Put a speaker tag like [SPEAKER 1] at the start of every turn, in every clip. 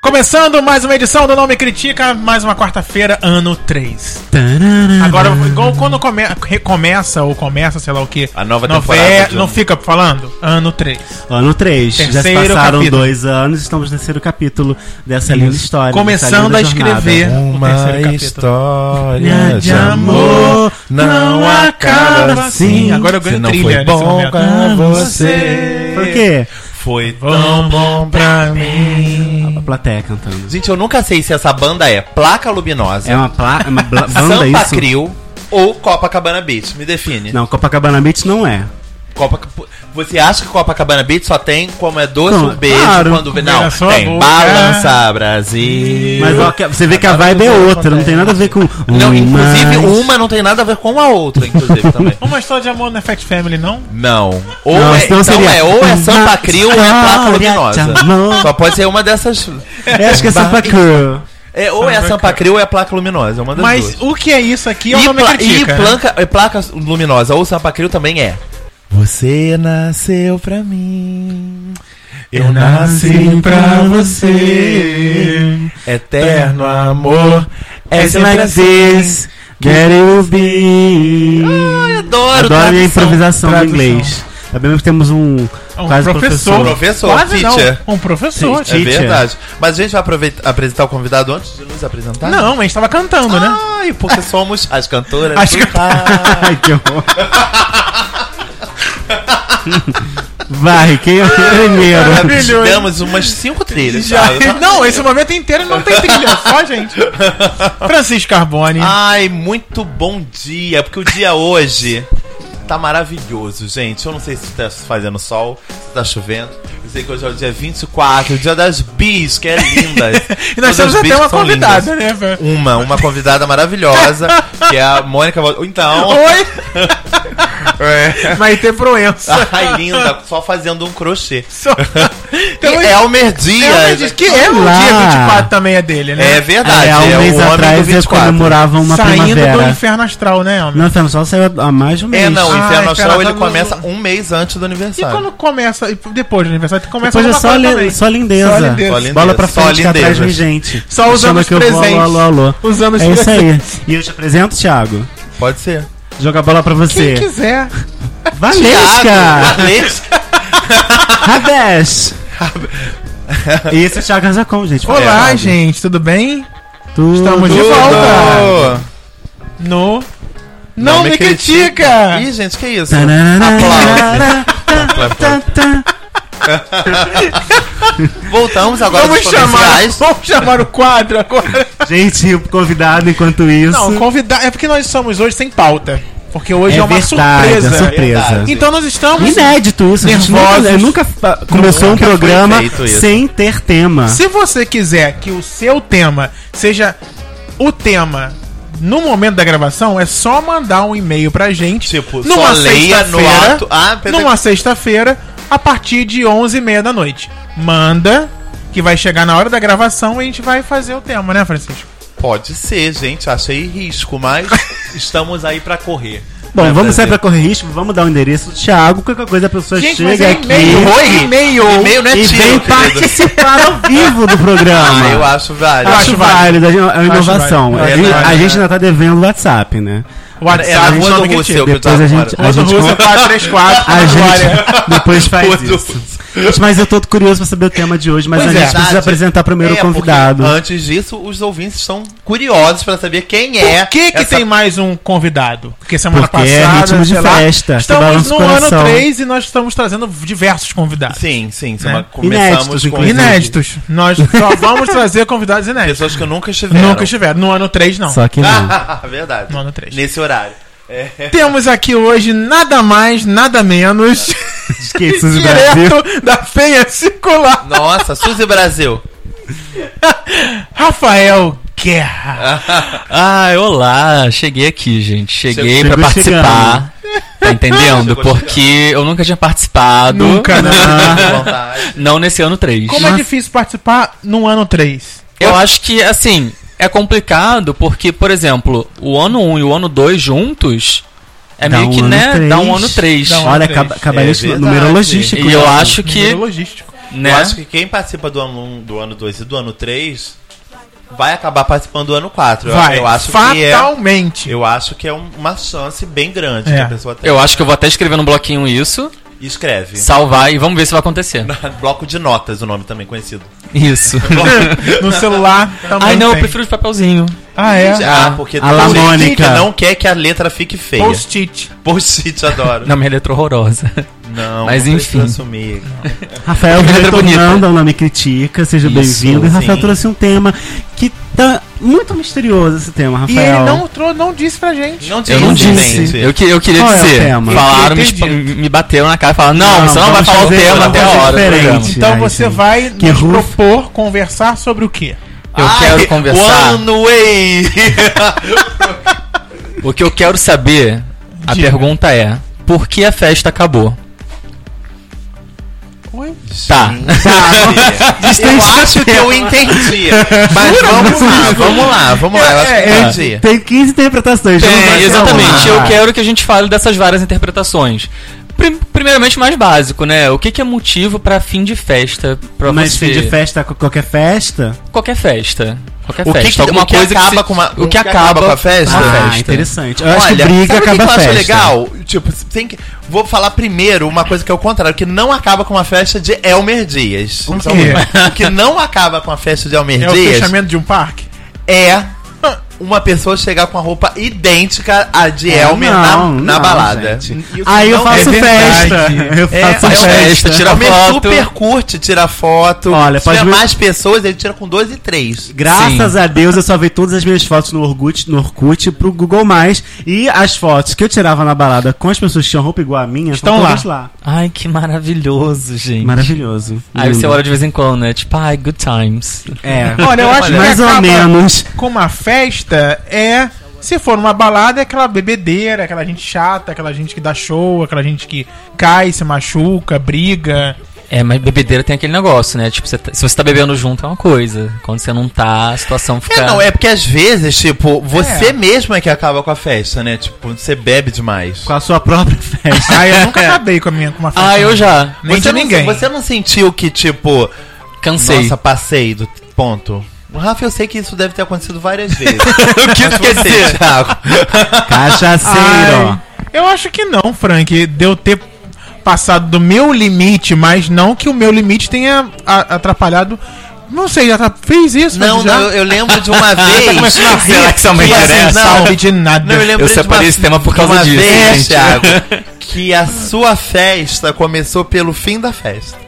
[SPEAKER 1] começando mais uma edição do Não Me Critica, mais uma quarta-feira, ano 3. Agora, igual quando come, recomeça ou começa, sei lá o que,
[SPEAKER 2] A nova temporada, John.
[SPEAKER 1] não fica falando? Ano 3.
[SPEAKER 3] Ano 3. Já se
[SPEAKER 1] Terceiro
[SPEAKER 3] passaram
[SPEAKER 1] capítulo.
[SPEAKER 3] dois anos, estamos no terceiro capítulo dessa linda história. dessa
[SPEAKER 1] Começando
[SPEAKER 3] linda
[SPEAKER 1] a
[SPEAKER 3] jornada. É
[SPEAKER 1] escrever. O terceiro
[SPEAKER 4] Uma
[SPEAKER 1] capítulo.
[SPEAKER 4] história
[SPEAKER 3] de
[SPEAKER 4] de amor não acaba assim.
[SPEAKER 1] Sim, agora eu ganho
[SPEAKER 4] Se não
[SPEAKER 1] trilha
[SPEAKER 4] foi
[SPEAKER 1] nesse
[SPEAKER 4] bom
[SPEAKER 1] momento.
[SPEAKER 3] Ah,
[SPEAKER 4] pra
[SPEAKER 3] você.
[SPEAKER 4] você.
[SPEAKER 3] Por quê?
[SPEAKER 2] Foi
[SPEAKER 1] Tão bom pra mim.
[SPEAKER 3] A plateia cantando.
[SPEAKER 2] Gente, eu nunca sei se essa banda é Placa Luminosa,
[SPEAKER 3] É uma, pla... é uma bla- banda
[SPEAKER 2] Sampa
[SPEAKER 3] isso?
[SPEAKER 2] Crio ou Copacabana Beach. Me define.
[SPEAKER 3] Não, Copacabana Beach não é.
[SPEAKER 2] Copa... Você acha que Copacabana Beach só tem como é doce
[SPEAKER 3] Não,
[SPEAKER 2] um beijo
[SPEAKER 3] claro.
[SPEAKER 2] quando vê? Não,
[SPEAKER 1] Olha só a
[SPEAKER 2] tem
[SPEAKER 1] boca.
[SPEAKER 2] Balança Brasil.
[SPEAKER 3] Mas ó, que- você vê que a vibe é outra, não tem nada a ver com.
[SPEAKER 2] Não, inclusive
[SPEAKER 3] Mas-
[SPEAKER 2] uma não tem nada a ver com a outra, inclusive também.
[SPEAKER 1] Uma história de amor no Fat Family, não?
[SPEAKER 2] Não. Ou
[SPEAKER 3] Não,
[SPEAKER 2] é,
[SPEAKER 3] senão
[SPEAKER 2] então
[SPEAKER 3] seria-
[SPEAKER 2] é ou é Sampa
[SPEAKER 3] Uma
[SPEAKER 2] Crio ou é Placa
[SPEAKER 3] história de
[SPEAKER 2] Luminosa.
[SPEAKER 3] amor.
[SPEAKER 2] Só pode ser uma dessas.
[SPEAKER 3] Eu acho que é Sampa Crew.
[SPEAKER 2] É, ou é a Sampa Crio ou é a Placa Luminosa. É uma das
[SPEAKER 1] Mas
[SPEAKER 2] duas.
[SPEAKER 1] o que é isso aqui? Eu
[SPEAKER 2] E,
[SPEAKER 1] não me
[SPEAKER 2] pla-
[SPEAKER 1] critica. né?
[SPEAKER 2] e planca- e placa luminosa ou sampacril também é. Você nasceu pra mim.
[SPEAKER 4] Eu nasci pra você. Eterno
[SPEAKER 2] Eterno.
[SPEAKER 4] amor é
[SPEAKER 3] It's
[SPEAKER 4] sempre
[SPEAKER 3] like
[SPEAKER 4] assim.
[SPEAKER 3] this. That it will be.
[SPEAKER 2] Ai, adoro,
[SPEAKER 3] Adoro a
[SPEAKER 2] tradução.
[SPEAKER 3] minha improvisação do
[SPEAKER 4] tradução.
[SPEAKER 3] inglês. Sabemos que temos um,
[SPEAKER 1] Um
[SPEAKER 3] quase
[SPEAKER 1] professor.
[SPEAKER 3] professor.
[SPEAKER 2] Professor,
[SPEAKER 1] Quase não,
[SPEAKER 2] teacher.
[SPEAKER 1] um professor.
[SPEAKER 2] É
[SPEAKER 3] Teacher.
[SPEAKER 2] verdade. Mas a gente vai aproveit- apresentar o convidado antes de nos apresentar?
[SPEAKER 1] Não, a gente tava cantando, né?
[SPEAKER 3] Ah,
[SPEAKER 2] Ai, porque somos as cantoras.
[SPEAKER 1] As
[SPEAKER 2] do
[SPEAKER 1] canto-
[SPEAKER 2] rádio.
[SPEAKER 3] Ai, que horror. Vai, quem é o primeiro?
[SPEAKER 1] Maravilhoso.
[SPEAKER 2] Temos umas cinco trilhas.
[SPEAKER 1] Já- é.
[SPEAKER 2] sabe?
[SPEAKER 1] não, esse momento inteiro não tem trilha, só gente. Francisco Carboni.
[SPEAKER 3] Ah,
[SPEAKER 2] Ai, muito bom dia, porque o dia hoje tá maravilhoso, gente. Eu não sei se tá fazendo sol, se tá chovendo. Eu sei que hoje é o dia 24, o dia das bis, que é linda.
[SPEAKER 1] e nós temos até uma convidada, né?
[SPEAKER 2] Uma, uma convidada maravilhosa, que é a Mônica. Val- Então,
[SPEAKER 1] Oi, vai ter Proença.
[SPEAKER 2] ai, linda, só fazendo um crochê.
[SPEAKER 1] Só-
[SPEAKER 3] Ah.
[SPEAKER 2] E
[SPEAKER 3] É
[SPEAKER 1] Então,
[SPEAKER 2] Elmer
[SPEAKER 1] Elmer
[SPEAKER 2] Dias.
[SPEAKER 1] diz que é o
[SPEAKER 3] Olá.
[SPEAKER 1] dia 24 também é dele, né?
[SPEAKER 2] É verdade,
[SPEAKER 3] né? é, há
[SPEAKER 2] é
[SPEAKER 3] um
[SPEAKER 2] o
[SPEAKER 3] mês
[SPEAKER 2] homem
[SPEAKER 3] atrás
[SPEAKER 2] do
[SPEAKER 3] eu
[SPEAKER 2] 24.
[SPEAKER 3] comemorava uma
[SPEAKER 1] Saindo do
[SPEAKER 3] primavera.
[SPEAKER 1] inferno astral, né, Elmer?
[SPEAKER 3] Não, então, só saiu há mais de um mês.
[SPEAKER 2] É, não, o
[SPEAKER 1] Ah,
[SPEAKER 2] Inferno Astral
[SPEAKER 1] espera,
[SPEAKER 2] ele
[SPEAKER 1] tá no-
[SPEAKER 2] começa um mês antes do
[SPEAKER 1] E
[SPEAKER 2] aniversário.
[SPEAKER 1] quando começa, e depois do aniversário, tu começa
[SPEAKER 3] Depois é
[SPEAKER 1] numa
[SPEAKER 3] só,
[SPEAKER 1] coisa
[SPEAKER 3] li-
[SPEAKER 1] também.
[SPEAKER 3] só lindeza.
[SPEAKER 1] Só lindeza.
[SPEAKER 2] Só lindeza.
[SPEAKER 3] Bola pra
[SPEAKER 2] Só
[SPEAKER 3] frente, que atrás
[SPEAKER 2] lindeza.
[SPEAKER 3] vem gente.
[SPEAKER 1] Só os
[SPEAKER 3] Chama
[SPEAKER 1] anos
[SPEAKER 3] que eu vou,
[SPEAKER 1] presentes.
[SPEAKER 3] Alô, alô, alô.
[SPEAKER 1] Os anos
[SPEAKER 3] É isso aí.
[SPEAKER 1] presentes.
[SPEAKER 3] E eu te apresento, Thiago.
[SPEAKER 2] Pode ser.
[SPEAKER 3] Joga a bola pra
[SPEAKER 1] Quem
[SPEAKER 3] você.
[SPEAKER 1] quiser.
[SPEAKER 3] Valesca!
[SPEAKER 2] Valesca!
[SPEAKER 3] Rabesh! E esse é o Thiago Razacom, gente.
[SPEAKER 1] Olá,
[SPEAKER 3] Obrigado.
[SPEAKER 1] gente, tudo bem?
[SPEAKER 3] Tudo.
[SPEAKER 1] Estamos de
[SPEAKER 2] Tudo!
[SPEAKER 1] volta. No. Não, me critica!
[SPEAKER 2] Ih, gente, que isso? Aplausos.
[SPEAKER 3] Tananana, tá, tá, tá.
[SPEAKER 2] Voltamos agora
[SPEAKER 1] Vamos
[SPEAKER 2] dos
[SPEAKER 1] chamar,
[SPEAKER 2] comerciais.
[SPEAKER 1] vamos chamar o quadro agora.
[SPEAKER 3] Gente, o convidado enquanto isso.
[SPEAKER 1] Não, convidar. É porque nós estamos hoje sem pauta. Porque hoje é, uma
[SPEAKER 3] verdade,
[SPEAKER 1] surpresa.
[SPEAKER 3] é surpresa. né?
[SPEAKER 2] Verdade.
[SPEAKER 1] Então nós estamos.
[SPEAKER 3] Inédito isso. a gente
[SPEAKER 1] Nervosos.
[SPEAKER 3] nunca- eu nunca fa- começou um
[SPEAKER 2] Nunca foi
[SPEAKER 3] programa
[SPEAKER 2] feito isso.
[SPEAKER 3] sem ter tema.
[SPEAKER 1] Se você quiser que o seu tema seja o tema no momento da gravação, é só mandar um e-mail pra gente.
[SPEAKER 2] Tipo, só leia no
[SPEAKER 1] sexta-feira,
[SPEAKER 2] ato- Ah, peraí.
[SPEAKER 1] numa sexta-feira, a partir de 11h30 da noite. Manda, que vai chegar na hora da gravação e a gente vai fazer o tema, né, Francisco?
[SPEAKER 2] Pode ser, gente. Achei risco, mas estamos aí pra correr.
[SPEAKER 3] Bom,
[SPEAKER 2] Pra
[SPEAKER 3] vamos sair pra
[SPEAKER 2] fazer.
[SPEAKER 3] correr risco, vamos dar o endereço do Thiago. Qualquer coisa a pessoa
[SPEAKER 1] mas
[SPEAKER 3] chega
[SPEAKER 1] é
[SPEAKER 3] aqui
[SPEAKER 1] e-mail,
[SPEAKER 2] Oi?
[SPEAKER 1] e-mail.
[SPEAKER 2] E-mail não é
[SPEAKER 3] e
[SPEAKER 2] tiro,
[SPEAKER 3] vem
[SPEAKER 2] querido.
[SPEAKER 3] participar ao vivo do programa.
[SPEAKER 2] Ah, eu acho válido.
[SPEAKER 3] Acho,
[SPEAKER 1] Acho válido.
[SPEAKER 3] válido, é uma inovação.
[SPEAKER 2] válido.
[SPEAKER 3] A gente- a
[SPEAKER 2] Verdade,
[SPEAKER 3] gente
[SPEAKER 2] né?
[SPEAKER 3] ainda tá devendo o WhatsApp, né?
[SPEAKER 1] WhatsApp,
[SPEAKER 2] É a rua
[SPEAKER 1] não
[SPEAKER 2] do
[SPEAKER 1] me critica.
[SPEAKER 2] Russell que eu
[SPEAKER 3] Depois
[SPEAKER 2] tava
[SPEAKER 3] a
[SPEAKER 2] agora.
[SPEAKER 3] gente, a
[SPEAKER 1] Rua do
[SPEAKER 3] gente,
[SPEAKER 1] Russell 434.
[SPEAKER 3] a
[SPEAKER 1] Glória.
[SPEAKER 3] gente depois faz
[SPEAKER 2] Rua do
[SPEAKER 3] isso. Gente, Mas eu tô curioso pra saber o tema de hoje, mas
[SPEAKER 2] Pois
[SPEAKER 3] a gente
[SPEAKER 2] é.
[SPEAKER 3] precisa apresentar primeiro
[SPEAKER 2] É,
[SPEAKER 3] o convidado.
[SPEAKER 5] Ah.
[SPEAKER 2] porque Antes disso, os ouvintes estão curiosos pra saber quem é.
[SPEAKER 1] Por que, que
[SPEAKER 2] essa-
[SPEAKER 1] tem mais um convidado? Porque semana
[SPEAKER 3] Porque é
[SPEAKER 1] passada.
[SPEAKER 3] ritmo de
[SPEAKER 1] sei lá,
[SPEAKER 3] festa, que
[SPEAKER 1] Estamos
[SPEAKER 3] balança o
[SPEAKER 1] no ano
[SPEAKER 3] coração.
[SPEAKER 1] 3 e nós estamos trazendo diversos convidados.
[SPEAKER 2] Sim, sim. semana-
[SPEAKER 1] Né?
[SPEAKER 2] Começamos
[SPEAKER 3] Inéditos,
[SPEAKER 2] com
[SPEAKER 3] inclusive.
[SPEAKER 1] Inéditos. Nós só vamos trazer convidados inéditos.
[SPEAKER 2] pessoas que nunca estiveram.
[SPEAKER 1] Nunca estiveram. No ano 3, não.
[SPEAKER 3] Só que
[SPEAKER 5] Ah,
[SPEAKER 3] não.
[SPEAKER 2] Verdade.
[SPEAKER 1] No ano três.
[SPEAKER 2] Nesse horário. É.
[SPEAKER 1] Temos aqui hoje nada mais, nada menos.
[SPEAKER 3] Esqueça do Brasil.
[SPEAKER 1] direto da Penha Circular.
[SPEAKER 2] Nossa, Suzy Brasil.
[SPEAKER 1] Rafael Guerra.
[SPEAKER 5] Ah, olá, cheguei aqui, gente. Cheguei
[SPEAKER 3] Chegou
[SPEAKER 5] pra participar. Tá entendendo?
[SPEAKER 2] Chegou
[SPEAKER 5] Porque eu nunca tinha participado.
[SPEAKER 1] Nunca, né?
[SPEAKER 2] Vontade.
[SPEAKER 5] Não nesse ano 3.
[SPEAKER 1] Como é difícil participar no ano 3?
[SPEAKER 5] Eu acho que, assim, é complicado porque, por exemplo, o ano 1 e o ano 2 juntos é
[SPEAKER 3] Dá
[SPEAKER 5] meio
[SPEAKER 3] um
[SPEAKER 5] que,
[SPEAKER 3] ano
[SPEAKER 5] né?
[SPEAKER 3] três.
[SPEAKER 5] Dá um ano 3.
[SPEAKER 1] Dá um ano
[SPEAKER 3] Olha,
[SPEAKER 1] três.
[SPEAKER 3] caba- cabalístico,
[SPEAKER 2] É verdade.
[SPEAKER 3] numerologístico.
[SPEAKER 5] E eu acho que
[SPEAKER 1] Número logístico.
[SPEAKER 5] Né?
[SPEAKER 2] Eu acho que quem participa do ano 1, do ano 2 e do ano 3 vai acabar participando do ano 4.
[SPEAKER 1] Vai,
[SPEAKER 2] eu, eu acho que é,
[SPEAKER 1] fatalmente.
[SPEAKER 2] eu acho que é um- uma chance bem grande
[SPEAKER 1] É.
[SPEAKER 2] que a pessoa tem.
[SPEAKER 5] Eu acho que eu vou até escrever no bloquinho isso,
[SPEAKER 2] Escreve.
[SPEAKER 5] salvar e vamos ver se vai acontecer.
[SPEAKER 2] Bloco de notas, o nome também conhecido.
[SPEAKER 5] Isso.
[SPEAKER 1] no celular também.
[SPEAKER 5] Ai não, eu
[SPEAKER 1] tem.
[SPEAKER 5] prefiro de papelzinho.
[SPEAKER 1] Ah, é?
[SPEAKER 2] Ah, porque
[SPEAKER 3] a La
[SPEAKER 2] gente
[SPEAKER 3] Mônica.
[SPEAKER 2] que não quer que a letra fique feia.
[SPEAKER 1] Post-it.
[SPEAKER 2] Post-it, adoro.
[SPEAKER 5] Não, minha letra é horrorosa.
[SPEAKER 2] Não,
[SPEAKER 5] Mas
[SPEAKER 2] não precisa
[SPEAKER 5] enfim.
[SPEAKER 2] assumir.
[SPEAKER 3] Rafael
[SPEAKER 5] Letra
[SPEAKER 3] retornando
[SPEAKER 5] bonita.
[SPEAKER 3] ao Nome Critica, seja
[SPEAKER 5] Isso,
[SPEAKER 3] bem-vindo. E Rafael
[SPEAKER 2] sim.
[SPEAKER 3] trouxe um tema que tá muito misterioso esse tema,
[SPEAKER 1] E
[SPEAKER 3] Rafael.
[SPEAKER 1] ele não, trou- não disse pra gente.
[SPEAKER 2] Não
[SPEAKER 5] Eu não
[SPEAKER 3] disse.
[SPEAKER 2] gente.
[SPEAKER 5] Eu, que- eu queria
[SPEAKER 3] Qual é o
[SPEAKER 5] dizer.
[SPEAKER 3] tema?
[SPEAKER 5] Falaram, me,
[SPEAKER 1] Eu entendi.
[SPEAKER 5] espa- me bateram na cara e falaram: Não,
[SPEAKER 3] Não,
[SPEAKER 5] você não vai
[SPEAKER 3] vamos
[SPEAKER 5] falar o
[SPEAKER 3] fazer
[SPEAKER 5] tema
[SPEAKER 3] uma
[SPEAKER 5] até a
[SPEAKER 3] coisa
[SPEAKER 5] hora. do
[SPEAKER 3] diferente.
[SPEAKER 5] programa.
[SPEAKER 1] Então
[SPEAKER 3] Ai,
[SPEAKER 1] você
[SPEAKER 3] gente.
[SPEAKER 1] vai
[SPEAKER 3] Que
[SPEAKER 1] nos
[SPEAKER 3] rufo.
[SPEAKER 1] propor conversar sobre o quê?
[SPEAKER 5] Eu
[SPEAKER 2] Ai,
[SPEAKER 5] quero conversar.
[SPEAKER 2] One way.
[SPEAKER 5] O que eu quero saber, a
[SPEAKER 1] Diga.
[SPEAKER 5] pergunta é: Por que a festa acabou?
[SPEAKER 1] Ué?
[SPEAKER 5] Tá.
[SPEAKER 2] Tá. eu acho que eu entendi. Mas vamos lá, vamos lá, vamos lá. Eu acho que eu entendi.
[SPEAKER 3] Tem 15 interpretações.
[SPEAKER 5] Tem,
[SPEAKER 3] não vai ser
[SPEAKER 5] exatamente.
[SPEAKER 3] uma.
[SPEAKER 5] Eu quero que a gente fale dessas várias interpretações. Prim- primeiramente, mais básico, né? O que, que é motivo pra fim de festa? Pra
[SPEAKER 3] Ah, Mas
[SPEAKER 5] você?
[SPEAKER 3] fim de festa, co- qualquer festa.
[SPEAKER 5] Qualquer festa. Qualquer
[SPEAKER 2] O que
[SPEAKER 5] festa.
[SPEAKER 2] que-
[SPEAKER 5] alguma
[SPEAKER 2] o que
[SPEAKER 5] coisa
[SPEAKER 2] acaba
[SPEAKER 5] se-
[SPEAKER 2] com uma-
[SPEAKER 5] O que acaba com a festa?
[SPEAKER 3] Ah, interessante. Eu acho que
[SPEAKER 2] sabe
[SPEAKER 3] briga
[SPEAKER 2] o
[SPEAKER 3] acaba
[SPEAKER 2] que
[SPEAKER 3] a
[SPEAKER 2] eu
[SPEAKER 3] festa.
[SPEAKER 2] acho legal? Tipo, tem que. Vou falar primeiro uma coisa que é o contrário, que não acaba com a festa de Elmer Dias.
[SPEAKER 1] O
[SPEAKER 2] Então,
[SPEAKER 1] quê?
[SPEAKER 2] o que não acaba com a festa de Elmer
[SPEAKER 1] É o
[SPEAKER 2] Dias
[SPEAKER 1] fechamento de um parque?
[SPEAKER 2] é uma pessoa chegar com a roupa idêntica à de Elmer na-
[SPEAKER 3] Não,
[SPEAKER 2] na,
[SPEAKER 3] não,
[SPEAKER 2] balada.
[SPEAKER 3] gente.
[SPEAKER 2] Isso
[SPEAKER 3] Aí eu
[SPEAKER 2] não
[SPEAKER 3] faço
[SPEAKER 1] é verdade.
[SPEAKER 3] festa. Eu
[SPEAKER 2] É,
[SPEAKER 3] faço
[SPEAKER 2] é
[SPEAKER 3] festa.
[SPEAKER 2] uma
[SPEAKER 5] festa, tira
[SPEAKER 2] Elmer
[SPEAKER 5] foto.
[SPEAKER 2] super curte tirar foto.
[SPEAKER 3] Olha,
[SPEAKER 2] Se
[SPEAKER 3] pode
[SPEAKER 2] tiver
[SPEAKER 3] me-
[SPEAKER 2] é mais pessoas, ele tira com dois e três.
[SPEAKER 3] Graças a Deus eu salvei todas as minhas fotos no Orkut, no Orkut pro Google Mais e as fotos que eu tirava na balada com as pessoas que tinham roupa igual a minha
[SPEAKER 1] Estão lá.
[SPEAKER 3] todas lá.
[SPEAKER 5] Ai, que maravilhoso, gente.
[SPEAKER 3] Maravilhoso.
[SPEAKER 5] Aí você
[SPEAKER 3] Lindo.
[SPEAKER 5] olha de vez em quando, né? Tipo, ai, good times.
[SPEAKER 3] É.
[SPEAKER 1] Olha, eu acho
[SPEAKER 3] mais
[SPEAKER 1] que
[SPEAKER 3] ou
[SPEAKER 1] acaba
[SPEAKER 3] menos.
[SPEAKER 1] com uma festa é. Se for uma balada, é aquela bebedeira, aquela gente chata, aquela gente que dá show, aquela gente que cai, se machuca, briga.
[SPEAKER 5] É, mas bebedeira tem aquele negócio, né? Tipo, você tá- se você tá bebendo junto é uma coisa. Quando você não tá, a situação fica.
[SPEAKER 2] É, não, é porque às vezes, tipo, você mesmo é que acaba com a festa, né? Tipo, você bebe demais.
[SPEAKER 3] Com a sua própria festa.
[SPEAKER 1] Ah, eu nunca acabei com a minha com uma festa.
[SPEAKER 5] Ah, eu já.
[SPEAKER 1] Nem
[SPEAKER 2] você
[SPEAKER 1] de
[SPEAKER 2] não,
[SPEAKER 1] ninguém.
[SPEAKER 2] Você não sentiu que, tipo,
[SPEAKER 5] Cansei.
[SPEAKER 2] nossa, passei do ponto. Rafa, eu sei que isso deve ter acontecido várias vezes.
[SPEAKER 5] o que isso quer dizer?
[SPEAKER 3] Cachaceiro.
[SPEAKER 1] Ai, eu acho que não, Frank. Deu ter passado do meu limite, mas não que o meu limite tenha a- atrapalhado. Não sei, já tá- fez isso,
[SPEAKER 2] não,
[SPEAKER 1] mas já...
[SPEAKER 2] não, eu, eu lembro de uma
[SPEAKER 1] Tá
[SPEAKER 2] vez.
[SPEAKER 1] começando a rir.
[SPEAKER 5] Será que isso é uma
[SPEAKER 1] E assim,
[SPEAKER 5] indireta?
[SPEAKER 1] Não sabe de nada.
[SPEAKER 2] Não, eu lembro
[SPEAKER 5] Eu separei esse tema por causa
[SPEAKER 2] uma
[SPEAKER 5] disso,
[SPEAKER 2] Vez,
[SPEAKER 5] gente.
[SPEAKER 2] Thiago, que a sua festa começou pelo fim da festa.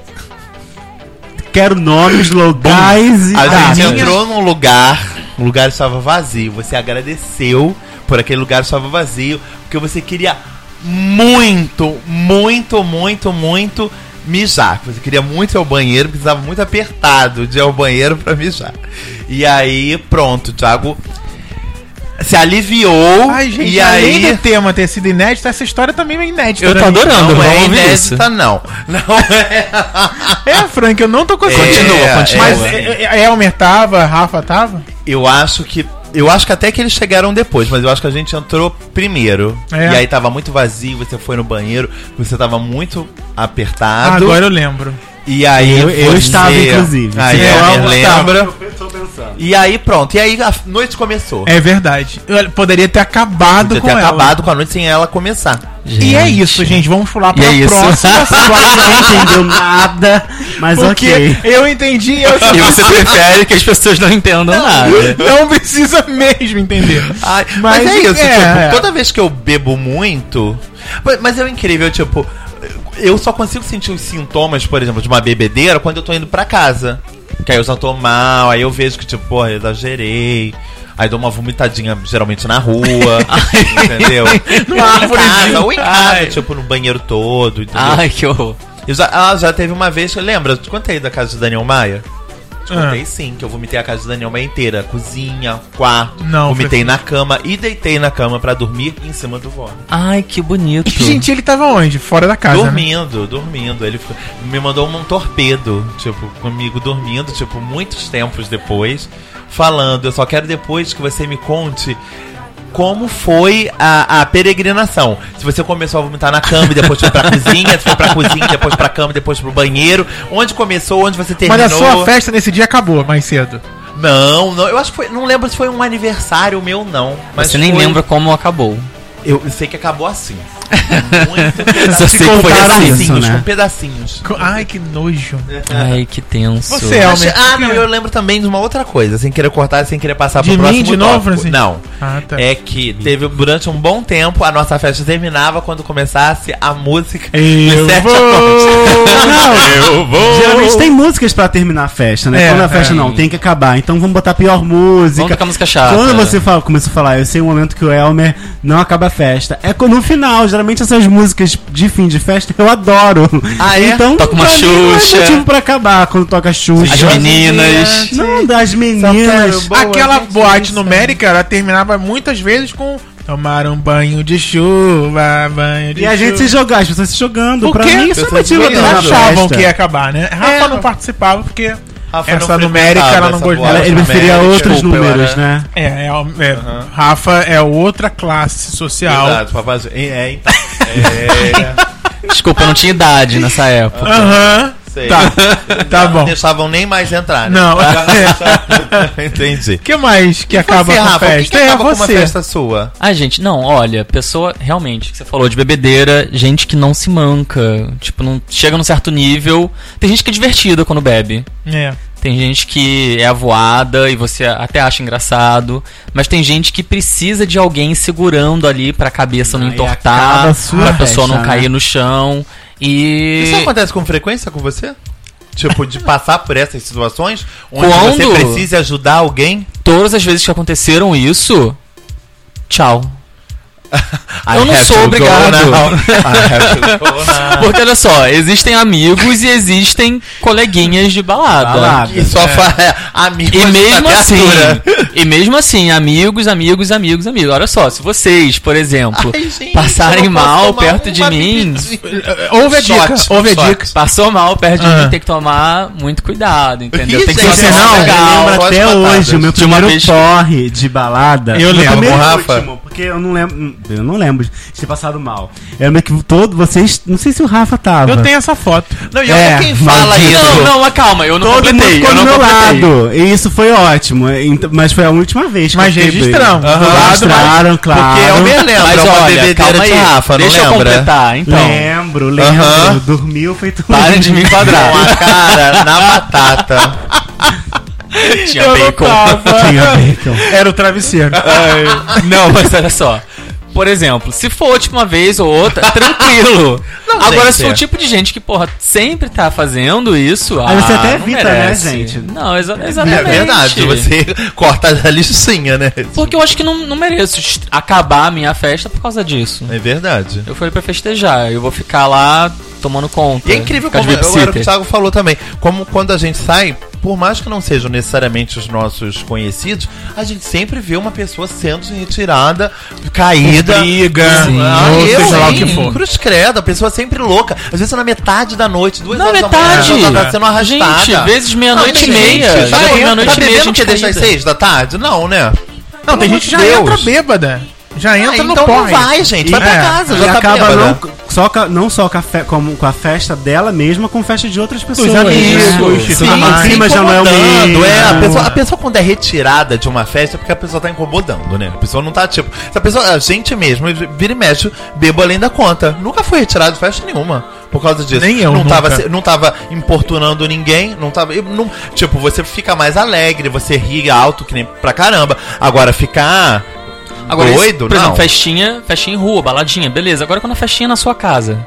[SPEAKER 3] Quero nomes, locais e
[SPEAKER 2] A
[SPEAKER 5] Ah,
[SPEAKER 2] gente
[SPEAKER 3] datas.
[SPEAKER 2] entrou num lugar, o lugar estava vazio. Você agradeceu por aquele lugar estava vazio, porque você queria muito, muito, muito, muito mijar. Você queria muito ir ao banheiro, porque estava muito apertado de ir ao banheiro para mijar. E aí, pronto, o Thiago se aliviou.
[SPEAKER 1] Ai, gente,
[SPEAKER 2] e
[SPEAKER 1] além
[SPEAKER 2] aí.
[SPEAKER 1] do tema ter sido inédito, essa história também é inédita.
[SPEAKER 5] Eu tô
[SPEAKER 1] pra mim.
[SPEAKER 5] adorando,
[SPEAKER 2] Não
[SPEAKER 5] vamos
[SPEAKER 2] é
[SPEAKER 5] ouvir isso.
[SPEAKER 2] inédita, não. Não é.
[SPEAKER 1] É, Frank, eu não tô conseguindo.
[SPEAKER 2] Continua, continua.
[SPEAKER 1] Mas é, é, Elmer tava, Rafa tava?
[SPEAKER 2] Eu acho que. Eu acho que até que eles chegaram depois, mas eu acho que a gente entrou primeiro.
[SPEAKER 1] É.
[SPEAKER 2] E aí tava muito vazio, você foi no banheiro, você tava muito
[SPEAKER 1] Ah,
[SPEAKER 2] apertado.
[SPEAKER 1] agora eu lembro.
[SPEAKER 2] E aí
[SPEAKER 3] Eu- eu
[SPEAKER 2] você-
[SPEAKER 3] estava, inclusive.
[SPEAKER 2] Aí
[SPEAKER 1] Sim,
[SPEAKER 2] eu,
[SPEAKER 1] eu
[SPEAKER 2] lembro.
[SPEAKER 1] estava.
[SPEAKER 2] E aí pronto. E aí a noite começou.
[SPEAKER 1] "Tá." É verdade. Eu poderia ter acabado
[SPEAKER 2] Podia
[SPEAKER 1] com
[SPEAKER 2] ter
[SPEAKER 1] ela.
[SPEAKER 2] acabado com a noite sem ela começar.
[SPEAKER 1] E é isso, gente. Vamos pular pra
[SPEAKER 5] é isso.
[SPEAKER 1] próxima
[SPEAKER 3] Não
[SPEAKER 1] situação.
[SPEAKER 3] entendeu nada, mas
[SPEAKER 1] Porque
[SPEAKER 3] ok.
[SPEAKER 1] eu entendi e eu
[SPEAKER 5] E você prefere que as pessoas não entendam nada.
[SPEAKER 1] não precisa mesmo entender.
[SPEAKER 2] Ai,
[SPEAKER 1] Mas
[SPEAKER 2] mas, é isso,
[SPEAKER 1] é,
[SPEAKER 2] tipo,
[SPEAKER 1] é.
[SPEAKER 2] toda vez que eu bebo muito. Mas, mas é incrível, tipo, eu só consigo sentir os sintomas, por exemplo, de uma bebedeira quando eu tô indo pra casa. Que aí eu já tô mal, aí eu vejo que, tipo, porra, eu exagerei. Aí dou uma vomitadinha, geralmente na rua, entendeu? Ou em casa, ou em casa, tipo, no banheiro todo, entendeu?
[SPEAKER 5] Ai, que horror.
[SPEAKER 2] Eu já, ah, já teve uma vez, que- lembra? Eu te contei da casa do Daniel Maia? Te
[SPEAKER 1] Ah.
[SPEAKER 2] contei sim, que eu vomitei a casa do Daniel Maia inteira. Cozinha, quarto.
[SPEAKER 1] Não,
[SPEAKER 2] vomitei na cama e deitei na cama pra dormir em cima do vômito.
[SPEAKER 5] Ai, que bonito.
[SPEAKER 1] Gente, ele tava onde? Fora da casa. né?
[SPEAKER 2] dormindo, dormindo. Ele ficou- me mandou um torpedo, tipo, comigo dormindo, tipo, muitos tempos depois, falando: Eu só quero depois que você me conte como foi a, a peregrinação. Se você começou a vomitar na cama e depois foi pra cozinha, se foi pra cozinha, depois pra cama, depois pro banheiro. Onde começou, onde você terminou.
[SPEAKER 1] Mas é a sua festa nesse dia acabou mais cedo.
[SPEAKER 2] Não, não, eu acho que foi, não lembro se foi um aniversário meu, não. Mas
[SPEAKER 5] Você nem
[SPEAKER 2] foi-
[SPEAKER 5] lembra como acabou.
[SPEAKER 2] Eu sei que acabou assim. Muito
[SPEAKER 5] Só sei que foi
[SPEAKER 2] pedacinhos,
[SPEAKER 5] assim.
[SPEAKER 3] isso, né?
[SPEAKER 2] com pedacinhos.
[SPEAKER 1] Ai, que nojo.
[SPEAKER 5] Ai, que tenso.
[SPEAKER 1] Você é
[SPEAKER 2] Mas-
[SPEAKER 1] Realmente.
[SPEAKER 2] ah, não, eu lembro também de uma outra coisa, sem querer cortar, sem querer passar
[SPEAKER 1] De
[SPEAKER 2] pro
[SPEAKER 1] mim,
[SPEAKER 2] próximo
[SPEAKER 1] de novo,
[SPEAKER 2] tópico.
[SPEAKER 1] Francisco?
[SPEAKER 2] Não.
[SPEAKER 1] Ah, tá.
[SPEAKER 2] É que teve durante um bom tempo a nossa festa terminava quando começasse a música
[SPEAKER 1] Eu
[SPEAKER 2] de sete
[SPEAKER 1] vou.
[SPEAKER 2] Eu vou.
[SPEAKER 3] Geralmente tem músicas pra terminar a festa, né?
[SPEAKER 1] É,
[SPEAKER 3] Quando a festa
[SPEAKER 5] é.
[SPEAKER 3] não, tem que acabar. Então vamos botar a pior música.
[SPEAKER 5] Vamos é. tocar música chata.
[SPEAKER 3] Quando você fala, começa a falar, eu sei o momento que o Elmer não acaba a festa. É quando no final, geralmente essas músicas de fim de festa eu adoro.
[SPEAKER 2] Ah, é?
[SPEAKER 3] Então,
[SPEAKER 5] Toca uma
[SPEAKER 3] pra mim, não é
[SPEAKER 5] Xuxa.
[SPEAKER 3] motivo pra acabar quando toca Xuxa.
[SPEAKER 5] As meninas.
[SPEAKER 3] Não, das meninas.
[SPEAKER 2] Boa,
[SPEAKER 1] Aquela
[SPEAKER 2] gente,
[SPEAKER 1] boate
[SPEAKER 2] isso.
[SPEAKER 1] numérica, ela terminava muitas vezes com tomar um banho de chuva, banho de
[SPEAKER 3] E a gente se
[SPEAKER 1] chuva.
[SPEAKER 3] jogar, as pessoas se jogando.
[SPEAKER 1] Por
[SPEAKER 3] pra
[SPEAKER 1] quê?
[SPEAKER 3] mim, isso é
[SPEAKER 2] Pessoas
[SPEAKER 3] motivo pra
[SPEAKER 1] Eles
[SPEAKER 3] terminar a
[SPEAKER 1] achavam
[SPEAKER 3] festa.
[SPEAKER 1] que ia acabar, né? Rafa
[SPEAKER 2] É.
[SPEAKER 1] não participava porque
[SPEAKER 2] Rafa
[SPEAKER 1] essa
[SPEAKER 2] não
[SPEAKER 1] numérica ela
[SPEAKER 2] frequentava
[SPEAKER 1] não
[SPEAKER 2] essa
[SPEAKER 1] gostava.
[SPEAKER 3] Ela- Ele
[SPEAKER 2] Também,
[SPEAKER 3] preferia
[SPEAKER 2] desculpa,
[SPEAKER 3] outros
[SPEAKER 2] eu
[SPEAKER 3] números,
[SPEAKER 2] era-
[SPEAKER 3] né?
[SPEAKER 1] É, é, é, Rafa é outra classe social.
[SPEAKER 2] Verdade, papai. É, então. É,
[SPEAKER 5] Desculpa, eu não tinha idade nessa época.
[SPEAKER 1] Aham.
[SPEAKER 2] sei.
[SPEAKER 1] Tá, tá
[SPEAKER 2] Não
[SPEAKER 1] bom. O
[SPEAKER 2] deixavam nem mais entrar, né?
[SPEAKER 1] Não.
[SPEAKER 2] Entendi.
[SPEAKER 1] que mais que acaba
[SPEAKER 2] você,
[SPEAKER 1] com a
[SPEAKER 2] Rafa, o que que
[SPEAKER 1] festa? É
[SPEAKER 2] acaba com uma
[SPEAKER 1] você.
[SPEAKER 2] festa sua?
[SPEAKER 5] Ah, gente, não, olha, pessoa, realmente, que você falou de bebedeira, gente que não se manca, tipo, não chega num certo nível. Tem gente que é divertida quando bebe.
[SPEAKER 1] É.
[SPEAKER 5] Tem gente que é avoada e você até acha engraçado, mas tem gente que precisa de alguém segurando ali pra cabeça não
[SPEAKER 3] Aí
[SPEAKER 5] entortar,
[SPEAKER 3] acaba a sua
[SPEAKER 5] pra pessoa
[SPEAKER 3] festa,
[SPEAKER 5] não
[SPEAKER 3] né?
[SPEAKER 5] cair no chão. E
[SPEAKER 2] Isso é acontece com frequência com você? Tipo, de passar por essas situações onde
[SPEAKER 5] Quando?
[SPEAKER 2] você precisa ajudar alguém?
[SPEAKER 5] todas as vezes que aconteceram isso, tchau. Eu não
[SPEAKER 2] have
[SPEAKER 5] sou
[SPEAKER 2] to go
[SPEAKER 5] obrigado.
[SPEAKER 2] now. I have to go now.
[SPEAKER 5] Porque olha só, existem amigos e existem coleguinhas de balada.
[SPEAKER 3] Balada.
[SPEAKER 2] E só faz amigo tá
[SPEAKER 5] E mesmo
[SPEAKER 2] da
[SPEAKER 5] assim,
[SPEAKER 2] criatura.
[SPEAKER 5] e mesmo assim, amigos, amigos, amigos, amigos. Olha só, se vocês, por exemplo,
[SPEAKER 2] Ai, gente,
[SPEAKER 5] passarem
[SPEAKER 2] eu não posso
[SPEAKER 5] mal
[SPEAKER 2] tomar
[SPEAKER 5] perto de
[SPEAKER 2] uma
[SPEAKER 5] mim,
[SPEAKER 2] bebidinha.
[SPEAKER 1] Ouve a
[SPEAKER 2] Shot,
[SPEAKER 1] dica, ouve a
[SPEAKER 2] shot.
[SPEAKER 1] dica.
[SPEAKER 5] passou mal perto de
[SPEAKER 1] Ah.
[SPEAKER 5] mim, tem que tomar muito cuidado, entendeu?
[SPEAKER 2] Ih,
[SPEAKER 5] Tem que
[SPEAKER 2] gente,
[SPEAKER 5] fazer
[SPEAKER 2] você não?
[SPEAKER 5] um
[SPEAKER 2] Legal,
[SPEAKER 3] lembro
[SPEAKER 2] só
[SPEAKER 3] até
[SPEAKER 2] as patadas.
[SPEAKER 3] hoje o meu
[SPEAKER 5] De uma
[SPEAKER 3] primeiro
[SPEAKER 5] vez que-
[SPEAKER 3] porre de balada.
[SPEAKER 1] Eu lembro,
[SPEAKER 3] Meu primeiro
[SPEAKER 2] com o
[SPEAKER 3] e
[SPEAKER 2] Rafa.
[SPEAKER 3] último, porque eu não lembro, hum, eu não lembro de ter passado mal. Eu lembro que todo vocês, não sei se o Rafa tava.
[SPEAKER 1] Eu tenho essa foto.
[SPEAKER 2] Não, e eu
[SPEAKER 3] É,
[SPEAKER 2] é, quem fala
[SPEAKER 3] maldito.
[SPEAKER 2] isso.
[SPEAKER 5] Não, não, mas calma, eu não
[SPEAKER 3] Todo mundo
[SPEAKER 5] completei,
[SPEAKER 3] ficou
[SPEAKER 5] eu
[SPEAKER 3] do
[SPEAKER 5] não
[SPEAKER 3] meu
[SPEAKER 5] completei.
[SPEAKER 3] lado. E isso foi ótimo. é, então- Mas foi a última vez que
[SPEAKER 1] Mas
[SPEAKER 3] eu fiquei
[SPEAKER 1] registramos.
[SPEAKER 3] bêbado.
[SPEAKER 1] Do lado, mas-
[SPEAKER 3] Registraram, claro.
[SPEAKER 2] Porque eu me lembro,
[SPEAKER 5] Mas
[SPEAKER 2] é uma
[SPEAKER 5] olha,
[SPEAKER 2] bebedeira
[SPEAKER 5] calma aí,
[SPEAKER 2] de Rafa, não
[SPEAKER 5] deixa eu
[SPEAKER 2] lembra?
[SPEAKER 5] completar, então.
[SPEAKER 3] Lembro, lembro.
[SPEAKER 2] Aham.
[SPEAKER 3] Dormiu, feito
[SPEAKER 5] Parem de me enquadrar.
[SPEAKER 2] Com a cara na batata.
[SPEAKER 5] Tinha bacon.
[SPEAKER 3] Tinha bacon.
[SPEAKER 1] Era o travesseiro.
[SPEAKER 5] Não, mas olha só. Por exemplo, se for tipo uma vez ou outra, tranquilo.
[SPEAKER 2] Não,
[SPEAKER 5] Agora,
[SPEAKER 2] gente.
[SPEAKER 5] se for o tipo de gente que, porra, sempre tá fazendo isso.
[SPEAKER 3] Aí você
[SPEAKER 5] ah,
[SPEAKER 3] até
[SPEAKER 5] não
[SPEAKER 3] evita, né,
[SPEAKER 5] merece.
[SPEAKER 3] gente?
[SPEAKER 5] Não, exa
[SPEAKER 2] É
[SPEAKER 5] exatamente.
[SPEAKER 2] verdade, você corta a licinha, né?
[SPEAKER 5] Porque eu acho que não, não mereço est- acabar a minha festa por causa disso.
[SPEAKER 2] É verdade.
[SPEAKER 5] Eu falei pra festejar, eu vou ficar lá tomando conta.
[SPEAKER 2] E é incrível
[SPEAKER 5] ficar de
[SPEAKER 2] como tá era o que o
[SPEAKER 5] babysitter.
[SPEAKER 2] Thiago falou também. Como quando a gente sai, por mais que não sejam necessariamente os nossos conhecidos, a gente sempre vê uma pessoa sendo retirada, caída. Ah,
[SPEAKER 1] Com briga,
[SPEAKER 2] Sim.
[SPEAKER 1] ou seja lá o
[SPEAKER 2] hein?
[SPEAKER 1] que for.
[SPEAKER 2] Cruz credo, a pessoa sempre louca. Às vezes é na metade da noite, duas
[SPEAKER 5] Na
[SPEAKER 2] horas
[SPEAKER 5] metade.
[SPEAKER 2] da manhã, ela tá sendo arrastada.
[SPEAKER 5] Gente, vezes meia-noite e
[SPEAKER 2] tem gente,
[SPEAKER 5] meia. Já
[SPEAKER 2] Tá,
[SPEAKER 5] foi
[SPEAKER 2] entra-
[SPEAKER 5] meia-noite
[SPEAKER 2] tá
[SPEAKER 5] e meia,
[SPEAKER 2] bebendo
[SPEAKER 5] gente
[SPEAKER 2] que deixa às
[SPEAKER 5] caída.
[SPEAKER 2] seis da tarde? Não, né?
[SPEAKER 1] Não, tem gente que já entra bêbada. Já
[SPEAKER 2] Ah,
[SPEAKER 1] entra no
[SPEAKER 2] então não
[SPEAKER 1] porre.
[SPEAKER 2] vai, gente. Vai
[SPEAKER 1] E-
[SPEAKER 2] pra
[SPEAKER 1] é,
[SPEAKER 2] casa,
[SPEAKER 3] E
[SPEAKER 2] já tá
[SPEAKER 3] acaba
[SPEAKER 2] bêbada.
[SPEAKER 3] não, só, ca- não só com a, fe- como com a festa dela mesma, com festa de outras pessoas.
[SPEAKER 1] amigos,
[SPEAKER 3] né?
[SPEAKER 1] sim,
[SPEAKER 3] Sim,
[SPEAKER 1] sim,
[SPEAKER 3] o clima já não é o
[SPEAKER 2] tá incomodando,
[SPEAKER 3] mesmo.
[SPEAKER 2] é, a pessoa, a pessoa quando é retirada de uma festa é porque a pessoa tá incomodando, né? A pessoa não tá tipo. Se a pessoa, a gente mesmo, vira e mexe, bebo além da conta. Nunca foi retirado de festa nenhuma por causa disso.
[SPEAKER 1] Nem eu
[SPEAKER 2] Não tava,
[SPEAKER 1] nunca.
[SPEAKER 2] se- não tava importunando ninguém, não tava. eu não- tipo, você fica mais alegre, você ri alto que nem pra caramba. Agora ficar.
[SPEAKER 5] Agora,
[SPEAKER 2] doido,
[SPEAKER 5] isso, por
[SPEAKER 2] não.
[SPEAKER 5] exemplo, festinha, festinha em rua, baladinha, beleza. Agora quando a festinha é na sua casa.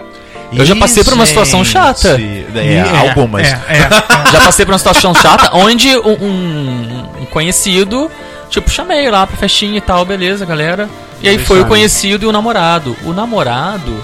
[SPEAKER 5] Eu já
[SPEAKER 2] Ih,
[SPEAKER 5] passei por uma situação
[SPEAKER 2] gente,
[SPEAKER 5] chata.
[SPEAKER 2] É, algumas.
[SPEAKER 1] É, é.
[SPEAKER 5] Já passei por uma situação chata onde um, um- um conhecido, tipo, chamei lá pra festinha e tal, beleza, galera. E aí foi o conhecido e o namorado. O namorado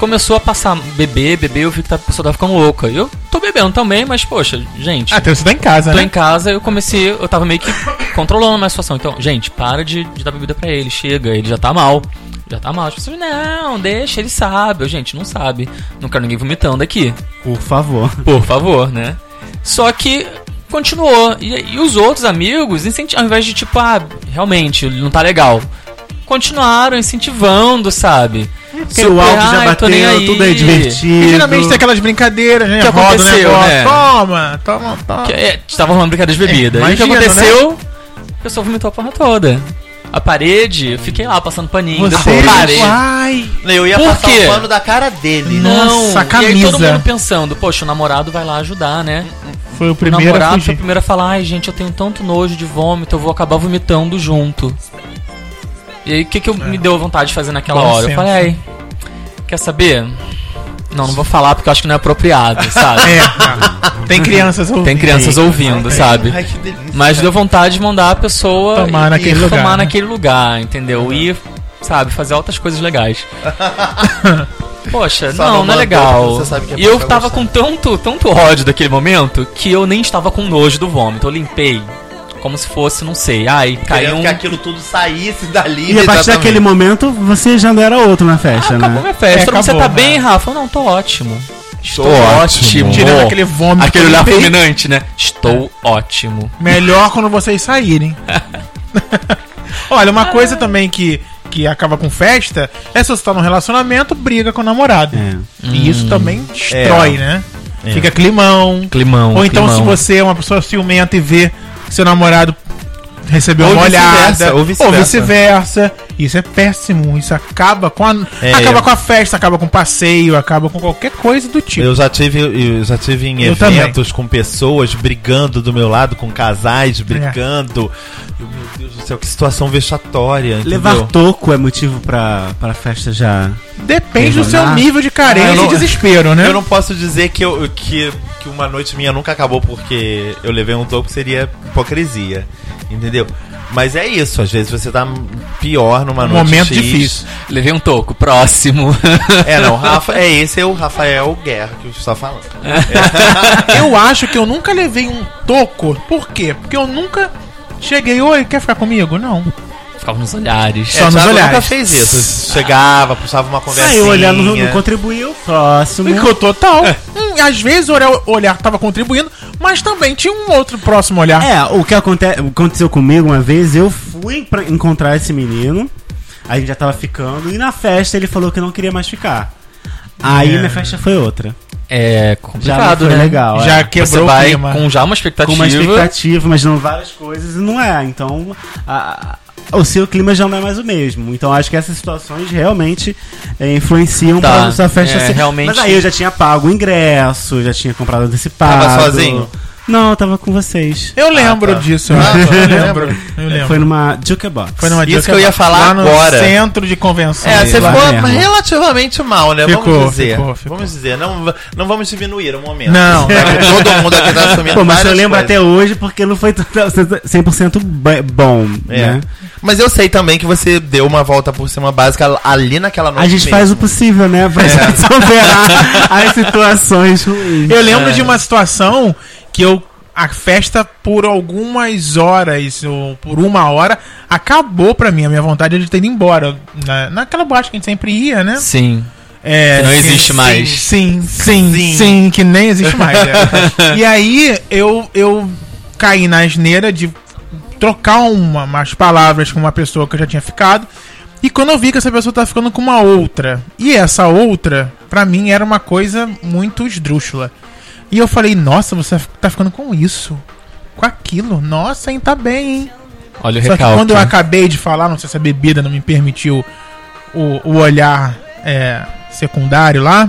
[SPEAKER 5] começou a passar beber, beber, eu vi que tá- a pessoa tava ficando louca. Eu tô bebendo também, mas poxa, gente.
[SPEAKER 1] Até você tá em casa,
[SPEAKER 5] Tô em
[SPEAKER 1] né?
[SPEAKER 5] casa, eu comecei, eu tava meio que controlando a minha situação. Então, gente, para de, de dar bebida pra ele, chega, ele já tá mal. Já tá mal. As pessoas, não, deixa, ele sabe. Eu, gente, não sabe. Não quero ninguém vomitando aqui.
[SPEAKER 3] Por favor.
[SPEAKER 5] Por favor, né? Só que continuou. E, e os outros amigos, incenti- ao invés de tipo, ah, realmente, ele não tá legal. continuaram incentivando, sabe?
[SPEAKER 3] Porque o áudio já
[SPEAKER 5] "Ai, tô nem
[SPEAKER 3] bateu, tudo é divertido.
[SPEAKER 1] E geralmente tem aquelas brincadeiras, né?
[SPEAKER 5] Que
[SPEAKER 1] Roda o
[SPEAKER 5] aconteceu,
[SPEAKER 1] negócio,
[SPEAKER 5] né?
[SPEAKER 1] Toma, toma, toma.
[SPEAKER 5] Que, é, tava rolando brincadeira de bebida.
[SPEAKER 1] É,
[SPEAKER 5] Aí o que
[SPEAKER 1] imagina,
[SPEAKER 5] aconteceu? A pessoa vomitou a porra toda. A parede, eu fiquei lá passando paninho.
[SPEAKER 1] Você, é tipo,
[SPEAKER 5] depois parei.
[SPEAKER 1] uai.
[SPEAKER 2] Eu ia
[SPEAKER 5] Por
[SPEAKER 2] passar
[SPEAKER 5] quê?
[SPEAKER 2] o pano da cara dele.
[SPEAKER 5] Não,
[SPEAKER 1] Nossa,
[SPEAKER 5] e aí todo
[SPEAKER 1] camisa.
[SPEAKER 5] mundo pensando, poxa, o namorado vai lá ajudar, né?
[SPEAKER 1] Foi o
[SPEAKER 5] O
[SPEAKER 1] primeiro a
[SPEAKER 5] namorado foi o
[SPEAKER 1] fugir.
[SPEAKER 5] primeiro a falar, ai gente, eu tenho tanto nojo de vômito, eu vou acabar vomitando junto. E aí o que, que eu me deu vontade de fazer naquela
[SPEAKER 1] É. Bom
[SPEAKER 5] hora?
[SPEAKER 1] senso.
[SPEAKER 5] Eu falei, ai, quer saber? Não, não vou falar porque eu acho que não é apropriado, sabe?
[SPEAKER 1] É, tá. tem crianças ouvindo.
[SPEAKER 5] Tem crianças ouvindo, sabe?
[SPEAKER 2] Ai, que delícia.
[SPEAKER 5] Mas deu vontade de mandar a pessoa
[SPEAKER 1] Tomar
[SPEAKER 5] ir-
[SPEAKER 1] naquele
[SPEAKER 5] ir
[SPEAKER 1] lugar,
[SPEAKER 5] tomar
[SPEAKER 1] né?
[SPEAKER 5] naquele lugar, entendeu? E, sabe, fazer outras coisas legais. Poxa,
[SPEAKER 2] Só
[SPEAKER 5] não,
[SPEAKER 2] não
[SPEAKER 5] não é
[SPEAKER 2] mandou,
[SPEAKER 5] legal.
[SPEAKER 2] você sabe que a
[SPEAKER 5] E eu
[SPEAKER 2] pessoa vai
[SPEAKER 5] tava
[SPEAKER 2] gostar.
[SPEAKER 5] com tanto, tanto ódio daquele momento que eu nem estava com nojo do vômito. Eu limpei. Como se fosse, não sei. Ai, caiu
[SPEAKER 2] Querendo
[SPEAKER 5] um.
[SPEAKER 2] que aquilo tudo saísse
[SPEAKER 3] E
[SPEAKER 2] dali.
[SPEAKER 3] a partir
[SPEAKER 2] exatamente.
[SPEAKER 3] daquele momento, você já não era outro na
[SPEAKER 5] Ah,
[SPEAKER 3] festa,
[SPEAKER 5] acabou
[SPEAKER 3] né?
[SPEAKER 5] minha festa.
[SPEAKER 1] É,
[SPEAKER 5] Todo mundo, você
[SPEAKER 1] acabou,
[SPEAKER 5] tá
[SPEAKER 1] né?
[SPEAKER 5] bem, Rafa? Eu, Não, tô ótimo. Estou
[SPEAKER 2] ótimo.
[SPEAKER 1] Tirando aquele vômito.
[SPEAKER 5] Aquele
[SPEAKER 1] que
[SPEAKER 5] olhar
[SPEAKER 1] tem.
[SPEAKER 5] fulminante, né? Estou ótimo.
[SPEAKER 1] Melhor quando vocês saírem. Olha, uma
[SPEAKER 2] Ah.
[SPEAKER 1] coisa também que, que acaba com festa é se você tá num relacionamento, briga com o namorado.
[SPEAKER 3] É.
[SPEAKER 1] E isso também destrói,
[SPEAKER 2] Hum. É.
[SPEAKER 1] né? Fica climão.
[SPEAKER 5] Climão.
[SPEAKER 1] Ou então,
[SPEAKER 5] climão.
[SPEAKER 1] se você é uma pessoa ciumenta e vê seu namorado recebeu
[SPEAKER 2] Ou
[SPEAKER 1] uma
[SPEAKER 2] vice-versa,
[SPEAKER 1] olhada,
[SPEAKER 2] ou vice-versa.
[SPEAKER 1] vice-versa, isso é péssimo. Isso acaba com a,
[SPEAKER 2] É,
[SPEAKER 1] acaba
[SPEAKER 2] eu-
[SPEAKER 1] com a festa, acaba com o passeio, acaba com qualquer coisa do tipo.
[SPEAKER 2] Eu já tive, eu já tive em
[SPEAKER 1] Eu também.
[SPEAKER 2] eventos com pessoas brigando do meu lado, com casais brigando. Eu, meu Deus do céu, que situação vexatória. entendeu?
[SPEAKER 3] Levar toco é motivo pra, pra festa já.
[SPEAKER 1] Depende do seu
[SPEAKER 3] Rezonar.
[SPEAKER 1] nível de carência
[SPEAKER 2] Ah, eu não-
[SPEAKER 1] e desespero, né?
[SPEAKER 2] Eu não posso dizer que, eu, que, que uma noite minha nunca acabou porque eu levei um topo, seria hipocrisia. Entendeu? Mas é isso, às vezes você tá pior numa
[SPEAKER 1] Um
[SPEAKER 2] noite.
[SPEAKER 1] momento
[SPEAKER 2] X.
[SPEAKER 1] difícil.
[SPEAKER 5] Levei um toco. Próximo.
[SPEAKER 2] É, não, Rafa, é esse é o Rafael Guerra que eu estou falando.
[SPEAKER 1] Eu acho que eu nunca levei um toco. Por quê? Porque eu nunca cheguei, oi, quer ficar comigo? Não.
[SPEAKER 5] Ficava nos olhares.
[SPEAKER 1] Só nos
[SPEAKER 2] É, Thiago
[SPEAKER 1] olhares.
[SPEAKER 2] nunca fez isso. Chegava, puxava uma
[SPEAKER 3] Aí
[SPEAKER 2] conversinha. É,
[SPEAKER 3] eu olhar não, não contribuiu, próximo.
[SPEAKER 1] Ficou total. Hum, às vezes o olhar, o olhar tava contribuindo, mas também tinha um outro próximo olhar.
[SPEAKER 3] É, o que aconte- aconteceu comigo uma vez, eu fui pra encontrar esse menino, a gente já tava ficando, e na festa ele falou que não queria mais ficar. Aí minha festa foi outra.
[SPEAKER 5] É
[SPEAKER 3] Já
[SPEAKER 5] complicado,
[SPEAKER 3] não foi
[SPEAKER 5] né?
[SPEAKER 3] legal. é.
[SPEAKER 1] Já
[SPEAKER 5] Você
[SPEAKER 1] quebrou o
[SPEAKER 5] vai
[SPEAKER 1] clima.
[SPEAKER 5] com já uma expectativa.
[SPEAKER 3] com uma expectativa, imaginando várias coisas e não é. Então, a- a- o seu clima já não é mais o mesmo. Então, acho que essas situações realmente é, influenciam
[SPEAKER 5] Tá,
[SPEAKER 3] pra sua festa
[SPEAKER 5] é,
[SPEAKER 3] ser.
[SPEAKER 5] realmente-
[SPEAKER 3] Mas aí eu já tinha pago o ingresso, já tinha comprado antecipado.
[SPEAKER 2] Tava sozinho?
[SPEAKER 3] Não, eu tava com vocês.
[SPEAKER 1] Eu lembro
[SPEAKER 2] Ah, tá.
[SPEAKER 1] disso.
[SPEAKER 2] Ah,
[SPEAKER 1] eu
[SPEAKER 2] tá.
[SPEAKER 1] lembro. Eu lembro.
[SPEAKER 3] Foi numa jukebox.
[SPEAKER 1] Foi numa
[SPEAKER 2] Isso
[SPEAKER 1] dica
[SPEAKER 2] que eu ia falar
[SPEAKER 1] lá no
[SPEAKER 2] agora.
[SPEAKER 1] centro de convenção.
[SPEAKER 2] É, você
[SPEAKER 3] Lá
[SPEAKER 2] ficou
[SPEAKER 3] mesmo.
[SPEAKER 2] relativamente mal, né?
[SPEAKER 1] Ficou,
[SPEAKER 2] vamos dizer.
[SPEAKER 1] ficou, ficou.
[SPEAKER 2] Vamos dizer, não, não vamos diminuir o momento.
[SPEAKER 1] Não.
[SPEAKER 2] É que todo mundo aqui tá assumindo.
[SPEAKER 3] Pô, mas eu
[SPEAKER 2] várias
[SPEAKER 3] lembro
[SPEAKER 2] coisas.
[SPEAKER 3] até hoje porque não foi 100% ba- bom,
[SPEAKER 2] É.
[SPEAKER 3] né?
[SPEAKER 2] Mas eu sei também que você deu uma volta por cima básica ali naquela noite.
[SPEAKER 3] A gente faz o
[SPEAKER 2] mesmo.
[SPEAKER 3] possível, né?
[SPEAKER 1] É.
[SPEAKER 3] Pra superar as situações ruins.
[SPEAKER 1] Eu lembro
[SPEAKER 2] É.
[SPEAKER 1] de uma situação que eu. A festa, por algumas horas, ou por uma hora, acabou pra mim. A minha vontade era de ter ido embora. Na, naquela boate que a gente sempre ia, né?
[SPEAKER 5] Sim.
[SPEAKER 1] É,
[SPEAKER 5] Que não existe
[SPEAKER 1] sim,
[SPEAKER 5] mais.
[SPEAKER 1] Sim, sim, sim,
[SPEAKER 2] Sim.
[SPEAKER 1] que nem existe mais. é. e aí eu, eu caí na asneira de trocar uma, umas palavras com uma pessoa que eu já tinha ficado. E quando eu vi que essa pessoa tava ficando com uma outra, e essa outra, pra mim, era uma coisa muito esdrúxula. E eu falei, nossa, você tá ficando com isso, com aquilo, nossa, hein, tá bem, hein?
[SPEAKER 5] Olha o
[SPEAKER 1] Só que
[SPEAKER 5] recalque.
[SPEAKER 1] quando eu acabei de falar, não sei se a bebida não me permitiu o, o olhar é, secundário lá,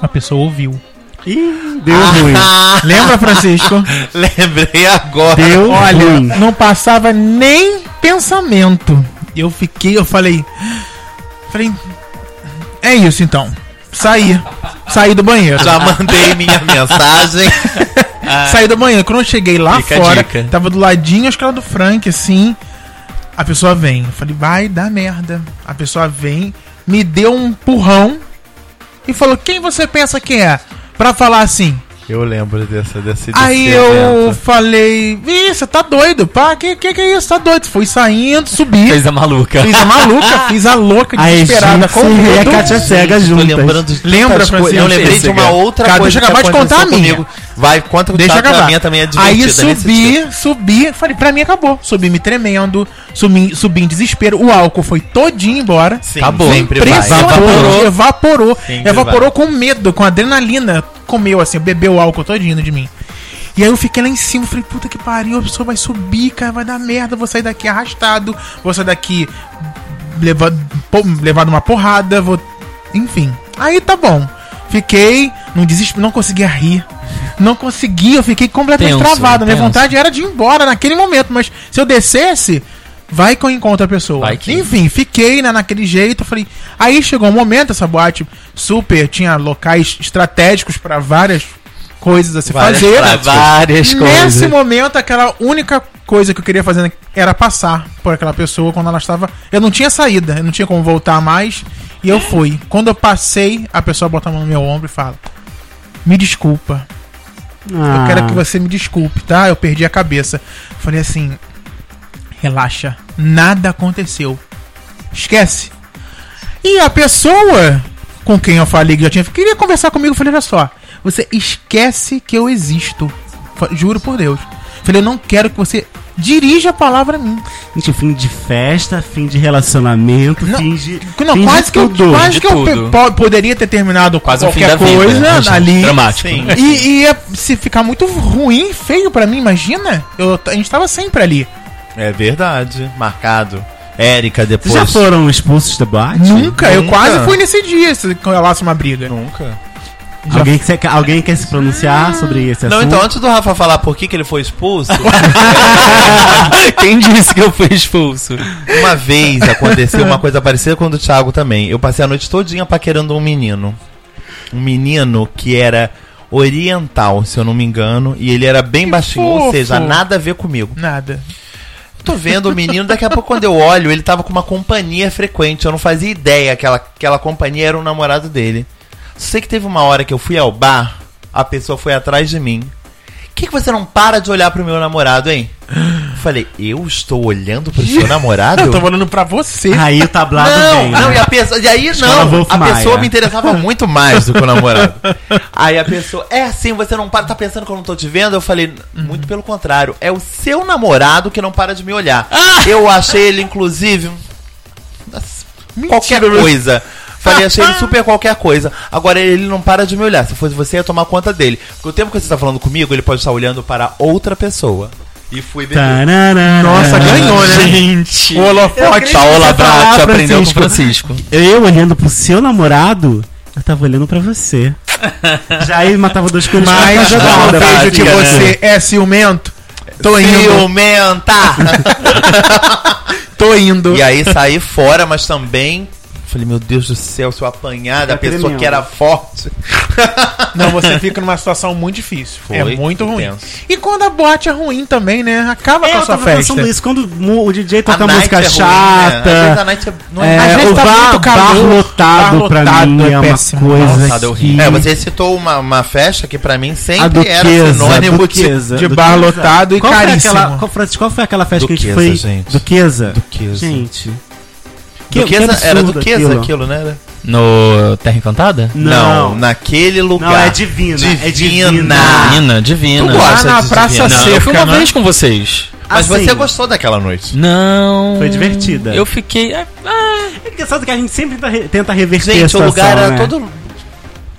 [SPEAKER 1] a pessoa ouviu.
[SPEAKER 3] Ih, deu
[SPEAKER 1] Ah,
[SPEAKER 3] ruim.
[SPEAKER 1] tá. Lembra, Francisco?
[SPEAKER 2] Lembrei agora.
[SPEAKER 3] Deu
[SPEAKER 1] Olha,
[SPEAKER 3] ruim.
[SPEAKER 1] não passava nem pensamento. Eu fiquei, eu falei. Falei. É isso então. Saí. Saí do banheiro.
[SPEAKER 2] Já mandei minha mensagem.
[SPEAKER 1] Saí do banheiro. Quando eu cheguei lá
[SPEAKER 5] Ah. Fica a
[SPEAKER 1] fora,
[SPEAKER 5] dica.
[SPEAKER 1] tava do ladinho, acho que era do Frank, assim. A pessoa vem. Eu falei, vai dar merda. A pessoa vem, me deu um empurrão e falou: quem você pensa que é? Pra falar assim,
[SPEAKER 2] Eu lembro dessa, dessa desse
[SPEAKER 1] Aí eu
[SPEAKER 2] evento.
[SPEAKER 1] falei, Ih, você tá doido, pá, que, que que é isso? Tá doido? Fui saindo, subi,
[SPEAKER 5] Fez a maluca.
[SPEAKER 1] fiz a maluca, fiz a louca,
[SPEAKER 3] Aí
[SPEAKER 1] desesperada, com
[SPEAKER 3] Júpiter e a
[SPEAKER 1] medo.
[SPEAKER 3] Kátia Cega
[SPEAKER 2] Tô
[SPEAKER 3] juntas.
[SPEAKER 2] lembrando de
[SPEAKER 1] Lembra,
[SPEAKER 2] tantas coisas.
[SPEAKER 1] Francisco?
[SPEAKER 2] Eu lembrei de uma
[SPEAKER 1] Cega.
[SPEAKER 2] outra
[SPEAKER 1] Cara, deixa
[SPEAKER 2] coisa.
[SPEAKER 1] eu acabar de
[SPEAKER 2] aconteceu
[SPEAKER 1] contar a minha.
[SPEAKER 2] comigo. Vai, conta o
[SPEAKER 1] Deixa eu acabar.
[SPEAKER 2] A minha também é
[SPEAKER 1] Aí
[SPEAKER 2] divertida. tipo? nesse
[SPEAKER 1] subi, subi, falei, pra mim acabou. Subi me tremendo, subi, subi em desespero. O álcool foi todinho embora.
[SPEAKER 2] Sim,
[SPEAKER 5] Acabou.
[SPEAKER 2] sempre vai.
[SPEAKER 1] Impressionou, evaporou.
[SPEAKER 2] Sempre
[SPEAKER 1] evaporou com medo, com adrenalina. Comeu assim, bebeu o álcool todinho de mim. E aí eu fiquei lá em cima, falei, puta que pariu, a pessoa vai subir, cara, vai dar merda, vou sair daqui arrastado, vou sair daqui levado, pô, levado uma porrada, vou. Enfim. Aí tá bom. Fiquei num desespero, não conseguia rir. Não conseguia, eu fiquei completamente
[SPEAKER 5] Tenso,
[SPEAKER 1] travado. Minha
[SPEAKER 5] tenso.
[SPEAKER 1] vontade era de ir embora naquele momento, mas se eu descesse, vai que eu encontro a pessoa.
[SPEAKER 5] Vai que-
[SPEAKER 1] Enfim, fiquei né, naquele jeito, falei. Aí chegou um momento, essa boate super tinha locais estratégicos pra várias coisas a se
[SPEAKER 2] Várias
[SPEAKER 1] fazer.
[SPEAKER 2] práticas.
[SPEAKER 5] Várias
[SPEAKER 1] Nesse momento, aquela única coisa que eu queria fazer era passar por aquela pessoa quando ela estava. Eu não tinha saída, eu não tinha como voltar mais. E eu fui. Quando eu passei, a pessoa bota a mão no meu ombro e fala: Me desculpa, eu
[SPEAKER 3] Ah,
[SPEAKER 1] quero é que você me desculpe, tá? Eu perdi a cabeça. Falei assim: Relaxa, nada aconteceu. Esquece. E a pessoa com quem eu falei que já tinha. Queria conversar comigo, eu falei: Olha só, você esquece que eu existo. Fa- Juro por Deus. Falei: Eu não quero que você dirija a palavra a mim.
[SPEAKER 3] Gente, fim de festa, fim de relacionamento,
[SPEAKER 1] Não,
[SPEAKER 3] fim de.
[SPEAKER 1] Não,
[SPEAKER 3] fim de
[SPEAKER 1] quase que eu,
[SPEAKER 3] tudo.
[SPEAKER 1] quase
[SPEAKER 5] De
[SPEAKER 1] que eu
[SPEAKER 5] tudo.
[SPEAKER 1] pe- po- poderia ter terminado
[SPEAKER 5] Quase o fim da
[SPEAKER 1] qualquer
[SPEAKER 5] vida.
[SPEAKER 1] coisa
[SPEAKER 5] né, gente?
[SPEAKER 1] ali.
[SPEAKER 5] Dramático.
[SPEAKER 2] Sim.
[SPEAKER 5] né?
[SPEAKER 1] E, e ia se ficar muito ruim, feio pra mim, imagina. Eu, a gente tava sempre ali.
[SPEAKER 2] É verdade. Marcado. Érica depois.
[SPEAKER 3] Vocês já foram expulsos da boate?
[SPEAKER 1] Nunca, eu
[SPEAKER 2] Nunca.
[SPEAKER 1] quase fui nesse dia se- com relação a uma briga.
[SPEAKER 2] Nunca.
[SPEAKER 1] Já-
[SPEAKER 3] Alguém, que quer, alguém quer se pronunciar sobre esse assunto?
[SPEAKER 2] Não,
[SPEAKER 1] Uhum.
[SPEAKER 2] então, antes do Rafa falar por que, que ele foi expulso,
[SPEAKER 5] Quem disse que eu fui expulso?
[SPEAKER 2] uma vez aconteceu uma coisa parecida com a do Thiago também. Eu passei a noite todinha paquerando um menino. Um menino que era oriental, se eu não me engano, e ele era bem
[SPEAKER 1] Que
[SPEAKER 2] baixinho, ou
[SPEAKER 1] fofo.
[SPEAKER 2] seja, nada a ver comigo.
[SPEAKER 1] Nada.
[SPEAKER 2] Tô vendo o menino, daqui a pouco quando eu olho, ele tava com uma companhia frequente. Eu não fazia ideia que aquela, aquela companhia era o namorado dele. Só Sei que teve uma hora que eu fui ao bar, a pessoa foi atrás de mim. Que que você não para de olhar pro meu namorado, hein? Eu falei, eu estou olhando pro seu namorado?
[SPEAKER 1] Eu Ah, tô falando pra você.
[SPEAKER 3] Aí o tablado
[SPEAKER 2] Não,
[SPEAKER 3] vem.
[SPEAKER 2] não,
[SPEAKER 3] né?
[SPEAKER 2] e a pessoa. E aí,
[SPEAKER 3] Escola
[SPEAKER 2] não,
[SPEAKER 3] Wolf
[SPEAKER 2] a
[SPEAKER 3] Maia.
[SPEAKER 2] pessoa me interessava muito mais do que o namorado. Aí a pessoa, é assim, você não para, tá pensando que eu não tô te vendo? Eu falei, muito pelo contrário, é o seu namorado que não para de me olhar. Eu achei ele, inclusive, qualquer coisa. Falei, achei ele super qualquer coisa. Agora ele não para de me olhar. Se fosse você, ia tomar conta dele. Porque o tempo que você tá falando comigo, ele pode estar olhando para outra pessoa. E fui beber.
[SPEAKER 3] Tararara.
[SPEAKER 1] Nossa, ganhou, né? tá
[SPEAKER 5] Gente.
[SPEAKER 1] O holofote.
[SPEAKER 5] Paola Brat
[SPEAKER 3] falar,
[SPEAKER 5] aprendeu com Francisco.
[SPEAKER 3] Eu olhando pro seu namorado, eu tava olhando pra você. Já aí matava dois coelhos com uma
[SPEAKER 1] Mas eu
[SPEAKER 3] cajadada,
[SPEAKER 1] não vejo
[SPEAKER 3] Patrícia.
[SPEAKER 2] né?
[SPEAKER 1] que você é ciumento. Tô indo,
[SPEAKER 2] Ciumenta!
[SPEAKER 1] tô indo.
[SPEAKER 2] E aí saí fora, mas também. Falei, meu Deus do céu, se eu apanhar da
[SPEAKER 3] Fica
[SPEAKER 2] pessoa
[SPEAKER 3] tremendo.
[SPEAKER 2] que era forte.
[SPEAKER 1] Não, você fica numa situação muito difícil.
[SPEAKER 2] Foi,
[SPEAKER 1] é muito ruim.
[SPEAKER 2] tenso.
[SPEAKER 1] E quando a boate é ruim também, né? Acaba com
[SPEAKER 3] É,
[SPEAKER 1] a
[SPEAKER 3] eu
[SPEAKER 1] sua
[SPEAKER 3] tava
[SPEAKER 1] festa.
[SPEAKER 3] pensando isso, quando mu- o DJ toca
[SPEAKER 2] night
[SPEAKER 3] música
[SPEAKER 2] é ruim,
[SPEAKER 3] chata.
[SPEAKER 2] né? Às vezes a night é- não é-
[SPEAKER 1] Às
[SPEAKER 3] É,
[SPEAKER 1] vezes
[SPEAKER 3] o
[SPEAKER 1] tá
[SPEAKER 3] bar,
[SPEAKER 1] muito calor,
[SPEAKER 3] bar lotado
[SPEAKER 1] bar
[SPEAKER 3] pra
[SPEAKER 1] lotado
[SPEAKER 3] mim
[SPEAKER 1] é
[SPEAKER 3] é, uma
[SPEAKER 1] péssimo.
[SPEAKER 3] coisa
[SPEAKER 5] Nossa, deu
[SPEAKER 3] que...
[SPEAKER 2] É, você citou uma, uma festa que pra mim
[SPEAKER 3] A
[SPEAKER 2] sempre era
[SPEAKER 3] Duquesa,
[SPEAKER 2] sinônimo
[SPEAKER 3] Duquesa.
[SPEAKER 1] de
[SPEAKER 3] Duquesa.
[SPEAKER 1] bar lotado e
[SPEAKER 3] né? qual
[SPEAKER 1] caríssimo.
[SPEAKER 3] Foi aquela, qual, Francisco, qual foi aquela festa
[SPEAKER 2] Duquesa,
[SPEAKER 3] que a gente foi?
[SPEAKER 2] gente.
[SPEAKER 3] Duquesa.
[SPEAKER 2] Duquesa.
[SPEAKER 3] Gente.
[SPEAKER 2] de. Duquesa, era Duquesa aquilo, né?
[SPEAKER 5] No Terra Encantada?
[SPEAKER 3] Não. Não,
[SPEAKER 2] naquele lugar.
[SPEAKER 3] é divina. É
[SPEAKER 2] Divina.
[SPEAKER 3] divina.
[SPEAKER 5] Divina, divina.
[SPEAKER 2] Tu gosta
[SPEAKER 1] Lá na
[SPEAKER 2] de
[SPEAKER 1] Praça
[SPEAKER 2] Divina?
[SPEAKER 5] Não, eu fui
[SPEAKER 1] Seca,
[SPEAKER 5] uma
[SPEAKER 1] né?
[SPEAKER 5] vez com vocês.
[SPEAKER 2] Mas
[SPEAKER 3] Assim,
[SPEAKER 2] você gostou daquela noite.
[SPEAKER 5] Não.
[SPEAKER 3] Foi divertida.
[SPEAKER 5] Eu fiquei. ah, ah,
[SPEAKER 3] É engraçado que a gente sempre tenta, re- tenta reverter a
[SPEAKER 2] Gente, o
[SPEAKER 3] situação,
[SPEAKER 2] lugar era
[SPEAKER 3] né?
[SPEAKER 2] todo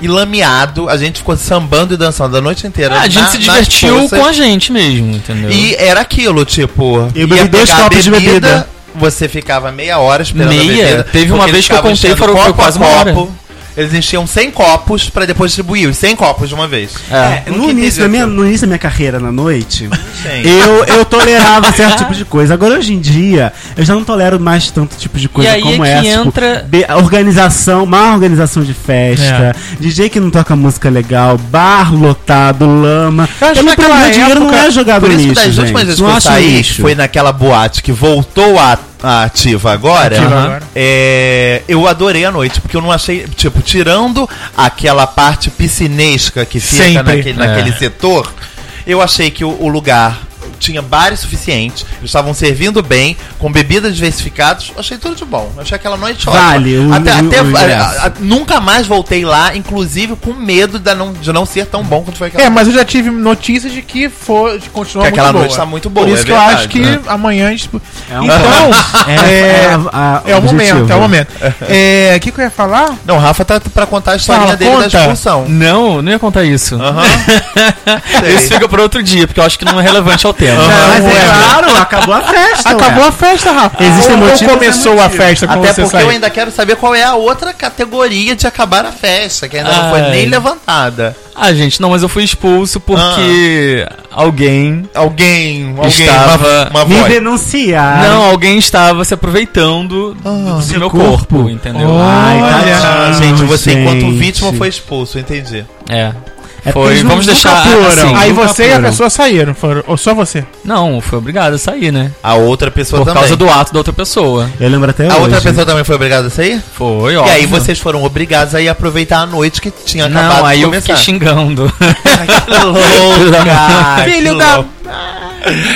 [SPEAKER 2] ilameado. A gente ficou sambando e dançando a noite inteira.
[SPEAKER 5] É, a gente
[SPEAKER 2] na-
[SPEAKER 5] se
[SPEAKER 2] nas
[SPEAKER 5] divertiu
[SPEAKER 2] forças.
[SPEAKER 5] com a gente mesmo, entendeu?
[SPEAKER 2] E era aquilo, tipo.
[SPEAKER 3] Eu
[SPEAKER 2] ia
[SPEAKER 3] bebi dois
[SPEAKER 2] pegar a
[SPEAKER 3] copos de bebida.
[SPEAKER 2] Você ficava meia hora esperando
[SPEAKER 5] Meia?
[SPEAKER 2] a bebida.
[SPEAKER 5] Teve uma
[SPEAKER 2] porque
[SPEAKER 5] vez
[SPEAKER 2] eles
[SPEAKER 5] que eu
[SPEAKER 2] ficavam
[SPEAKER 5] contei,
[SPEAKER 2] enchendo
[SPEAKER 5] foram- foi
[SPEAKER 2] copo a
[SPEAKER 5] quase uma hora.
[SPEAKER 2] copo. Eles enchiam 100 copos pra depois distribuir os 100 copos de uma vez.
[SPEAKER 5] É.
[SPEAKER 3] É, no, início da minha, no início da minha carreira na noite,
[SPEAKER 2] Gente,
[SPEAKER 3] eu, eu tolerava certo tipo de coisa. Agora, hoje em dia, eu já não tolero mais tanto tipo de coisa
[SPEAKER 5] E aí
[SPEAKER 3] como
[SPEAKER 5] é que
[SPEAKER 3] essa. tipo,
[SPEAKER 5] entra-
[SPEAKER 3] be- organização, má organização de
[SPEAKER 1] É.
[SPEAKER 3] festa, DJ que não toca música legal, bar lotado, lama.
[SPEAKER 1] Eu acho
[SPEAKER 3] Pelo
[SPEAKER 1] que naquela
[SPEAKER 3] meu dinheiro não
[SPEAKER 1] época-
[SPEAKER 3] é jogado
[SPEAKER 2] Por isso
[SPEAKER 3] lixo,
[SPEAKER 2] que das
[SPEAKER 3] gente.
[SPEAKER 2] últimas vezes que
[SPEAKER 3] não
[SPEAKER 2] eu
[SPEAKER 3] acho
[SPEAKER 2] saí,
[SPEAKER 3] lixo.
[SPEAKER 2] foi naquela boate que voltou a, ativa agora,
[SPEAKER 1] Ativa
[SPEAKER 2] aham,
[SPEAKER 1] agora.
[SPEAKER 2] é, eu adorei a noite, porque eu não achei, tipo, tirando aquela parte piscinesca que fica
[SPEAKER 1] Sempre.
[SPEAKER 2] naquele,
[SPEAKER 1] É.
[SPEAKER 2] naquele setor, eu achei que o, o lugar tinha bares suficientes, eles estavam servindo bem, com bebidas diversificadas, achei tudo de bom. Achei aquela noite
[SPEAKER 3] Vale, o-
[SPEAKER 2] ótima. Até,
[SPEAKER 3] o-
[SPEAKER 2] até-
[SPEAKER 3] o ingresso.
[SPEAKER 2] a- a- nunca mais voltei lá, inclusive com medo de não, de não ser tão bom quanto foi aquela
[SPEAKER 1] É, mas eu já tive notícias de que foi, de continuar
[SPEAKER 2] Que
[SPEAKER 1] muito
[SPEAKER 2] aquela
[SPEAKER 1] boa.
[SPEAKER 2] noite tá muito boa,
[SPEAKER 1] Por isso
[SPEAKER 2] é
[SPEAKER 1] que
[SPEAKER 2] verdade,
[SPEAKER 1] eu acho que
[SPEAKER 2] né?
[SPEAKER 1] amanhã a gente...
[SPEAKER 3] É um-
[SPEAKER 1] então, é,
[SPEAKER 3] a-
[SPEAKER 1] é o momento, é o
[SPEAKER 3] objetivo.
[SPEAKER 1] momento. É, o que que eu ia falar?
[SPEAKER 2] Não, o Rafa tá pra contar a historinha
[SPEAKER 1] Fala,
[SPEAKER 2] dele
[SPEAKER 1] conta.
[SPEAKER 2] da expulsão.
[SPEAKER 5] Tá. Não, não ia contar isso.
[SPEAKER 2] Aham.
[SPEAKER 5] Isso
[SPEAKER 2] Sei.
[SPEAKER 5] fica para outro dia, porque eu acho que não é relevante ao tema. É.
[SPEAKER 3] Mas é claro, acabou a festa.
[SPEAKER 1] Acabou
[SPEAKER 3] ué.
[SPEAKER 1] a festa, Rafa.
[SPEAKER 3] Existem
[SPEAKER 1] ou, ou
[SPEAKER 3] motivos,
[SPEAKER 1] começou a festa quando
[SPEAKER 2] Até
[SPEAKER 1] você
[SPEAKER 2] porque
[SPEAKER 1] saiu?
[SPEAKER 2] eu ainda quero saber qual é a outra categoria de acabar a festa, que ainda não
[SPEAKER 5] Ai.
[SPEAKER 2] foi nem levantada.
[SPEAKER 5] Ah, gente, não, mas eu fui expulso porque
[SPEAKER 2] Ah.
[SPEAKER 5] alguém.
[SPEAKER 2] Alguém, alguém
[SPEAKER 5] Estava-
[SPEAKER 2] uma, uma
[SPEAKER 3] Me
[SPEAKER 2] voz.
[SPEAKER 3] denunciar.
[SPEAKER 5] Não, alguém estava se aproveitando do, do
[SPEAKER 3] do
[SPEAKER 5] meu
[SPEAKER 3] corpo.
[SPEAKER 5] corpo, entendeu?
[SPEAKER 3] Ai, tá
[SPEAKER 1] Olha,
[SPEAKER 2] Ah,
[SPEAKER 3] tadinho,
[SPEAKER 2] gente, você enquanto
[SPEAKER 3] gente.
[SPEAKER 2] vítima foi expulso, entendi.
[SPEAKER 5] É.
[SPEAKER 3] É porque
[SPEAKER 5] Foi,
[SPEAKER 3] eles não-
[SPEAKER 5] vamos deixar
[SPEAKER 3] nunca foram.
[SPEAKER 5] assim.
[SPEAKER 1] Aí
[SPEAKER 3] Nunca
[SPEAKER 1] você e a
[SPEAKER 3] foram.
[SPEAKER 1] pessoa saíram, foram, ou só você?
[SPEAKER 5] Não, foi obrigado a sair, né?
[SPEAKER 2] A outra pessoa
[SPEAKER 5] Por
[SPEAKER 2] também.
[SPEAKER 5] causa do ato da outra pessoa.
[SPEAKER 3] Eu lembro até
[SPEAKER 2] A
[SPEAKER 3] hoje.
[SPEAKER 2] outra pessoa também foi obrigada a sair?
[SPEAKER 5] Foi,
[SPEAKER 2] E
[SPEAKER 5] ó.
[SPEAKER 2] aí vocês foram obrigados a ir aproveitar a noite que tinha acabado
[SPEAKER 5] Não, aí
[SPEAKER 2] de
[SPEAKER 5] eu fiquei
[SPEAKER 2] começar.
[SPEAKER 5] xingando.
[SPEAKER 2] Louca,
[SPEAKER 1] Filho
[SPEAKER 2] que
[SPEAKER 1] da-
[SPEAKER 2] louca.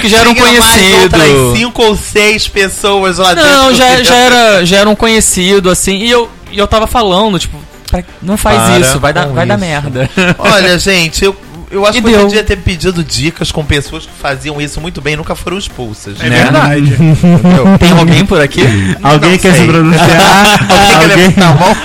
[SPEAKER 5] que já era um
[SPEAKER 2] Tinha Mais
[SPEAKER 5] conhecido.
[SPEAKER 2] outras cinco ou seis pessoas lá
[SPEAKER 5] Não,
[SPEAKER 2] dentro
[SPEAKER 5] já,
[SPEAKER 2] que-
[SPEAKER 5] já, era, já era um conhecido, assim, e eu, e eu tava falando, tipo, pra- não faz
[SPEAKER 2] Para
[SPEAKER 5] isso, vai, dar,
[SPEAKER 2] com
[SPEAKER 5] vai dar
[SPEAKER 2] isso.
[SPEAKER 5] merda.
[SPEAKER 2] Olha, gente, eu, eu acho
[SPEAKER 5] E
[SPEAKER 2] que eu
[SPEAKER 5] deu.
[SPEAKER 2] podia ter pedido dicas com pessoas que faziam isso muito bem e nunca foram expulsas.
[SPEAKER 1] É
[SPEAKER 2] né?
[SPEAKER 1] verdade.
[SPEAKER 2] Entendeu?
[SPEAKER 5] Tem alguém por aqui?
[SPEAKER 3] Alguém
[SPEAKER 2] Não
[SPEAKER 3] quer
[SPEAKER 2] sei.
[SPEAKER 3] se pronunciar?
[SPEAKER 2] Alguém quer
[SPEAKER 3] Alguém
[SPEAKER 2] levantar a mão?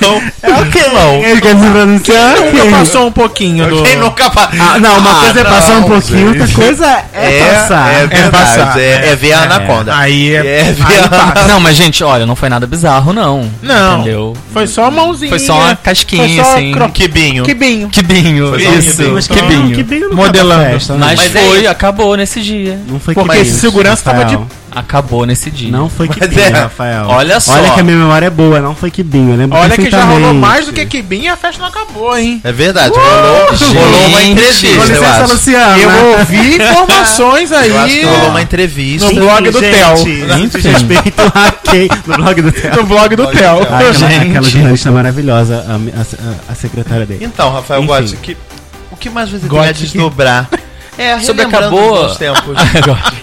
[SPEAKER 2] Não. É o que não.
[SPEAKER 3] Alguém quer se pronunciar?
[SPEAKER 1] Nunca passou um pouquinho do...
[SPEAKER 2] Quem nunca pa-
[SPEAKER 3] Ah, não, uma
[SPEAKER 2] Ah,
[SPEAKER 3] coisa é passar um
[SPEAKER 2] não,
[SPEAKER 3] pouquinho, outra
[SPEAKER 2] gente.
[SPEAKER 3] coisa é,
[SPEAKER 2] É,
[SPEAKER 3] passar.
[SPEAKER 2] é verdade,
[SPEAKER 1] passar.
[SPEAKER 2] É, é ver a anaconda.
[SPEAKER 1] Aí é...
[SPEAKER 2] É ver a
[SPEAKER 5] Não, mas gente, olha, não foi nada bizarro, não.
[SPEAKER 1] Não.
[SPEAKER 5] Entendeu?
[SPEAKER 1] Foi só a mãozinha.
[SPEAKER 5] Foi só uma casquinha,
[SPEAKER 1] Foi só
[SPEAKER 5] assim.
[SPEAKER 1] cro-
[SPEAKER 2] quibinho.
[SPEAKER 1] Quibinho.
[SPEAKER 5] Que binho,
[SPEAKER 2] Foi só um
[SPEAKER 5] isso.
[SPEAKER 2] quibinho.
[SPEAKER 3] Mas
[SPEAKER 5] Que
[SPEAKER 3] não,
[SPEAKER 5] binho.
[SPEAKER 3] que binho não
[SPEAKER 1] Modelando.
[SPEAKER 3] acaba a festa, né?
[SPEAKER 5] Mas,
[SPEAKER 2] Mas é
[SPEAKER 5] foi,
[SPEAKER 2] isso.
[SPEAKER 5] acabou nesse dia.
[SPEAKER 3] não foi
[SPEAKER 1] Porque esse segurança tava de-
[SPEAKER 3] Rafael.
[SPEAKER 5] Acabou nesse dia.
[SPEAKER 3] Não foi
[SPEAKER 2] Mas
[SPEAKER 3] que binho,
[SPEAKER 2] é.
[SPEAKER 3] Rafael.
[SPEAKER 5] Olha só.
[SPEAKER 3] Olha que a minha memória é boa, não foi que binho. Eu lembro
[SPEAKER 1] Olha que já rolou
[SPEAKER 3] perfeitamente.
[SPEAKER 1] mais do que quibinho e a festa não acabou, hein?
[SPEAKER 2] É verdade. Rolou, rolou uma
[SPEAKER 5] Gente.
[SPEAKER 2] entrevista.
[SPEAKER 5] Com
[SPEAKER 3] Com
[SPEAKER 2] eu
[SPEAKER 3] licença, né?
[SPEAKER 2] acho.
[SPEAKER 3] Luciana.
[SPEAKER 1] Eu ouvi informações aí.
[SPEAKER 2] Eu acho que rolou uma
[SPEAKER 1] No
[SPEAKER 2] entrevista.
[SPEAKER 1] blog do Theo.
[SPEAKER 3] Gente, respeito a quem? No blog do Theo.
[SPEAKER 1] No blog do
[SPEAKER 2] Blog do
[SPEAKER 1] Theo.
[SPEAKER 2] Theo.
[SPEAKER 3] Ah, Aquela,
[SPEAKER 5] Gente.
[SPEAKER 3] aquela jornalista maravilhosa, a, a- a secretária dele.
[SPEAKER 2] Então, Rafael
[SPEAKER 3] Enfim.
[SPEAKER 2] Gotti, que, o que mais você tem a
[SPEAKER 1] Gotti.
[SPEAKER 2] desdobrar? É,
[SPEAKER 5] Sobre
[SPEAKER 2] relembrando
[SPEAKER 5] acabou-
[SPEAKER 2] os bons tempos.
[SPEAKER 5] Agora.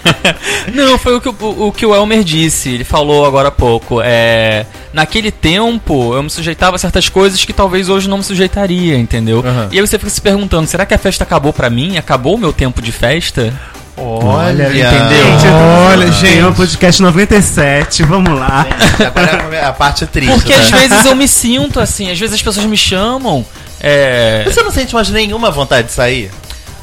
[SPEAKER 5] Não, foi o que o, o que o Elmer disse, ele falou agora há pouco. É, naquele tempo, eu me sujeitava a certas coisas que talvez hoje não me sujeitaria, entendeu?
[SPEAKER 2] Aham.
[SPEAKER 5] E aí você fica se perguntando, será que a festa acabou pra mim? Acabou o meu tempo de festa?
[SPEAKER 2] Olha,
[SPEAKER 5] entendeu?
[SPEAKER 2] entendeu?
[SPEAKER 1] Olha,
[SPEAKER 3] Tem
[SPEAKER 1] gente.
[SPEAKER 3] o podcast 97, vamos lá.
[SPEAKER 2] Agora é a parte triste.
[SPEAKER 5] Porque às
[SPEAKER 2] né?
[SPEAKER 5] vezes eu me sinto assim, às vezes as pessoas me chamam. é,
[SPEAKER 2] Você não sente mais nenhuma vontade de sair?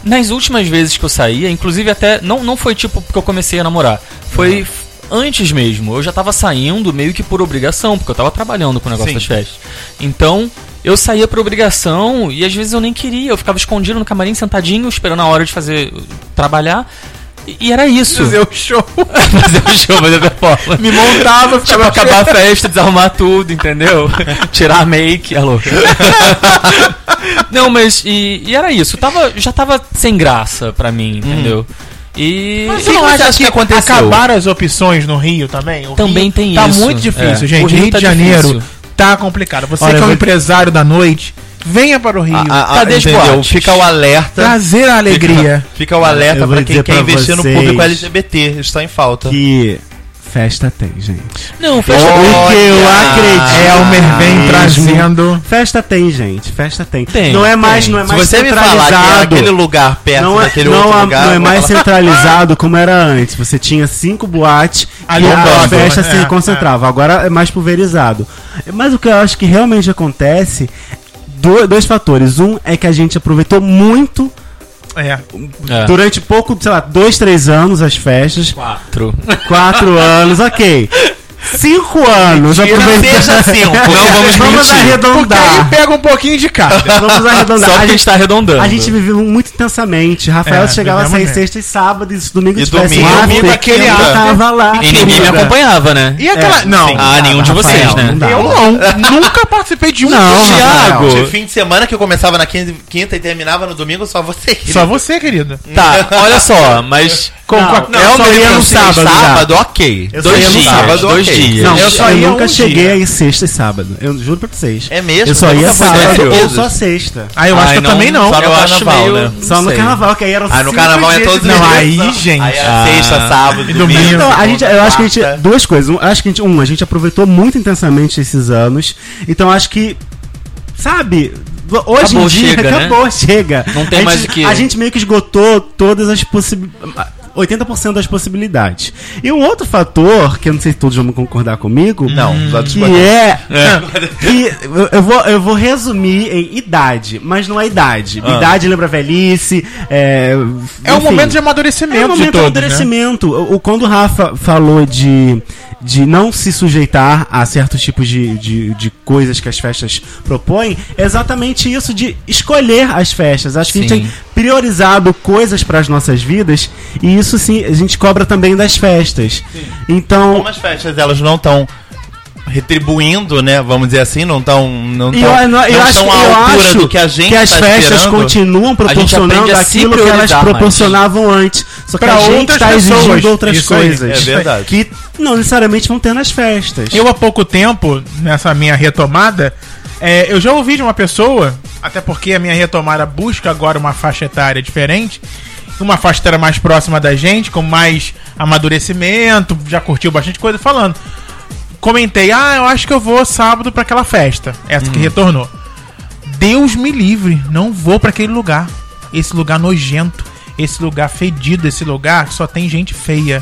[SPEAKER 5] Nas últimas vezes que eu saía, inclusive até. Não, não foi tipo porque eu comecei a namorar.
[SPEAKER 1] Uhum.
[SPEAKER 5] Foi f- antes mesmo. Eu já tava saindo meio que por obrigação, porque eu tava trabalhando com o negócio
[SPEAKER 2] Sim.
[SPEAKER 5] das festas. Então, eu saía por obrigação e às vezes eu nem queria. Eu ficava escondido no camarim, sentadinho, esperando a hora de fazer. trabalhar. E, e era isso.
[SPEAKER 1] Fazer o show.
[SPEAKER 5] fazer o show, fazer a performance.
[SPEAKER 1] Me montava,
[SPEAKER 5] Tipo,
[SPEAKER 1] ficava
[SPEAKER 5] acabar a festa, desarrumar tudo, entendeu? Tirar a make, é louco. Não, mas e, e era isso. Tava, já tava sem graça pra mim, entendeu? E.
[SPEAKER 1] Mas
[SPEAKER 5] e
[SPEAKER 1] você não
[SPEAKER 5] você
[SPEAKER 1] acha
[SPEAKER 5] acha
[SPEAKER 1] que, acabaram as opções no Rio também? O
[SPEAKER 5] Também
[SPEAKER 1] Rio
[SPEAKER 5] tem
[SPEAKER 1] tá
[SPEAKER 5] isso.
[SPEAKER 1] Tá muito difícil,
[SPEAKER 5] É. O
[SPEAKER 1] gente.
[SPEAKER 5] Rio
[SPEAKER 1] Rio,
[SPEAKER 5] tá
[SPEAKER 1] de Janeiro
[SPEAKER 5] difícil.
[SPEAKER 1] tá complicado. Você
[SPEAKER 3] Olha,
[SPEAKER 1] que é
[SPEAKER 3] eu
[SPEAKER 1] um
[SPEAKER 3] vou-
[SPEAKER 1] empresário da noite, venha para o Rio.
[SPEAKER 5] Cadê as boates?
[SPEAKER 2] Fica o alerta.
[SPEAKER 1] Trazer a alegria.
[SPEAKER 2] Fica, fica o alerta
[SPEAKER 3] Eu vou
[SPEAKER 2] pra quem
[SPEAKER 3] dizer
[SPEAKER 2] quer
[SPEAKER 3] pra
[SPEAKER 2] investir no
[SPEAKER 3] vocês
[SPEAKER 2] público LGBT. Está em falta.
[SPEAKER 3] Que festa tem, gente.
[SPEAKER 5] Não,
[SPEAKER 3] O
[SPEAKER 5] festa.
[SPEAKER 3] que eu acredito.
[SPEAKER 1] É, Elmer vem
[SPEAKER 3] Ah, mesmo.
[SPEAKER 1] trazendo.
[SPEAKER 3] Festa tem, gente. Festa tem.
[SPEAKER 5] Tem,
[SPEAKER 3] não é mais,
[SPEAKER 5] tem.
[SPEAKER 3] não é
[SPEAKER 2] Se
[SPEAKER 3] mais
[SPEAKER 2] você me falar que era aquele lugar perto
[SPEAKER 3] não é,
[SPEAKER 2] daquele
[SPEAKER 3] não
[SPEAKER 2] outro
[SPEAKER 3] é-
[SPEAKER 2] lugar.
[SPEAKER 3] não é
[SPEAKER 2] eu vou
[SPEAKER 3] mais
[SPEAKER 2] falar,
[SPEAKER 3] centralizado como era antes. Você tinha cinco boates
[SPEAKER 1] Ali
[SPEAKER 3] e
[SPEAKER 1] no
[SPEAKER 3] a
[SPEAKER 1] Broadway,
[SPEAKER 3] festa
[SPEAKER 1] é,
[SPEAKER 3] se concentrava. Agora é mais pulverizado. Mas o que eu acho que realmente acontece, do- dois fatores. Um é que a gente aproveitou muito
[SPEAKER 1] É.
[SPEAKER 5] É.
[SPEAKER 3] durante pouco, sei lá, dois, três anos as festas.
[SPEAKER 5] Quatro.
[SPEAKER 3] Quatro anos, ok. Cinco anos.
[SPEAKER 2] Mentira,
[SPEAKER 3] aproveitando-
[SPEAKER 2] seja assim. cinco.
[SPEAKER 5] Não
[SPEAKER 3] Vamos
[SPEAKER 5] vamos mentir.
[SPEAKER 1] Porque aí
[SPEAKER 3] arredondar.
[SPEAKER 1] pega um pouquinho de cada.
[SPEAKER 3] Vamos arredondar.
[SPEAKER 5] Só
[SPEAKER 3] A
[SPEAKER 5] porque a gente
[SPEAKER 3] gente,
[SPEAKER 5] tá arredondando.
[SPEAKER 3] a gente viveu muito intensamente. Rafael
[SPEAKER 1] É,
[SPEAKER 3] chegava a sair
[SPEAKER 1] vivemos mesmo.
[SPEAKER 3] sexta e sábado, e se domingo
[SPEAKER 2] E
[SPEAKER 3] tivesse
[SPEAKER 2] domingo,
[SPEAKER 3] lá,
[SPEAKER 2] domingo,
[SPEAKER 3] aquele
[SPEAKER 2] quinta.
[SPEAKER 3] eu tava lá.
[SPEAKER 5] E ninguém me
[SPEAKER 3] querida.
[SPEAKER 5] acompanhava, né?
[SPEAKER 1] E aquela. não,
[SPEAKER 2] sim.
[SPEAKER 5] Ah, nenhum de
[SPEAKER 3] Rafael,
[SPEAKER 5] vocês, né?
[SPEAKER 3] É, não dá.
[SPEAKER 1] eu não. nunca participei de um
[SPEAKER 3] Não,
[SPEAKER 1] dia.
[SPEAKER 3] Rafael.
[SPEAKER 5] Thiago.
[SPEAKER 2] De fim de semana que eu começava na quinze- quinta e terminava no domingo, só você.
[SPEAKER 1] Só você, querida.
[SPEAKER 5] Tá, olha só, mas.
[SPEAKER 1] Com,
[SPEAKER 3] Não,
[SPEAKER 1] com a-
[SPEAKER 3] eu só
[SPEAKER 2] mesmo
[SPEAKER 3] ia no
[SPEAKER 2] assim,
[SPEAKER 3] sábado já.
[SPEAKER 2] Sábado, ok.
[SPEAKER 3] Eu só
[SPEAKER 5] Dois
[SPEAKER 3] ia no
[SPEAKER 5] dias,
[SPEAKER 3] sábado,
[SPEAKER 5] dois
[SPEAKER 2] ok.
[SPEAKER 5] dias.
[SPEAKER 3] Não, eu,
[SPEAKER 1] Eu só ia
[SPEAKER 3] nunca
[SPEAKER 1] um
[SPEAKER 3] cheguei
[SPEAKER 1] dia.
[SPEAKER 3] aí sexta e sábado. Eu juro pra vocês.
[SPEAKER 2] É mesmo?
[SPEAKER 3] Eu só ia
[SPEAKER 2] Nunca foi
[SPEAKER 3] sábado
[SPEAKER 2] dessas
[SPEAKER 3] ou
[SPEAKER 2] coisas?
[SPEAKER 3] só sexta.
[SPEAKER 1] Ah, eu acho
[SPEAKER 5] Ai,
[SPEAKER 1] que eu também não.
[SPEAKER 2] só no
[SPEAKER 5] eu acho
[SPEAKER 2] carnaval,
[SPEAKER 5] meio-
[SPEAKER 2] né?
[SPEAKER 5] não
[SPEAKER 3] Só no
[SPEAKER 5] sei.
[SPEAKER 3] carnaval, que aí eram
[SPEAKER 2] Ah, no
[SPEAKER 3] cinco
[SPEAKER 2] carnaval é
[SPEAKER 3] dias
[SPEAKER 2] todos
[SPEAKER 3] de-
[SPEAKER 2] os
[SPEAKER 1] Não,
[SPEAKER 2] dias.
[SPEAKER 1] aí,
[SPEAKER 2] Só-
[SPEAKER 1] gente.
[SPEAKER 2] Aí era
[SPEAKER 5] Ah.
[SPEAKER 2] sexta, sábado, domingo.
[SPEAKER 1] domingo.
[SPEAKER 3] Então, a gente, eu acho que a gente.
[SPEAKER 2] quarta.
[SPEAKER 3] Duas coisas. Um, acho que a gente, um, a gente aproveitou muito intensamente esses anos. Então acho que. Sabe? v- Hoje em
[SPEAKER 5] Acabou,
[SPEAKER 3] dia,
[SPEAKER 5] chega, né?
[SPEAKER 3] acabou, chega.
[SPEAKER 5] Não tem
[SPEAKER 3] a gente,
[SPEAKER 5] mais o que-
[SPEAKER 3] A gente meio que esgotou todas as possibilidades. 80% das possibilidades. E um outro fator, que eu não sei se todos vão concordar comigo.
[SPEAKER 2] Não, só
[SPEAKER 3] Que
[SPEAKER 2] discordo.
[SPEAKER 3] é. Que eu- eu vou, eu vou resumir em idade, mas não é idade.
[SPEAKER 5] Ah.
[SPEAKER 3] Idade lembra velhice. É,
[SPEAKER 1] É um
[SPEAKER 3] enfim.
[SPEAKER 1] momento de amadurecimento
[SPEAKER 3] É um
[SPEAKER 1] de
[SPEAKER 3] momento de
[SPEAKER 1] todos, né?
[SPEAKER 3] amadurecimento. O, o- quando o Rafa falou de, de não se sujeitar a certos tipos de, de, de coisas que as festas propõem, é exatamente isso de escolher as festas. Acho que a gente
[SPEAKER 5] Sim.
[SPEAKER 3] tem priorizado coisas para as nossas vidas e isso sim a gente cobra também das festas. Então,
[SPEAKER 2] Como as festas elas não estão retribuindo, né? Vamos dizer assim, não estão não
[SPEAKER 3] E
[SPEAKER 2] tão-
[SPEAKER 3] eu,
[SPEAKER 2] não
[SPEAKER 3] eu acho,
[SPEAKER 2] estão
[SPEAKER 3] eu acho
[SPEAKER 2] do que a gente
[SPEAKER 3] que as
[SPEAKER 2] tá
[SPEAKER 3] festas
[SPEAKER 2] esperando.
[SPEAKER 3] continuam proporcionando
[SPEAKER 5] aprende a se
[SPEAKER 3] aquilo que elas
[SPEAKER 5] priorizar mais.
[SPEAKER 3] proporcionavam antes. Só que
[SPEAKER 1] Pra
[SPEAKER 3] a gente
[SPEAKER 1] outras
[SPEAKER 3] está
[SPEAKER 1] pessoas.
[SPEAKER 3] exigindo outras
[SPEAKER 1] Isso aí,
[SPEAKER 3] coisas.
[SPEAKER 2] É verdade.
[SPEAKER 3] que não necessariamente vão ter nas festas.
[SPEAKER 1] Eu há pouco tempo, nessa minha retomada, é, eu já ouvi de uma pessoa, até porque a minha retomada busca agora uma faixa etária diferente, uma faixa etária mais próxima da gente, com mais amadurecimento, já curtiu bastante coisa falando. Comentei, ah, eu acho que eu vou sábado pra aquela festa, essa que retornou. Deus me livre, não vou pra aquele lugar. Esse lugar nojento, esse lugar fedido, esse lugar que só tem gente feia.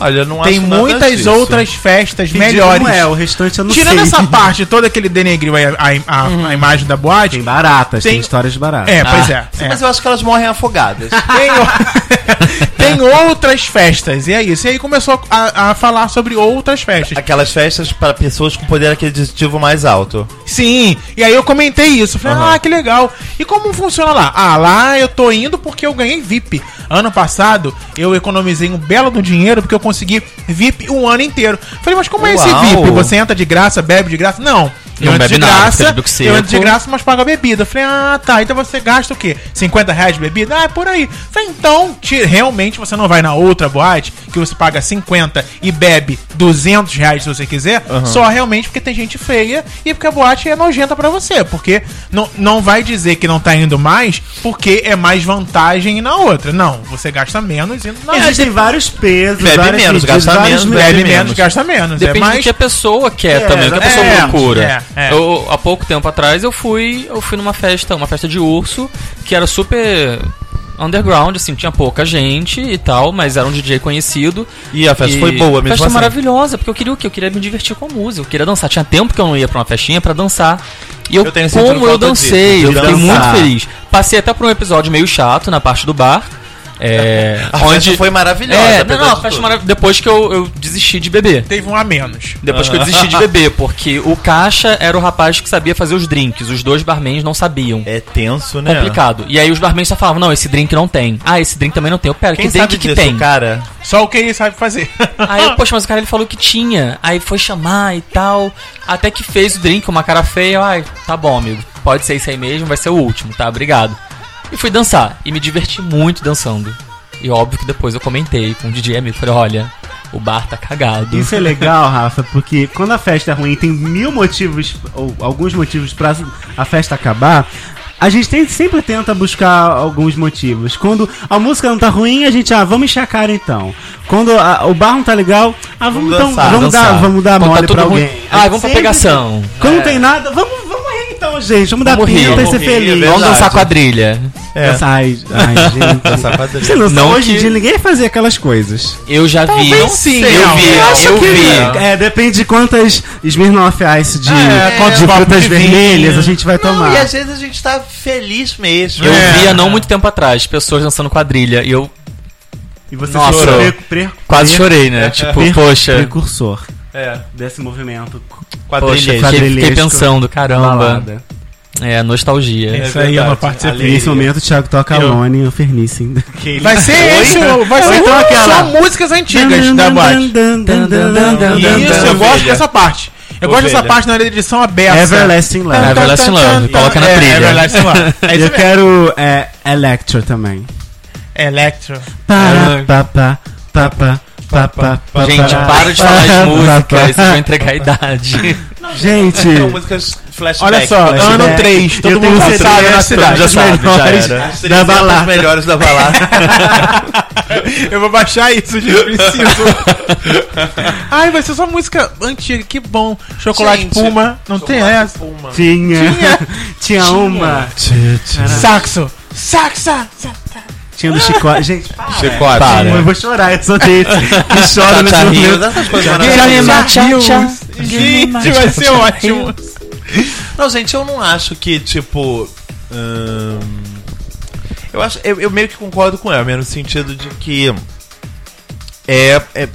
[SPEAKER 2] Olha, não
[SPEAKER 1] Tem
[SPEAKER 2] acho nada
[SPEAKER 1] muitas
[SPEAKER 2] disso.
[SPEAKER 1] outras festas
[SPEAKER 3] Pedido
[SPEAKER 1] melhores.
[SPEAKER 3] não é, o restante eu não
[SPEAKER 1] Tirando
[SPEAKER 3] sei.
[SPEAKER 1] essa parte, todo aquele denegriu aí, a, a- a- a imagem da boate.
[SPEAKER 3] Tem baratas, tem,
[SPEAKER 1] Tem-
[SPEAKER 3] histórias baratas.
[SPEAKER 1] É, pois
[SPEAKER 2] Ah,
[SPEAKER 1] é.
[SPEAKER 2] sim,
[SPEAKER 1] é.
[SPEAKER 2] Mas eu acho que elas morrem afogadas.
[SPEAKER 1] Tem, o- tem outras festas, e é isso. E aí começou a, a falar sobre outras festas.
[SPEAKER 2] Aquelas festas para pessoas com poder aquisitivo mais alto.
[SPEAKER 1] Sim, e aí eu comentei isso. Falei,
[SPEAKER 2] Aham.
[SPEAKER 1] ah, que legal. E como funciona lá? Ah, lá eu tô indo porque eu ganhei VIP. Ano passado eu economizei um belo do dinheiro porque eu consegui VIP um ano inteiro. Falei, mas como é esse
[SPEAKER 2] Uau.
[SPEAKER 1] VIP? Você entra de graça, bebe de graça? Não. Eu
[SPEAKER 5] Não
[SPEAKER 1] entro
[SPEAKER 5] bebe
[SPEAKER 1] de
[SPEAKER 5] nada,
[SPEAKER 1] graça,
[SPEAKER 5] fica de bico
[SPEAKER 1] eu entro de
[SPEAKER 5] seco.
[SPEAKER 1] graça, mas paga a bebida. Eu Falei, ah, tá. Então você gasta o quê? 50 reais de bebida? Ah, é por aí. Falei, então, ti- realmente você não vai na outra boate que você paga 50 e bebe 200 reais se você quiser, só realmente porque tem gente feia e porque a boate é nojenta pra você. Porque não, não vai dizer que não tá indo mais porque é mais vantagem ir na outra. Não, você gasta menos indo na outra.
[SPEAKER 3] Existem vários pesos,
[SPEAKER 2] Bebe
[SPEAKER 3] várias
[SPEAKER 2] menos,
[SPEAKER 3] medidas,
[SPEAKER 2] gasta
[SPEAKER 3] vários
[SPEAKER 2] menos,
[SPEAKER 1] Bebe
[SPEAKER 2] bebe
[SPEAKER 1] menos,
[SPEAKER 2] menos.
[SPEAKER 1] gasta menos.
[SPEAKER 5] Depende
[SPEAKER 1] é
[SPEAKER 5] do
[SPEAKER 1] mais.
[SPEAKER 5] que a pessoa quer
[SPEAKER 3] É,
[SPEAKER 5] também, o que a pessoa
[SPEAKER 1] é,
[SPEAKER 5] procura.
[SPEAKER 1] é, é.
[SPEAKER 5] Eu, há pouco tempo atrás eu fui, eu fui numa festa, uma festa de urso, que era super underground, assim, tinha pouca gente e tal, mas era um DJ conhecido.
[SPEAKER 2] E a festa foi boa mesmo
[SPEAKER 5] Festa
[SPEAKER 2] assim.
[SPEAKER 5] maravilhosa, porque eu queria o quê? Eu queria me divertir com a música, eu queria dançar. Tinha tempo que eu não ia pra uma festinha pra dançar. E eu,
[SPEAKER 2] Eu tenho sentido
[SPEAKER 5] como eu
[SPEAKER 2] falta
[SPEAKER 5] dancei,
[SPEAKER 2] disso,
[SPEAKER 5] eu
[SPEAKER 2] de
[SPEAKER 5] fiquei muito
[SPEAKER 2] dançar.
[SPEAKER 5] feliz. Passei até por um episódio meio chato na parte do bar. É,
[SPEAKER 2] A festa foi maravilhosa,
[SPEAKER 5] É,
[SPEAKER 2] apesar
[SPEAKER 5] não, não, a
[SPEAKER 2] de
[SPEAKER 5] festa
[SPEAKER 2] tudo.
[SPEAKER 5] mara- depois que eu- eu desisti de beber.
[SPEAKER 1] Teve um a menos.
[SPEAKER 5] Depois que eu desisti de beber, porque o caixa era o rapaz que sabia fazer os drinks, os dois barmans não sabiam.
[SPEAKER 2] É tenso, né?
[SPEAKER 5] Complicado. E aí os barmans só falavam: não, esse drink não tem. Ah, esse drink também não tem. Eu, pera,
[SPEAKER 2] Quem
[SPEAKER 5] que drink
[SPEAKER 2] sabe
[SPEAKER 5] que
[SPEAKER 2] disso,
[SPEAKER 5] tem?
[SPEAKER 2] cara?
[SPEAKER 1] Só o que ele sabe fazer.
[SPEAKER 5] Aí eu, poxa, mas o cara ele falou que tinha. Aí foi chamar e tal. Até que fez o drink, uma cara feia. Eu, Ai, tá bom, amigo. Pode ser isso aí mesmo, vai ser o último, tá? Obrigado. E fui dançar. E me diverti muito dançando. E óbvio que depois eu comentei com o DJ amigo. Falei, olha, o bar tá cagado.
[SPEAKER 3] Isso é legal, Rafa, porque quando a festa é ruim, tem mil motivos, ou alguns motivos pra a festa acabar. A gente tem- sempre tenta buscar alguns motivos. Quando a música não tá ruim, a gente, ah, vamos encher a cara então. Quando a- o bar não tá legal, ah, vamos,
[SPEAKER 2] Vamos
[SPEAKER 3] dar um-
[SPEAKER 2] dançar,
[SPEAKER 3] vamos
[SPEAKER 5] dançar.
[SPEAKER 3] dar, vamos dar
[SPEAKER 5] Quando tá
[SPEAKER 3] mole
[SPEAKER 5] tudo
[SPEAKER 3] pra
[SPEAKER 5] ruim.
[SPEAKER 3] alguém.
[SPEAKER 5] Ah,
[SPEAKER 3] A gente
[SPEAKER 5] vamos pra
[SPEAKER 3] sempre-
[SPEAKER 5] pegação.
[SPEAKER 3] Quando não tem nada, vamos, vamos rir então, gente. Vamos, dar
[SPEAKER 5] Vamos rir,
[SPEAKER 3] pinta e
[SPEAKER 5] vamos
[SPEAKER 3] ser
[SPEAKER 2] rir,
[SPEAKER 3] feliz.
[SPEAKER 2] é
[SPEAKER 5] Vamos dançar
[SPEAKER 2] Verdade.
[SPEAKER 5] quadrilha.
[SPEAKER 2] É.
[SPEAKER 3] Dançar, Ai, ai, gente. Você não,
[SPEAKER 5] Não
[SPEAKER 3] hoje em
[SPEAKER 5] que-
[SPEAKER 3] dia ninguém fazia aquelas coisas.
[SPEAKER 5] Eu já vi.
[SPEAKER 1] Talvez sim,
[SPEAKER 5] eu
[SPEAKER 1] não.
[SPEAKER 5] vi,
[SPEAKER 1] Eu acho
[SPEAKER 5] eu
[SPEAKER 1] que-
[SPEAKER 5] vi.
[SPEAKER 3] É, depende de quantas Smirnoff Ice de,
[SPEAKER 1] É,
[SPEAKER 3] quantas
[SPEAKER 1] quantos
[SPEAKER 3] de
[SPEAKER 1] copos
[SPEAKER 3] frutas
[SPEAKER 1] de vinho.
[SPEAKER 3] vermelhas a gente vai tomar.
[SPEAKER 2] e às vezes a gente tá feliz mesmo.
[SPEAKER 5] Eu
[SPEAKER 1] É.
[SPEAKER 5] vi há não muito tempo atrás pessoas dançando quadrilha e eu
[SPEAKER 3] E você
[SPEAKER 5] Nossa.
[SPEAKER 3] foi pre- pre-
[SPEAKER 5] quase
[SPEAKER 3] pre-
[SPEAKER 5] chorei, né? Tipo,
[SPEAKER 3] pre-
[SPEAKER 5] poxa.
[SPEAKER 3] Precursor.
[SPEAKER 2] É.
[SPEAKER 3] desse movimento.
[SPEAKER 5] Poxa,
[SPEAKER 2] Quadrilhas.
[SPEAKER 5] fiquei, fiquei
[SPEAKER 3] Quadrilhesco.
[SPEAKER 5] pensando, caramba.
[SPEAKER 3] Balada.
[SPEAKER 5] É, nostalgia.
[SPEAKER 1] Isso aí eu não
[SPEAKER 2] verdade.
[SPEAKER 1] participei.
[SPEAKER 2] Ali-
[SPEAKER 3] Nesse momento, Thiago toca
[SPEAKER 1] Eu-
[SPEAKER 3] Alone e Fernice.
[SPEAKER 1] Vai ser esse, o- vai ser
[SPEAKER 3] então aquela-
[SPEAKER 1] só músicas antigas da boate. Isso, eu gosto dessa parte. Eu gosto dessa
[SPEAKER 2] Ovelha.
[SPEAKER 1] parte na edição aberta.
[SPEAKER 3] Everlasting Love.
[SPEAKER 5] Everlasting É Love, coloca na
[SPEAKER 1] É,
[SPEAKER 5] trilha.
[SPEAKER 1] Everlasting Love. É isso
[SPEAKER 3] eu
[SPEAKER 1] mesmo.
[SPEAKER 3] quero é, Electra também.
[SPEAKER 1] Electro.
[SPEAKER 3] Para, pa, pa, pa, pa, pa, pa, pa,
[SPEAKER 5] Gente,
[SPEAKER 3] pa,
[SPEAKER 5] para de
[SPEAKER 3] pa,
[SPEAKER 5] falar
[SPEAKER 3] pa,
[SPEAKER 5] de música,
[SPEAKER 3] pa,
[SPEAKER 5] isso vai entregar a idade.
[SPEAKER 3] Gente,
[SPEAKER 2] São músicas flashback.
[SPEAKER 1] Olha só,
[SPEAKER 2] flashback.
[SPEAKER 1] ano 3, todo
[SPEAKER 3] é, Eu
[SPEAKER 1] mundo sabe
[SPEAKER 3] tenho certeza
[SPEAKER 1] na
[SPEAKER 3] é
[SPEAKER 2] Já
[SPEAKER 1] cidade.
[SPEAKER 2] já sabe, já
[SPEAKER 3] melhores
[SPEAKER 2] era.
[SPEAKER 3] da
[SPEAKER 2] Seria
[SPEAKER 3] balada.
[SPEAKER 2] As melhores da balada.
[SPEAKER 1] Eu vou baixar isso, gente. eu Preciso. Ai, vai ser só música antiga, que bom. Chocolate
[SPEAKER 2] Gente,
[SPEAKER 1] Puma, não tem essa.
[SPEAKER 3] tinha, tinha uma,
[SPEAKER 1] Saxo. Saxa! sa-
[SPEAKER 3] tinha do Chicote. Gente, para.
[SPEAKER 2] Chicote.
[SPEAKER 3] Eu vou chorar, eu sou desse que chora nesse
[SPEAKER 2] Chatarrinho,
[SPEAKER 3] momento.
[SPEAKER 2] né? essas coisas
[SPEAKER 1] Guilherme
[SPEAKER 2] maravilhosas.
[SPEAKER 1] Matheus. Gente, vai ser ótimo.
[SPEAKER 2] Não, gente, eu não acho que, tipo. hum, eu acho. Eu, eu meio que concordo com ela, no sentido de que. É. é-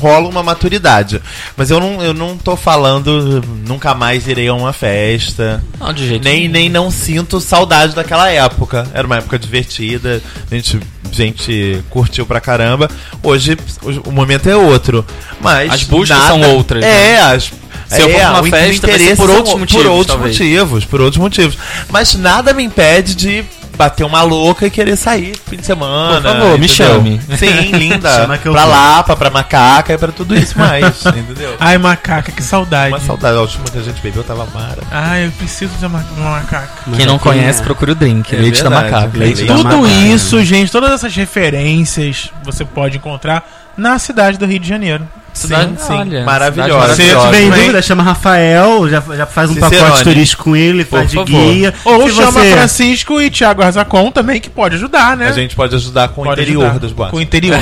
[SPEAKER 2] rola uma maturidade. Mas eu não, eu não tô falando. Nunca mais irei a uma festa.
[SPEAKER 5] Não, de jeito
[SPEAKER 2] Nem, nem não sinto saudade daquela época. Era uma época divertida, a gente, gente curtiu pra caramba. Hoje, hoje o momento é outro. Mas
[SPEAKER 5] As buscas são outras, né?
[SPEAKER 2] É, as,
[SPEAKER 5] Se eu
[SPEAKER 2] é,
[SPEAKER 5] for pra uma
[SPEAKER 2] o in- o
[SPEAKER 5] festa, vai ser
[SPEAKER 2] interesse
[SPEAKER 5] por
[SPEAKER 2] são
[SPEAKER 5] outros
[SPEAKER 2] o-
[SPEAKER 5] motivos,
[SPEAKER 2] Por outros
[SPEAKER 5] talvez.
[SPEAKER 2] motivos, por outros motivos. Mas nada me impede de bater uma louca e querer sair fim de semana.
[SPEAKER 5] Por favor, me chame.
[SPEAKER 2] Sim, linda.
[SPEAKER 3] Chama que eu
[SPEAKER 2] pra
[SPEAKER 3] vou.
[SPEAKER 2] Lapa, pra Macaca, e pra tudo isso mais, entendeu?
[SPEAKER 1] Ai, macaca, que saudade.
[SPEAKER 2] Uma saudade, a última que a gente bebeu tava mara.
[SPEAKER 1] Ai, eu preciso de uma, uma macaca.
[SPEAKER 5] Quem não
[SPEAKER 3] né?
[SPEAKER 5] conhece, procura o drink.
[SPEAKER 2] É
[SPEAKER 5] leite da
[SPEAKER 2] verdade,
[SPEAKER 5] macaca.
[SPEAKER 2] leite da
[SPEAKER 1] Tudo
[SPEAKER 3] macaca.
[SPEAKER 1] isso, gente, todas essas referências você pode encontrar na cidade do Rio de Janeiro.
[SPEAKER 5] Cidade-
[SPEAKER 2] sim,
[SPEAKER 5] olha,
[SPEAKER 2] maravilhosa.
[SPEAKER 5] cidade
[SPEAKER 1] maravilhosa.
[SPEAKER 3] Bem
[SPEAKER 1] Também.
[SPEAKER 3] dúvida, chama Rafael, já, já faz um
[SPEAKER 2] Cicerone.
[SPEAKER 3] pacote turístico com ele, faz de
[SPEAKER 5] favor.
[SPEAKER 3] guia.
[SPEAKER 1] Ou
[SPEAKER 3] Se
[SPEAKER 1] chama
[SPEAKER 3] você- é
[SPEAKER 1] Francisco e Thiago Arzacon também, que pode ajudar, né?
[SPEAKER 2] A gente pode ajudar com
[SPEAKER 1] Pode
[SPEAKER 2] o interior
[SPEAKER 1] ajudar.
[SPEAKER 2] das boates.
[SPEAKER 1] Com o interior.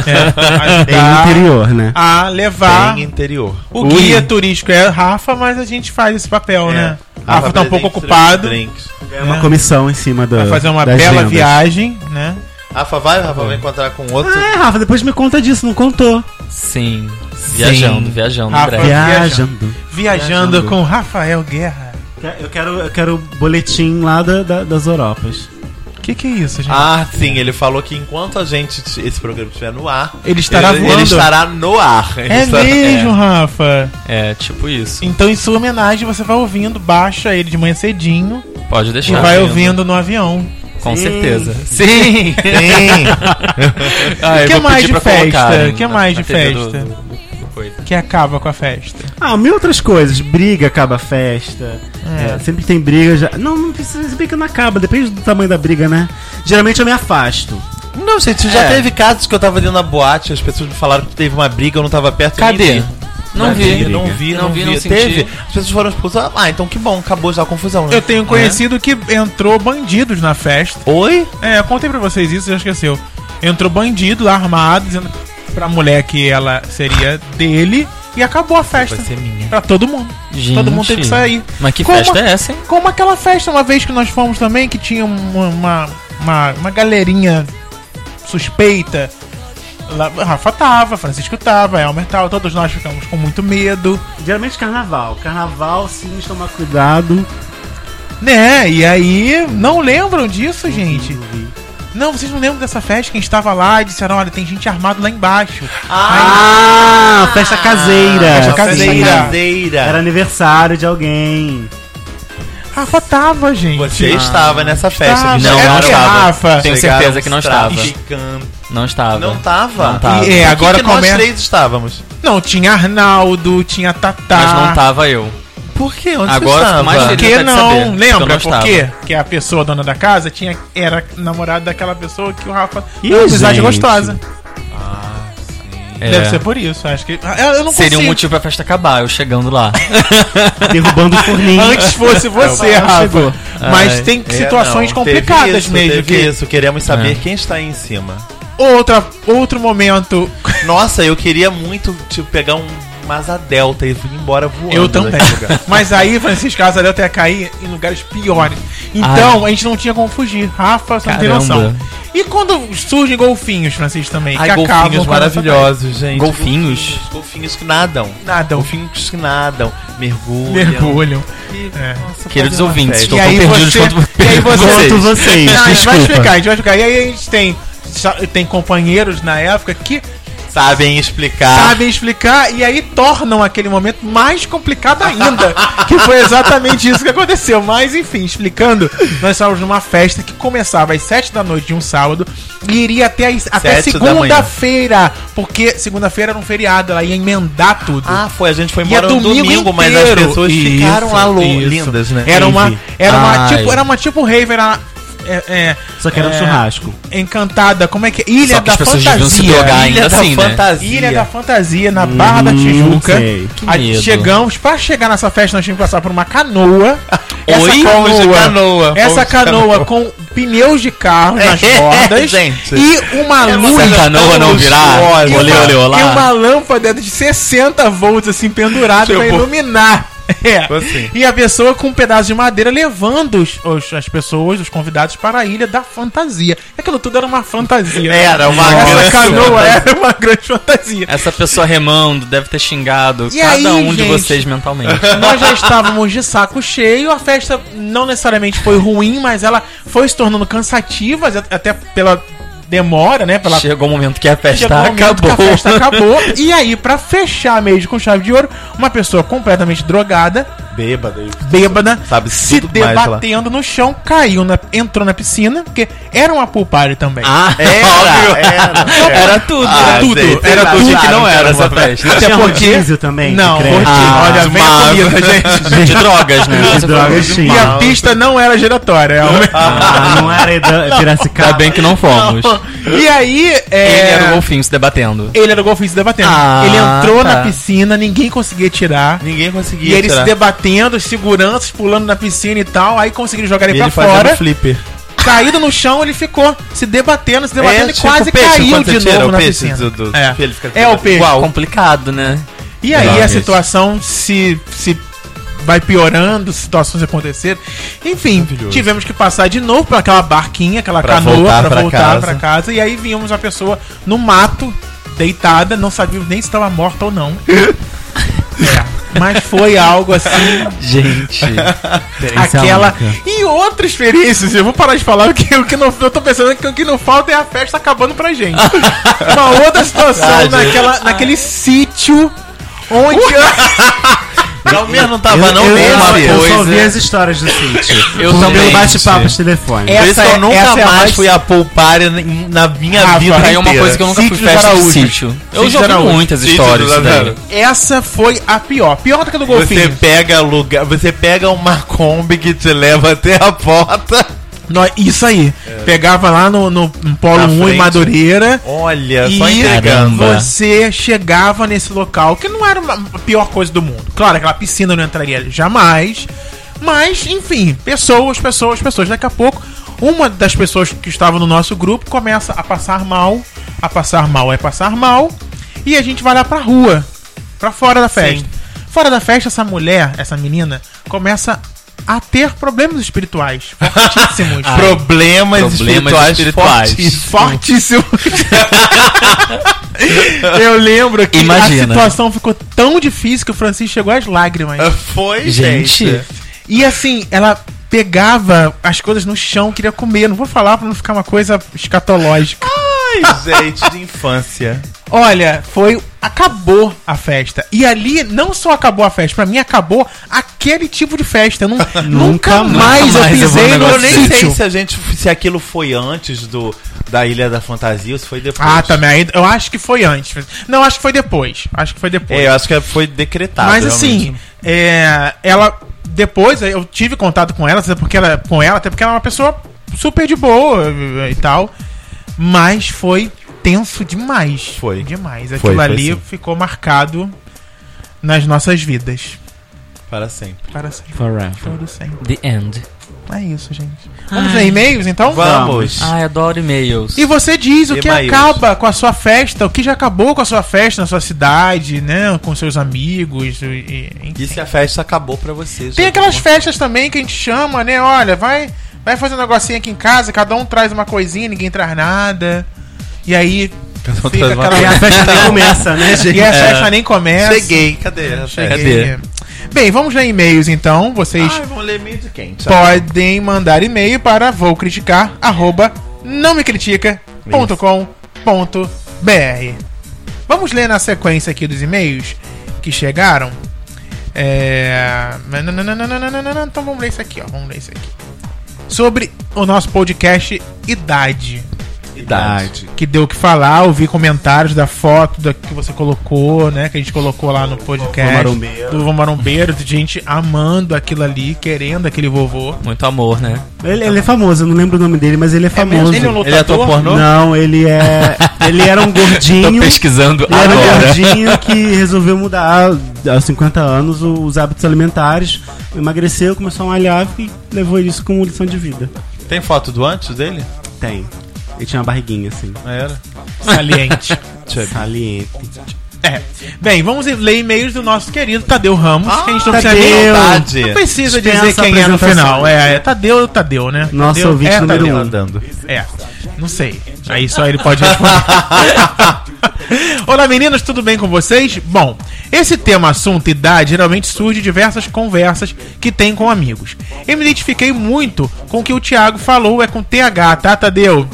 [SPEAKER 1] é,
[SPEAKER 3] Bem
[SPEAKER 1] ajudar
[SPEAKER 3] interior, né?
[SPEAKER 1] a levar.
[SPEAKER 2] Bem interior.
[SPEAKER 1] O
[SPEAKER 3] Ui.
[SPEAKER 1] guia turístico é Rafa, mas a gente faz esse papel, né? Rafa tá um pouco
[SPEAKER 2] Drinks,
[SPEAKER 1] ocupado.
[SPEAKER 2] drinks.
[SPEAKER 3] É uma comissão em cima da.
[SPEAKER 1] Vai fazer uma
[SPEAKER 3] das
[SPEAKER 1] bela
[SPEAKER 3] vendas.
[SPEAKER 1] viagem, né?
[SPEAKER 2] Rafa vai, Rafa vai encontrar com outro.
[SPEAKER 3] Ah, é, Rafa, depois me conta disso, não contou.
[SPEAKER 5] Sim. Viajando, viajando.
[SPEAKER 1] Rafa.
[SPEAKER 5] Breve.
[SPEAKER 3] Viajando.
[SPEAKER 1] Viajando,
[SPEAKER 3] Viajando.
[SPEAKER 1] com Rafael Guerra.
[SPEAKER 3] Eu quero, eu quero boletim lá da- da- das Europas.
[SPEAKER 1] O que, que é isso, gente?
[SPEAKER 2] Ah, sim, ele falou que enquanto a gente, t- esse programa estiver no ar,
[SPEAKER 1] ele estará
[SPEAKER 2] ele, ele
[SPEAKER 1] voando.
[SPEAKER 2] estará no ar. Ele
[SPEAKER 1] É
[SPEAKER 2] estará-
[SPEAKER 1] mesmo, Rafa.
[SPEAKER 5] É, tipo isso.
[SPEAKER 1] Então, em sua homenagem, você vai ouvindo, baixa ele de manhã cedinho
[SPEAKER 5] Pode
[SPEAKER 1] e
[SPEAKER 5] deixar.
[SPEAKER 1] vai ouvindo no avião.
[SPEAKER 5] Com
[SPEAKER 3] Sim.
[SPEAKER 5] certeza. Sim!
[SPEAKER 1] Sim.
[SPEAKER 5] Ah, eu
[SPEAKER 1] que
[SPEAKER 5] vou
[SPEAKER 1] mais
[SPEAKER 5] pedir
[SPEAKER 1] de
[SPEAKER 5] pra
[SPEAKER 1] festa?
[SPEAKER 5] colocar
[SPEAKER 1] Que
[SPEAKER 5] na-
[SPEAKER 1] mais
[SPEAKER 5] na
[SPEAKER 1] de
[SPEAKER 5] TV do-
[SPEAKER 1] festa?
[SPEAKER 5] do- do coisa.
[SPEAKER 1] que acaba com a festa.
[SPEAKER 3] Ah, mil outras coisas. Briga acaba a festa. É, sempre tem briga já. Não, não precisa. Se bem que não acaba, depende do tamanho da briga, né? Geralmente eu me afasto.
[SPEAKER 2] Não, gente, já
[SPEAKER 5] É.
[SPEAKER 2] teve casos que eu tava dentro da boate, as pessoas me falaram que teve uma briga, eu não tava perto. eu nem
[SPEAKER 5] Cadê?
[SPEAKER 2] vi.
[SPEAKER 5] Não vi.
[SPEAKER 2] Não vi, não, vi.
[SPEAKER 5] não
[SPEAKER 2] teve.
[SPEAKER 5] senti.
[SPEAKER 2] As pessoas foram expulsas. Ah, então que bom, acabou já a confusão. né?
[SPEAKER 1] Eu tenho conhecido que entrou bandidos na festa.
[SPEAKER 2] Oi?
[SPEAKER 1] É, eu contei pra vocês isso, já esqueceu. Entrou bandido lá armado, dizendo pra mulher que ela seria dele e acabou a festa.
[SPEAKER 2] Vai ser minha.
[SPEAKER 1] Pra todo mundo.
[SPEAKER 5] Gente.
[SPEAKER 1] Todo mundo tem que sair.
[SPEAKER 5] Mas que
[SPEAKER 1] Como-
[SPEAKER 5] festa é essa, hein?
[SPEAKER 1] Como aquela festa, uma vez que nós fomos também, que tinha um, uma, uma, uma, uma galerinha suspeita. Lá, Rafa tava, Francisco tava, Elmer tava, todos nós ficamos com muito medo.
[SPEAKER 3] Geralmente carnaval. Carnaval, sim, tomar cuidado.
[SPEAKER 1] Né? E aí, não lembram disso, gente?
[SPEAKER 3] Não vi.
[SPEAKER 1] Não, vocês não lembram dessa festa? Quem estava lá e disseram: olha, tem gente armada lá embaixo.
[SPEAKER 3] Ah, festa caseira.
[SPEAKER 1] Festa
[SPEAKER 2] Caseira.
[SPEAKER 1] caseira.
[SPEAKER 2] Ah, Caseira.
[SPEAKER 3] Era aniversário de alguém.
[SPEAKER 1] Rafa tava, gente.
[SPEAKER 2] Você estava nessa festa.
[SPEAKER 1] Estava.
[SPEAKER 2] bicho.
[SPEAKER 5] Não,
[SPEAKER 1] Era
[SPEAKER 5] não
[SPEAKER 1] que
[SPEAKER 5] estava.
[SPEAKER 1] Rafa.
[SPEAKER 5] Tenho certeza que não estava.
[SPEAKER 2] traficando.
[SPEAKER 5] Não estava.
[SPEAKER 2] Não tá. tava?
[SPEAKER 5] Não tava.
[SPEAKER 1] E é,
[SPEAKER 2] Por que
[SPEAKER 1] agora
[SPEAKER 2] que nós
[SPEAKER 1] começa-
[SPEAKER 2] três estávamos.
[SPEAKER 1] Não, tinha Arnaldo, tinha Tatá.
[SPEAKER 5] Mas não tava eu.
[SPEAKER 2] Por quê? Onde
[SPEAKER 5] Agora
[SPEAKER 2] você
[SPEAKER 5] eu fico
[SPEAKER 2] estava?
[SPEAKER 5] mais
[SPEAKER 1] tá? Por
[SPEAKER 5] feliz.
[SPEAKER 1] que
[SPEAKER 5] Ele não
[SPEAKER 1] não?
[SPEAKER 5] quer saber, porque eu
[SPEAKER 1] Lembra
[SPEAKER 5] não
[SPEAKER 1] por quê? Que a pessoa dona da casa tinha, era namorada daquela pessoa que o Rafa.
[SPEAKER 3] Ih,
[SPEAKER 1] Era uma amizade
[SPEAKER 3] gente.
[SPEAKER 1] gostosa.
[SPEAKER 5] É.
[SPEAKER 1] Deve ser por isso. Acho que. Ah, Eu, eu não
[SPEAKER 5] Seria um
[SPEAKER 1] consigo.
[SPEAKER 5] motivo pra festa acabar, eu chegando lá.
[SPEAKER 3] Derrubando o forninho.
[SPEAKER 1] Antes fosse você, Rafa. Mas
[SPEAKER 5] É Ai,
[SPEAKER 1] tem
[SPEAKER 2] É,
[SPEAKER 1] situações
[SPEAKER 2] não, teve
[SPEAKER 1] complicadas
[SPEAKER 2] isso,
[SPEAKER 1] mesmo.
[SPEAKER 2] teve
[SPEAKER 1] Que
[SPEAKER 2] isso. Queremos saber
[SPEAKER 5] É.
[SPEAKER 2] quem está aí em cima.
[SPEAKER 1] outra, outro momento
[SPEAKER 2] Nossa, eu queria muito, tipo, pegar um mas a Delta e fui embora voando.
[SPEAKER 1] Eu também.
[SPEAKER 2] daquele lugar.
[SPEAKER 1] né? Mas aí, Francisco Casa Delta ia cair em lugares piores. Então, a gente não tinha como fugir. Rafa, você não tem
[SPEAKER 5] Caramba.
[SPEAKER 1] noção. E quando surgem golfinhos, Francisco, também,
[SPEAKER 2] Ai, golfinhos
[SPEAKER 1] com a nossa
[SPEAKER 2] maravilhosos, gente.
[SPEAKER 5] Golfinhos?
[SPEAKER 2] golfinhos? Golfinhos que nadam.
[SPEAKER 1] praia. Nada, o
[SPEAKER 2] Golfinhos que nadam, mergulham.
[SPEAKER 1] mergulham.
[SPEAKER 2] E,
[SPEAKER 1] É.
[SPEAKER 2] nossa,
[SPEAKER 5] Queridos
[SPEAKER 2] fazem uma
[SPEAKER 5] ouvintes,
[SPEAKER 2] festa.
[SPEAKER 5] estou tão
[SPEAKER 1] aí
[SPEAKER 5] perdido
[SPEAKER 1] você-
[SPEAKER 5] quanto
[SPEAKER 1] e aí você-
[SPEAKER 5] quanto
[SPEAKER 3] vocês,
[SPEAKER 1] Não, a gente vai
[SPEAKER 3] desculpa.
[SPEAKER 1] explicar, a gente vai explicar. E aí a gente tem, sa- tem companheiros na época que
[SPEAKER 2] Sabem
[SPEAKER 5] Ah.
[SPEAKER 2] explicar.
[SPEAKER 1] sabem explicar e aí tornam aquele momento mais complicado ainda. que foi exatamente isso que aconteceu. Mas enfim, explicando, nós estávamos numa festa que começava às 7 da noite de um sábado e iria até, as- até
[SPEAKER 2] Sete da
[SPEAKER 1] segunda-feira. Porque segunda-feira era um feriado, ela ia emendar tudo.
[SPEAKER 2] Ah, foi, a gente foi
[SPEAKER 1] E
[SPEAKER 2] embora
[SPEAKER 1] é
[SPEAKER 2] no
[SPEAKER 1] domingo
[SPEAKER 2] domingo, mas as
[SPEAKER 1] inteiro.
[SPEAKER 2] pessoas
[SPEAKER 1] Isso,
[SPEAKER 2] ficaram lá lo-
[SPEAKER 1] isso.
[SPEAKER 2] lindas, né?
[SPEAKER 1] era uma, era uma
[SPEAKER 5] Ai.
[SPEAKER 1] tipo, era uma tipo rave, era é, é,
[SPEAKER 3] Só que era um
[SPEAKER 1] é,
[SPEAKER 3] churrasco.
[SPEAKER 1] Encantada, como é que é? Ilha
[SPEAKER 5] Só que
[SPEAKER 1] da
[SPEAKER 5] as pessoas deviam se
[SPEAKER 1] Fantasia.
[SPEAKER 5] drogar
[SPEAKER 2] Ilha
[SPEAKER 5] ainda
[SPEAKER 2] da
[SPEAKER 5] assim, né?
[SPEAKER 2] fantasia.
[SPEAKER 1] Ilha da Fantasia, na Barra da
[SPEAKER 3] Hum,
[SPEAKER 1] Tijuca.
[SPEAKER 3] sei.
[SPEAKER 5] Que
[SPEAKER 1] Aí
[SPEAKER 5] medo.
[SPEAKER 1] chegamos, pra chegar nessa festa, nós tínhamos que passar por uma canoa.
[SPEAKER 5] Oi?
[SPEAKER 2] Fomos de canoa,
[SPEAKER 1] Essa
[SPEAKER 2] fomos de
[SPEAKER 1] canoa com pneus de carro nas
[SPEAKER 2] É,
[SPEAKER 1] bordas
[SPEAKER 2] gente.
[SPEAKER 1] e É uma
[SPEAKER 5] É
[SPEAKER 1] luz.
[SPEAKER 5] Essa canoa não virar,
[SPEAKER 1] e
[SPEAKER 5] olê,
[SPEAKER 1] uma-
[SPEAKER 5] olê,
[SPEAKER 1] E É uma
[SPEAKER 5] olá.
[SPEAKER 1] lâmpada de 60 volts assim pendurada pra
[SPEAKER 2] Tipo-
[SPEAKER 1] iluminar. É.
[SPEAKER 2] Assim.
[SPEAKER 1] E a pessoa com um pedaço de madeira levando os, os- as pessoas, os convidados, para a ilha da fantasia. Aquilo tudo era uma fantasia.
[SPEAKER 2] Era É uma
[SPEAKER 1] Essa
[SPEAKER 2] grande
[SPEAKER 1] canoa
[SPEAKER 2] fantasia.
[SPEAKER 1] era uma grande fantasia.
[SPEAKER 5] Essa pessoa remando deve ter xingado
[SPEAKER 1] E
[SPEAKER 5] cada
[SPEAKER 1] aí,
[SPEAKER 5] um de
[SPEAKER 1] gente?
[SPEAKER 5] vocês mentalmente.
[SPEAKER 1] Nós já estávamos de saco cheio, a festa não necessariamente foi ruim, mas ela foi se tornando cansativa, at- até pela demora, né? Pela
[SPEAKER 5] Chegou o momento que a festa
[SPEAKER 1] Chegou o momento
[SPEAKER 5] acabou.
[SPEAKER 1] Que a festa acabou. E aí, pra fechar mesmo com chave de ouro, uma pessoa completamente drogada,
[SPEAKER 2] Bêbada. e-
[SPEAKER 1] bêbada,
[SPEAKER 2] Sabe
[SPEAKER 1] se
[SPEAKER 2] tudo mais lá.
[SPEAKER 1] debatendo no chão, caiu, na- entrou na piscina, porque era uma pool party também.
[SPEAKER 5] Ah,
[SPEAKER 2] É, Era, era.
[SPEAKER 5] Era tudo,
[SPEAKER 2] Ah,
[SPEAKER 5] era tudo.
[SPEAKER 2] gente,
[SPEAKER 5] era
[SPEAKER 2] vocês
[SPEAKER 5] tudo que
[SPEAKER 2] acharam
[SPEAKER 5] não
[SPEAKER 2] que
[SPEAKER 5] era
[SPEAKER 2] era
[SPEAKER 5] essa
[SPEAKER 2] uma
[SPEAKER 5] festa.
[SPEAKER 1] Até
[SPEAKER 3] Tinha
[SPEAKER 1] porque-
[SPEAKER 3] rodízio também.
[SPEAKER 1] Não,
[SPEAKER 3] que creio.
[SPEAKER 1] rodízio.
[SPEAKER 5] Ah,
[SPEAKER 1] Olha, vem a
[SPEAKER 5] mas-
[SPEAKER 1] comida, gente.
[SPEAKER 5] De drogas, né?
[SPEAKER 3] Ah, De drogas, sim.
[SPEAKER 1] E a pista não era giratória.
[SPEAKER 3] Ah, não era Eda- Piracicaba.
[SPEAKER 5] Ainda bem que não fomos.
[SPEAKER 1] E aí, é...
[SPEAKER 5] Ele era um o golfinho se debatendo.
[SPEAKER 1] Ele era o golfinho se debatendo.
[SPEAKER 5] Ah,
[SPEAKER 1] ele entrou
[SPEAKER 5] tá.
[SPEAKER 1] na piscina, ninguém conseguia tirar.
[SPEAKER 2] Ninguém conseguia
[SPEAKER 1] E ele se
[SPEAKER 2] tirar.
[SPEAKER 1] debatendo, seguranças, pulando na piscina e tal. Aí conseguiram jogar ele,
[SPEAKER 2] E ele
[SPEAKER 1] pra
[SPEAKER 2] fazendo
[SPEAKER 1] fora.
[SPEAKER 2] flipper.
[SPEAKER 1] Caído no chão, ele ficou se debatendo, se debatendo
[SPEAKER 2] É,
[SPEAKER 1] e
[SPEAKER 2] tipo
[SPEAKER 1] Então, quase
[SPEAKER 2] peixe,
[SPEAKER 1] caiu
[SPEAKER 2] quando você
[SPEAKER 1] de
[SPEAKER 2] tira
[SPEAKER 1] novo
[SPEAKER 2] o
[SPEAKER 1] na
[SPEAKER 2] peixe
[SPEAKER 1] piscina.
[SPEAKER 2] do- do-
[SPEAKER 1] é.
[SPEAKER 2] que ele fica-
[SPEAKER 1] É o peixe.
[SPEAKER 2] Igual.
[SPEAKER 5] Complicado, né?
[SPEAKER 1] E aí a
[SPEAKER 2] Exatamente.
[SPEAKER 1] situação se, se vai piorando, situações aconteceram. Enfim, tivemos que passar de novo para aquela barquinha, aquela
[SPEAKER 2] Pra
[SPEAKER 1] canoa,
[SPEAKER 2] voltar
[SPEAKER 1] para
[SPEAKER 2] pra
[SPEAKER 1] voltar
[SPEAKER 2] casa.
[SPEAKER 1] para casa. E aí vimos uma pessoa no mato, deitada, não sabíamos nem se estava morta ou não. É, Mas foi algo assim,
[SPEAKER 5] Gente.
[SPEAKER 2] é
[SPEAKER 1] aquela. E outra experiência, assim, eu vou parar de falar, porque o que não, eu tô pensando que o que não falta é a festa acabando pra gente. Uma outra situação naquela, naquele sítio onde.
[SPEAKER 2] Calmer não
[SPEAKER 3] Eu,
[SPEAKER 2] tava não
[SPEAKER 3] eu,
[SPEAKER 2] nesse.
[SPEAKER 3] eu só vi
[SPEAKER 2] Coisa.
[SPEAKER 3] as histórias do sítio.
[SPEAKER 5] Eu
[SPEAKER 3] Por-
[SPEAKER 5] também,
[SPEAKER 3] Pelo bate-papo
[SPEAKER 2] gente.
[SPEAKER 3] de telefone.
[SPEAKER 1] É,
[SPEAKER 2] Por isso
[SPEAKER 1] Essa
[SPEAKER 2] que eu nunca
[SPEAKER 1] essa é a
[SPEAKER 2] mais
[SPEAKER 1] mais- Ah,
[SPEAKER 2] fui a poupar na, na minha
[SPEAKER 1] Rafa,
[SPEAKER 2] vida
[SPEAKER 5] Aí é uma
[SPEAKER 2] inteira.
[SPEAKER 5] coisa que eu nunca
[SPEAKER 1] Sítio
[SPEAKER 5] fui festa
[SPEAKER 1] Araújo.
[SPEAKER 5] de sítio. Eu
[SPEAKER 1] Sítio
[SPEAKER 5] já ouvi
[SPEAKER 1] Araújo.
[SPEAKER 5] muitas
[SPEAKER 2] Sítio
[SPEAKER 5] histórias
[SPEAKER 1] tá
[SPEAKER 2] do
[SPEAKER 5] daí.
[SPEAKER 2] Araújo.
[SPEAKER 1] Essa foi a pior. Pior do que a do
[SPEAKER 2] Você
[SPEAKER 1] golfinho.
[SPEAKER 2] pega lugar, você pega uma Kombi que te leva até a porta.
[SPEAKER 1] Nó- isso aí. Pegava lá no, no, no Polo
[SPEAKER 2] É. Na
[SPEAKER 1] 1 em
[SPEAKER 2] frente.
[SPEAKER 1] Madureira.
[SPEAKER 2] Olha,
[SPEAKER 1] E
[SPEAKER 2] só entregando.
[SPEAKER 5] Caramba.
[SPEAKER 1] Você chegava nesse local, que não era uma- a pior coisa do mundo. Claro, aquela piscina eu não entraria jamais. Mas, enfim, pessoas, pessoas, pessoas. Daqui a pouco, uma das pessoas que estava no nosso grupo começa a passar mal. A passar mal é passar mal. E a gente vai lá pra rua. Pra fora da festa. Fora da festa, essa mulher, essa menina, começa a ter problemas espirituais. Fortíssimos.
[SPEAKER 2] Ah, Problemas,
[SPEAKER 5] Problemas
[SPEAKER 2] espirituais,
[SPEAKER 5] espirituais.
[SPEAKER 1] Fortíssimo.
[SPEAKER 2] fortíssimos.
[SPEAKER 1] Eu lembro que
[SPEAKER 5] Imagina.
[SPEAKER 1] a situação ficou tão difícil que o Francisco chegou às lágrimas.
[SPEAKER 2] Foi, gente.
[SPEAKER 5] Gente.
[SPEAKER 1] E assim, ela pegava as coisas no chão, queria comer. Não vou falar pra não ficar uma coisa escatológica.
[SPEAKER 2] Ai, gente de infância.
[SPEAKER 1] Olha, foi. Acabou a festa. E ali não só acabou a festa, pra mim acabou aquele tipo de festa. Eu não- nunca, mais eu
[SPEAKER 5] mais eu vou
[SPEAKER 1] pisei
[SPEAKER 5] no
[SPEAKER 1] no
[SPEAKER 2] Eu nem sei
[SPEAKER 1] sítio.
[SPEAKER 2] se a gente se aquilo foi antes do da Ilha da Fantasia ou se foi depois.
[SPEAKER 1] Ah, também. aí- Eu acho que foi antes. Não, acho que foi depois. Acho que foi depois.
[SPEAKER 2] É, eu acho que foi decretado.
[SPEAKER 1] Mas
[SPEAKER 2] realmente.
[SPEAKER 1] assim, é, ela depois eu tive contato com ela, até porque ela com ela, até porque ela é uma pessoa super de boa eh, e tal, mas foi tenso demais.
[SPEAKER 2] Foi.
[SPEAKER 1] demais.
[SPEAKER 2] Foi,
[SPEAKER 1] Aquilo
[SPEAKER 2] foi
[SPEAKER 1] ali
[SPEAKER 2] sim.
[SPEAKER 1] ficou marcado nas nossas vidas
[SPEAKER 2] para sempre.
[SPEAKER 1] para sempre,
[SPEAKER 3] Forever.
[SPEAKER 1] todo sempre.
[SPEAKER 5] The end.
[SPEAKER 1] É isso, gente. Vamos ver e-mails então?
[SPEAKER 2] Vamos.
[SPEAKER 5] Ai, adoro e-mails.
[SPEAKER 1] E você diz o
[SPEAKER 2] E
[SPEAKER 1] que
[SPEAKER 2] maiúsculo.
[SPEAKER 1] acaba com a sua festa, o que já acabou com a sua festa na sua cidade, né? Com seus amigos. e- e- enfim.
[SPEAKER 2] E se a festa acabou pra você?
[SPEAKER 1] Tem
[SPEAKER 2] já
[SPEAKER 1] aquelas
[SPEAKER 2] bom?
[SPEAKER 1] festas também que a gente chama, né? Olha, vai, vai fazer um negocinho aqui em casa, cada um traz uma coisinha, ninguém traz nada. E aí.
[SPEAKER 2] Cada um
[SPEAKER 1] fica
[SPEAKER 2] traz uma
[SPEAKER 1] aquela-
[SPEAKER 3] E a festa nem começa, né, gente?
[SPEAKER 1] E a festa nem começa.
[SPEAKER 2] Cheguei, cadê? a festa?
[SPEAKER 5] Cheguei.
[SPEAKER 1] Cheguei. Bem, vamos ler e-mails então. Vocês
[SPEAKER 2] Ai, vão ler meio de quem? tchau.
[SPEAKER 1] podem mandar e-mail para vou criticar arroba não me critica.com.br. Vamos ler na sequência aqui dos e-mails que chegaram. É... nananana, Então vamos ler isso aqui, ó. Vamos ler isso aqui. Sobre o nosso podcast Idade.
[SPEAKER 2] Idade.
[SPEAKER 1] Que deu o que falar, ouvi comentários da foto da, que você colocou, né? Que a gente colocou lá no podcast.
[SPEAKER 3] Vovô Marombeiro.
[SPEAKER 1] Do vovô marombeiro, de gente amando aquilo ali, querendo aquele vovô.
[SPEAKER 5] Muito amor, né?
[SPEAKER 3] Ele, ele é famoso, eu não lembro o nome dele, mas ele é famoso.
[SPEAKER 1] Ele é um lutador?
[SPEAKER 5] Ele é ator pornô?
[SPEAKER 3] Não, ele é. Ele era um
[SPEAKER 5] Tô
[SPEAKER 3] gordinho. Ele
[SPEAKER 5] pesquisando
[SPEAKER 3] era um
[SPEAKER 5] agora.
[SPEAKER 3] gordinho que resolveu mudar aos 50 anos o- os hábitos alimentares, emagreceu, começou a malhar e levou isso como lição de vida.
[SPEAKER 2] Tem foto do antes dele?
[SPEAKER 3] Tem. Ele tinha uma barriguinha assim.
[SPEAKER 2] Não era?
[SPEAKER 1] Saliente.
[SPEAKER 3] Saliente.
[SPEAKER 1] é. Bem, vamos ler e-mails do nosso querido Tadeu Ramos, que a gente não precisa
[SPEAKER 3] Tadeu.
[SPEAKER 1] nem-
[SPEAKER 2] Saudade.
[SPEAKER 1] Não precisa
[SPEAKER 3] Dispensa
[SPEAKER 1] dizer quem é no
[SPEAKER 3] apresentação.
[SPEAKER 1] final. É, é Tadeu, Tadeu, né?
[SPEAKER 3] Nosso
[SPEAKER 1] Tadeu,
[SPEAKER 3] ouvinte
[SPEAKER 1] é,
[SPEAKER 3] número
[SPEAKER 1] Tadeu.
[SPEAKER 3] um.
[SPEAKER 2] Andando.
[SPEAKER 1] É, não sei. Aí só ele pode responder. Olá meninos, tudo bem com vocês? Bom, esse tema assunto idade geralmente surge de diversas conversas que tem com amigos. Eu me identifiquei muito com o que o Thiago falou, é com TH, tá, Tadeu?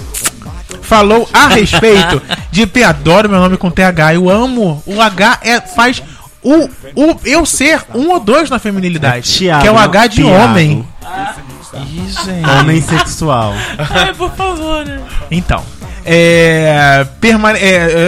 [SPEAKER 1] Falou a respeito de P. Adoro meu nome com TH, eu amo. O H é, faz o, o eu ser um ou dois na feminilidade,
[SPEAKER 3] Thiago,
[SPEAKER 1] que é o
[SPEAKER 3] não,
[SPEAKER 1] H de
[SPEAKER 3] Thiago.
[SPEAKER 1] homem.
[SPEAKER 3] Homem sexual.
[SPEAKER 1] Então, é, permane- é,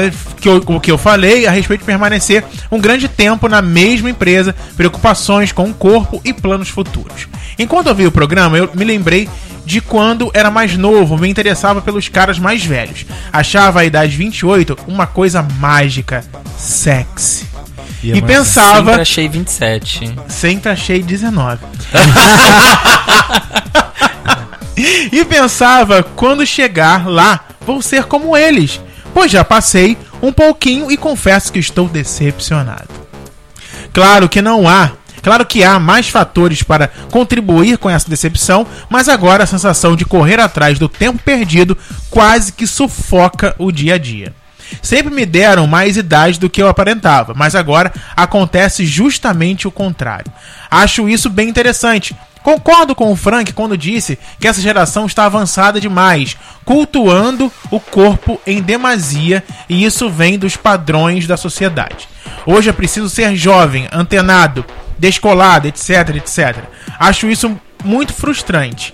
[SPEAKER 1] é, que eu- o que eu falei a respeito de permanecer um grande tempo na mesma empresa, preocupações com o corpo e planos futuros. Enquanto eu vi o programa, eu me lembrei de quando era mais novo, me interessava pelos caras mais velhos. Achava a idade 28 uma coisa mágica, sexy. E,
[SPEAKER 5] Sempre
[SPEAKER 1] pensava,
[SPEAKER 5] achei 27.
[SPEAKER 1] Sempre achei 19. e pensava, quando chegar lá, vou ser como eles. Pois já passei um pouquinho e confesso que estou decepcionado. Claro que não há. Claro que há mais fatores para contribuir com essa decepção, mas agora a sensação de correr atrás do tempo perdido quase que sufoca o dia a dia. Sempre me deram mais idade do que eu aparentava, mas agora acontece justamente o contrário. Acho isso bem interessante. Concordo com o Frank quando disse que essa geração está avançada demais, cultuando o corpo em demasia, e isso vem dos padrões da sociedade. Hoje é preciso ser jovem, antenado, descolado, etc, etc. Acho isso muito frustrante,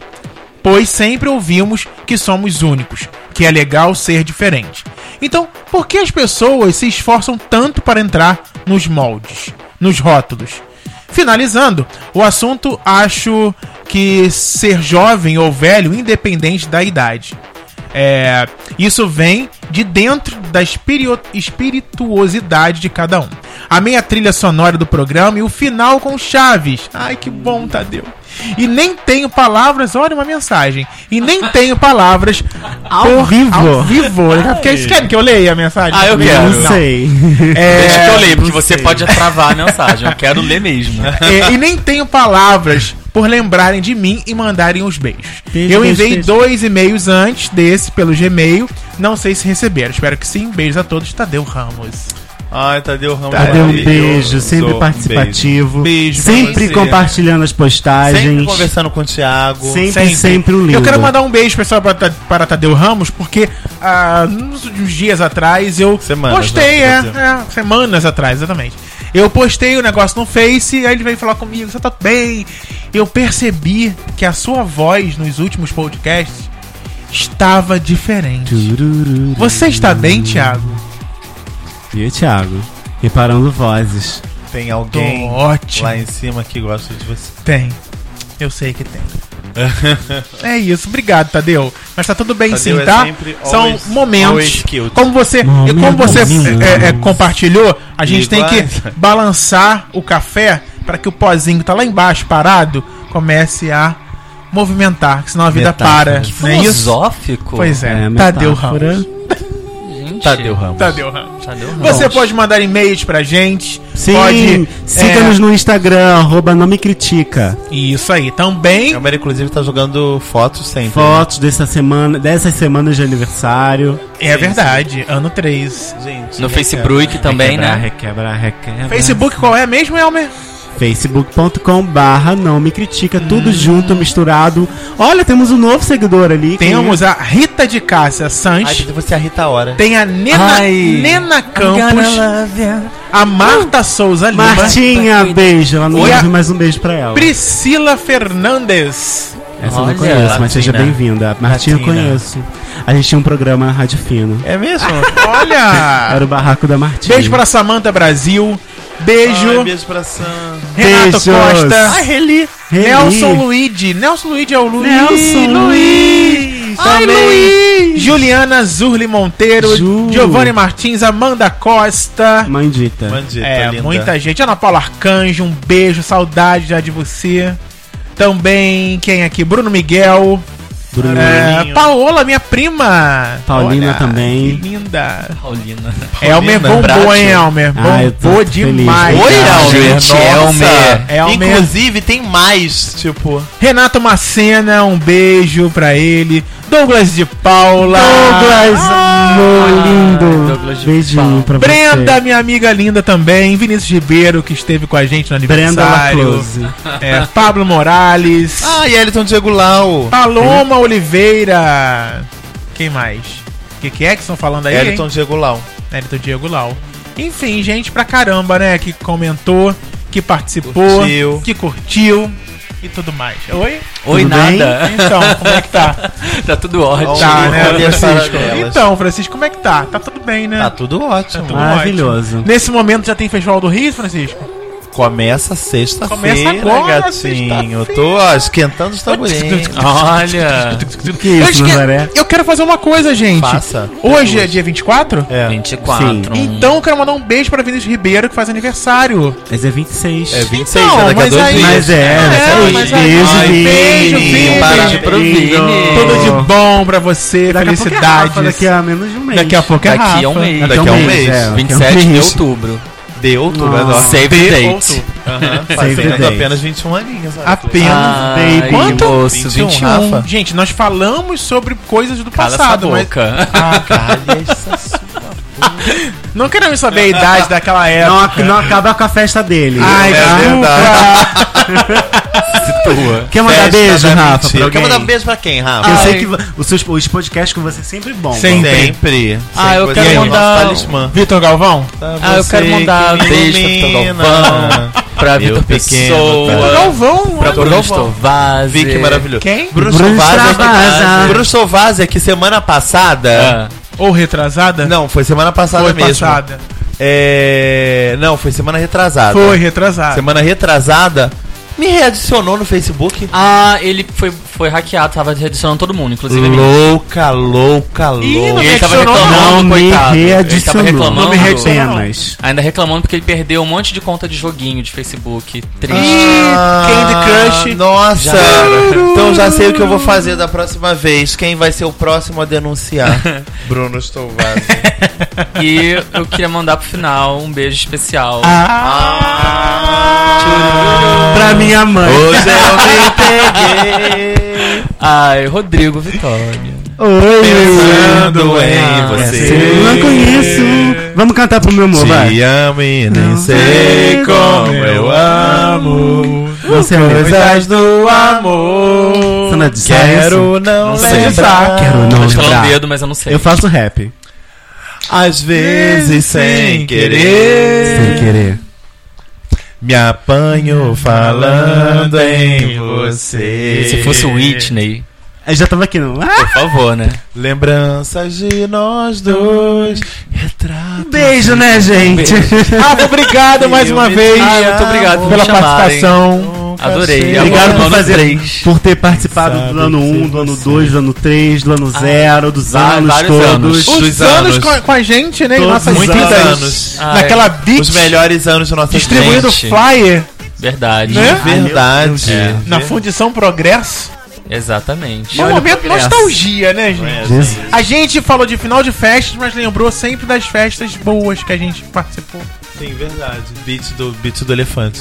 [SPEAKER 1] pois sempre ouvimos que somos únicos, que é legal ser diferente. Então, por que as pessoas se esforçam tanto para entrar nos moldes, nos rótulos? Finalizando, o assunto acho que ser jovem ou velho, independente da idade. É, isso vem de dentro da espirio- espirituosidade de cada um. A meia trilha sonora do programa e o final com chaves. Ai, que bom, Tadeu. E nem tenho palavras, olha uma mensagem. E nem tenho palavras
[SPEAKER 3] Ao vivo.
[SPEAKER 1] Ao vivo. Porque eles querem que eu leia a mensagem. É,
[SPEAKER 5] Ah, eu quero.
[SPEAKER 3] Não sei.
[SPEAKER 5] Deixa que eu leio, porque
[SPEAKER 3] não
[SPEAKER 5] você
[SPEAKER 3] sei.
[SPEAKER 5] pode travar a mensagem. Eu quero ler mesmo.
[SPEAKER 1] É, e nem tenho palavras por lembrarem de mim e mandarem os beijos.
[SPEAKER 3] Beijo,
[SPEAKER 1] eu
[SPEAKER 3] beijo,
[SPEAKER 1] enviei
[SPEAKER 3] beijo.
[SPEAKER 1] dois e-mails antes desse pelo Gmail. Não sei se receberam. Espero que sim. Beijos a todos. Tadeu Ramos.
[SPEAKER 2] Ai, Tadeu Ramos.
[SPEAKER 3] Cadê um beijo,
[SPEAKER 2] maravilhoso.
[SPEAKER 3] sempre participativo.
[SPEAKER 1] Tá, Beijo pra
[SPEAKER 3] sempre
[SPEAKER 2] você.
[SPEAKER 3] compartilhando as
[SPEAKER 2] Beijo.
[SPEAKER 3] postagens.
[SPEAKER 2] Sempre conversando com o Thiago.
[SPEAKER 3] Sempre, sempre, um lindo.
[SPEAKER 1] Eu quero mandar um beijo, pessoal, pra, Ta- para Tadeu Ramos, porque ah, uns uns dias atrás eu
[SPEAKER 2] Semanas,
[SPEAKER 1] postei,
[SPEAKER 2] né,
[SPEAKER 1] é,
[SPEAKER 2] quer dizer.
[SPEAKER 1] é, semanas atrás, exatamente. Eu postei o negócio no Face, aí ele veio falar comigo, você tá bem? Eu percebi que a sua voz nos últimos podcasts estava diferente.
[SPEAKER 3] Tururu.
[SPEAKER 1] Você está bem, Thiago?
[SPEAKER 3] E o Thiago? Reparando vozes.
[SPEAKER 2] Tem
[SPEAKER 1] Tô
[SPEAKER 2] alguém
[SPEAKER 1] ótimo.
[SPEAKER 2] lá em cima que gosta de você.
[SPEAKER 1] Tem. Eu sei que tem. é isso, obrigado, Tadeu. Mas tá tudo bem
[SPEAKER 2] Tadeu
[SPEAKER 1] sim,
[SPEAKER 2] é
[SPEAKER 1] tá?
[SPEAKER 2] sempre
[SPEAKER 1] São
[SPEAKER 2] always-
[SPEAKER 1] momentos.
[SPEAKER 2] always cute.
[SPEAKER 1] Como você, e como você
[SPEAKER 3] Momentos.
[SPEAKER 1] é, é, compartilhou, a gente tem
[SPEAKER 2] Iguais.
[SPEAKER 1] que balançar o café para que o pozinho que tá lá embaixo parado comece a movimentar, que senão a vida
[SPEAKER 2] Metáfora.
[SPEAKER 1] para.
[SPEAKER 5] Que
[SPEAKER 1] não é isso?
[SPEAKER 5] filosófico.
[SPEAKER 1] Pois é,
[SPEAKER 3] É,
[SPEAKER 1] Tadeu
[SPEAKER 3] metáfora.
[SPEAKER 1] Ramos.
[SPEAKER 5] Gente,
[SPEAKER 2] Tadeu Ramos.
[SPEAKER 1] Tadeu Ramos.
[SPEAKER 5] Tadeu Ramos.
[SPEAKER 1] Você pode mandar e-mails pra gente.
[SPEAKER 3] Sim,
[SPEAKER 1] pode.
[SPEAKER 3] siga-nos no Instagram, arroba não me critica.
[SPEAKER 1] é, Isso aí. Também.
[SPEAKER 2] Câmera, inclusive, tá jogando fotos sempre. né?
[SPEAKER 3] Fotos dessa semana, dessas semanas de aniversário.
[SPEAKER 1] É verdade. Ano 3.
[SPEAKER 2] Gente, requebra.
[SPEAKER 5] No Facebook também,
[SPEAKER 3] Requebrar,
[SPEAKER 5] né?
[SPEAKER 3] Requebra, requebra.
[SPEAKER 1] Facebook qual é mesmo, Elmer?
[SPEAKER 3] Facebook.com barra não me critica,
[SPEAKER 1] Hum.
[SPEAKER 3] tudo junto, misturado. Olha, temos um novo seguidor ali. que- é
[SPEAKER 1] Temos a Rita de Cássia
[SPEAKER 2] Ai,
[SPEAKER 1] Sanches.
[SPEAKER 2] você é a Rita Hora.
[SPEAKER 1] Tem a Nena,
[SPEAKER 5] Ai.
[SPEAKER 1] Nena Campos. A Marta Souza Lima.
[SPEAKER 3] Martinha, beijo. Ela não
[SPEAKER 1] Oi, a-
[SPEAKER 3] ouve, mas um beijo pra ela.
[SPEAKER 1] Priscila Fernandes.
[SPEAKER 3] Essa eu
[SPEAKER 5] Olha,
[SPEAKER 3] não conheço, mas seja
[SPEAKER 2] Latina.
[SPEAKER 3] bem-vinda. Martinha eu
[SPEAKER 2] Latina.
[SPEAKER 3] conheço. A gente tinha um programa na Rádio Fino.
[SPEAKER 2] É mesmo?
[SPEAKER 1] Olha.
[SPEAKER 3] Era o barraco da Martinha.
[SPEAKER 1] Beijo pra Samanta Brasil. Beijo.
[SPEAKER 2] Ai, beijo pra Sam.
[SPEAKER 1] Renato
[SPEAKER 3] Beijos.
[SPEAKER 1] Costa.
[SPEAKER 3] Ai,
[SPEAKER 1] Reli.
[SPEAKER 3] Reli.
[SPEAKER 1] Nelson Luigi. Nelson Luigi é o Luiz.
[SPEAKER 3] Nelson
[SPEAKER 1] Luiz. Ai, Luiz. Juliana Zurli Monteiro.
[SPEAKER 3] Ju.
[SPEAKER 1] Giovanni Martins. Amanda Costa.
[SPEAKER 3] Mandita.
[SPEAKER 2] Mandita,
[SPEAKER 1] É,
[SPEAKER 2] linda.
[SPEAKER 1] muita gente. Ana Paula Arcanjo, um beijo, saudade já de você. Também, quem aqui? Bruno Miguel.
[SPEAKER 3] Bruno.
[SPEAKER 1] É, Paola, minha prima.
[SPEAKER 3] Paulina também.
[SPEAKER 1] Que linda. É,
[SPEAKER 5] Paulina.
[SPEAKER 1] Elmer
[SPEAKER 2] Bracho.
[SPEAKER 1] bombou, hein, Elmer?
[SPEAKER 3] Ah, eu tô
[SPEAKER 1] Bombou
[SPEAKER 3] feliz.
[SPEAKER 1] demais.
[SPEAKER 2] Oi,
[SPEAKER 1] cara.
[SPEAKER 5] Elmer.
[SPEAKER 2] Elmer.
[SPEAKER 5] gente, é Elmer.
[SPEAKER 1] é Elmer.
[SPEAKER 2] Inclusive, tem mais, tipo...
[SPEAKER 1] Renato Macena, um beijo pra ele. Douglas de Paula.
[SPEAKER 3] Douglas,
[SPEAKER 1] Ah.
[SPEAKER 3] meu lindo.
[SPEAKER 5] Douglas de
[SPEAKER 3] Beijinho
[SPEAKER 5] Paulo.
[SPEAKER 3] pra
[SPEAKER 1] Brenda,
[SPEAKER 3] você.
[SPEAKER 1] minha amiga linda também. Vinícius Ribeiro, que esteve com a gente no
[SPEAKER 3] Brenda
[SPEAKER 1] aniversário.
[SPEAKER 3] Laclose.
[SPEAKER 1] É, Pablo Morales.
[SPEAKER 2] Ah, e Elton Diego Lau.
[SPEAKER 1] Paloma Oliveira. Quem mais? O que, que é que estão falando aí?
[SPEAKER 2] Elton Diego Lau.
[SPEAKER 1] hein? Elton Diego Lau. Enfim, gente pra caramba, né? Que comentou, que participou,
[SPEAKER 2] Curtiu.
[SPEAKER 1] que curtiu e tudo mais. Oi?
[SPEAKER 5] Oi,
[SPEAKER 3] Tudo bem?
[SPEAKER 5] nada.
[SPEAKER 1] Então, como é que tá?
[SPEAKER 5] tá tudo ótimo.
[SPEAKER 1] tá,
[SPEAKER 2] Olha
[SPEAKER 1] né,
[SPEAKER 2] as
[SPEAKER 1] Francisco?
[SPEAKER 2] paralelas.
[SPEAKER 1] Então, Francisco, como é que tá? Tá tudo bem, né?
[SPEAKER 2] Tá tudo ótimo.
[SPEAKER 1] tudo
[SPEAKER 3] Maravilhoso.
[SPEAKER 1] Nesse momento já tem Festival do Rio, Francisco?
[SPEAKER 2] Começa sexta-feira,
[SPEAKER 1] Começa agora,
[SPEAKER 2] gatinho.
[SPEAKER 1] sexta-feira.
[SPEAKER 2] Tô ó, esquentando os tamborins.
[SPEAKER 5] Olha.
[SPEAKER 3] Que isso,
[SPEAKER 1] eu, esque-
[SPEAKER 3] Nazaré?
[SPEAKER 1] eu quero fazer uma coisa, gente.
[SPEAKER 2] Faça.
[SPEAKER 1] Hoje é dia 24?
[SPEAKER 2] É.
[SPEAKER 5] 24. um-
[SPEAKER 1] Então eu quero mandar um beijo pra Vinícius Ribeiro, que faz aniversário.
[SPEAKER 3] Mas é 26.
[SPEAKER 2] É 26,
[SPEAKER 1] Então,
[SPEAKER 2] é daqui a
[SPEAKER 1] mas
[SPEAKER 2] dois
[SPEAKER 1] aí-
[SPEAKER 2] dias.
[SPEAKER 3] Mas é,
[SPEAKER 1] Ah,
[SPEAKER 3] mas
[SPEAKER 1] é,
[SPEAKER 3] é,
[SPEAKER 1] mas aí-
[SPEAKER 3] beijo,
[SPEAKER 1] Ai,
[SPEAKER 3] Vini.
[SPEAKER 1] beijo, Vini.
[SPEAKER 5] Parabéns pro Vini.
[SPEAKER 1] Tudo de bom pra você,
[SPEAKER 3] É. Daqui a pouco é
[SPEAKER 1] felicidades.
[SPEAKER 3] Rafa, daqui a menos de um mês.
[SPEAKER 1] Daqui a pouco é
[SPEAKER 5] Daqui a
[SPEAKER 1] Rafa.
[SPEAKER 5] um mês.
[SPEAKER 2] Daqui a um mês.
[SPEAKER 3] é, daqui a um
[SPEAKER 5] 27 de
[SPEAKER 3] mês.
[SPEAKER 5] outubro.
[SPEAKER 2] De outubro,
[SPEAKER 3] Nossa.
[SPEAKER 2] agora.
[SPEAKER 5] Save the date.
[SPEAKER 2] Aham,
[SPEAKER 3] Save the
[SPEAKER 2] Fazendo
[SPEAKER 3] date.
[SPEAKER 2] apenas 21 aninhos. olha.
[SPEAKER 1] Apenas.
[SPEAKER 5] Ai,
[SPEAKER 3] baby.
[SPEAKER 1] Quanto?
[SPEAKER 5] moço,
[SPEAKER 2] 21,
[SPEAKER 5] 21.
[SPEAKER 2] Rafa.
[SPEAKER 1] Gente, nós falamos sobre coisas do
[SPEAKER 5] Cala
[SPEAKER 1] passado,
[SPEAKER 5] essa
[SPEAKER 1] mas
[SPEAKER 5] boca.
[SPEAKER 2] Ah,
[SPEAKER 3] tá.
[SPEAKER 2] caralho, essa sua.
[SPEAKER 1] não queremos saber a idade daquela
[SPEAKER 3] Não,
[SPEAKER 1] época.
[SPEAKER 3] ac- não acaba com a festa dele.
[SPEAKER 1] Ai,
[SPEAKER 2] É verdade.
[SPEAKER 3] Quer mandar
[SPEAKER 2] Festa
[SPEAKER 3] beijo,
[SPEAKER 2] da
[SPEAKER 3] Rafa?
[SPEAKER 2] mentira.
[SPEAKER 3] Pra
[SPEAKER 2] Quer
[SPEAKER 3] alguém?
[SPEAKER 2] mandar um beijo pra quem,
[SPEAKER 3] Eu
[SPEAKER 2] Rafa?
[SPEAKER 5] Ai.
[SPEAKER 3] sei que vo- os, seus, os podcasts com você é sempre bom.
[SPEAKER 1] Sempre.
[SPEAKER 2] Sempre.
[SPEAKER 5] Ah, eu
[SPEAKER 2] Sempre.
[SPEAKER 5] quero
[SPEAKER 2] Você é o
[SPEAKER 5] mandar-
[SPEAKER 2] nosso talismã. Tá,
[SPEAKER 1] Vitor Galvão?
[SPEAKER 5] Ah, eu quero mandar beijo pra Vitor Galvão, pra
[SPEAKER 2] Meu
[SPEAKER 5] Vitor
[SPEAKER 2] pequeno,
[SPEAKER 1] Vitor
[SPEAKER 5] Pessoa,
[SPEAKER 1] Galvão?
[SPEAKER 5] pra
[SPEAKER 1] olha.
[SPEAKER 5] Bruno Stovaz.
[SPEAKER 2] Vi que maravilhoso.
[SPEAKER 1] Quem?
[SPEAKER 2] Bruno
[SPEAKER 3] Bruno
[SPEAKER 2] Sovazia.
[SPEAKER 3] Sovazia.
[SPEAKER 2] Bruno Sovazia, é que semana passada.
[SPEAKER 5] Ah,
[SPEAKER 1] Ou retrasada?
[SPEAKER 2] Não, foi semana passada
[SPEAKER 1] Ah. foi
[SPEAKER 2] mesmo.
[SPEAKER 1] passada.
[SPEAKER 2] É, Não, foi semana retrasada.
[SPEAKER 1] Foi retrasada.
[SPEAKER 2] Semana retrasada. Me readicionou no Facebook.
[SPEAKER 5] Ah, ele foi, foi hackeado, tava redicionando todo mundo, inclusive a mim.
[SPEAKER 2] Louca, louca, louca.
[SPEAKER 1] Ih, não me
[SPEAKER 5] Ele tava
[SPEAKER 1] adicionou,
[SPEAKER 5] reclamando,
[SPEAKER 3] Não me
[SPEAKER 5] coitado. Ele tava
[SPEAKER 3] readicionou.
[SPEAKER 5] reclamando.
[SPEAKER 1] Não me readiciona.
[SPEAKER 3] Apenas.
[SPEAKER 5] Ainda reclamando porque ele perdeu um monte de conta de joguinho de Facebook. Triste.
[SPEAKER 2] Ah,
[SPEAKER 1] Candy Crush.
[SPEAKER 2] Nossa!
[SPEAKER 5] Já era.
[SPEAKER 2] Então já sei o que eu vou fazer da próxima vez. Quem vai ser o próximo a denunciar? Bruno Stovazzi.
[SPEAKER 5] E eu queria mandar pro final um beijo especial.
[SPEAKER 1] Ah.
[SPEAKER 3] Pra minha mãe.
[SPEAKER 2] Hoje eu me peguei
[SPEAKER 5] Ai, Rodrigo Vitória.
[SPEAKER 3] Oi.
[SPEAKER 2] pensando em
[SPEAKER 3] Sim,
[SPEAKER 2] você.
[SPEAKER 3] Não conheço. um. Vamos cantar pro meu amor, vai.
[SPEAKER 2] Te amo e nem sei como eu amo.
[SPEAKER 3] Não sei a letra.
[SPEAKER 2] Coisas do amor.
[SPEAKER 3] Sana de
[SPEAKER 2] Quero não
[SPEAKER 5] sei.
[SPEAKER 2] lembrar.
[SPEAKER 3] Quero não
[SPEAKER 5] Pode falar
[SPEAKER 3] lembrar.
[SPEAKER 5] o dedo, mas eu não sei.
[SPEAKER 3] Eu faço rap.
[SPEAKER 2] Às vezes sem
[SPEAKER 3] Sem
[SPEAKER 2] querer.
[SPEAKER 3] querer.
[SPEAKER 2] Me apanho falando em você.
[SPEAKER 5] Se fosse
[SPEAKER 3] um
[SPEAKER 5] o Whitney,
[SPEAKER 3] Eu já tava aqui, não. Ah,
[SPEAKER 5] por favor, né?
[SPEAKER 2] Lembranças de nós dois. Retrato.
[SPEAKER 3] beijo, né, gente?
[SPEAKER 1] Rafa, obrigado Ah, mais uma vez
[SPEAKER 5] Ah, muito obrigado por
[SPEAKER 1] pela
[SPEAKER 5] me chamarem.
[SPEAKER 1] participação.
[SPEAKER 5] Adorei.
[SPEAKER 2] Nunca
[SPEAKER 3] Obrigado
[SPEAKER 5] Agora,
[SPEAKER 3] por
[SPEAKER 5] no ano
[SPEAKER 3] fazer-
[SPEAKER 5] três.
[SPEAKER 3] Por ter participado
[SPEAKER 2] Sabe
[SPEAKER 3] do ano
[SPEAKER 2] que
[SPEAKER 3] 1, do ano
[SPEAKER 2] você-
[SPEAKER 3] 2, do ano 3, do ano 0, dos
[SPEAKER 5] vai-
[SPEAKER 3] anos
[SPEAKER 5] vários
[SPEAKER 3] todos.
[SPEAKER 5] anos.
[SPEAKER 1] Os
[SPEAKER 5] Dos
[SPEAKER 1] anos,
[SPEAKER 5] anos.
[SPEAKER 1] Com, com a gente, né? Em
[SPEAKER 3] Todos
[SPEAKER 1] nossas
[SPEAKER 3] os
[SPEAKER 2] Muitos
[SPEAKER 1] vidas. Ah,
[SPEAKER 2] anos.
[SPEAKER 5] Ai,
[SPEAKER 1] Naquela beat
[SPEAKER 2] Os melhores anos do nosso
[SPEAKER 1] distribuindo né?
[SPEAKER 5] gente.
[SPEAKER 1] flyer
[SPEAKER 5] Verdade.
[SPEAKER 1] Né?
[SPEAKER 2] Verdade. É.
[SPEAKER 1] na Fundição Progresso.
[SPEAKER 5] Exatamente.
[SPEAKER 1] É um
[SPEAKER 5] Olha,
[SPEAKER 1] momento de nostalgia, né, gente?
[SPEAKER 2] É,
[SPEAKER 3] Jesus.
[SPEAKER 2] gente.
[SPEAKER 1] A gente falou de final de festas, mas lembrou sempre das festas boas que a gente participou.
[SPEAKER 2] Tem verdade. Beat do, beat do elefante.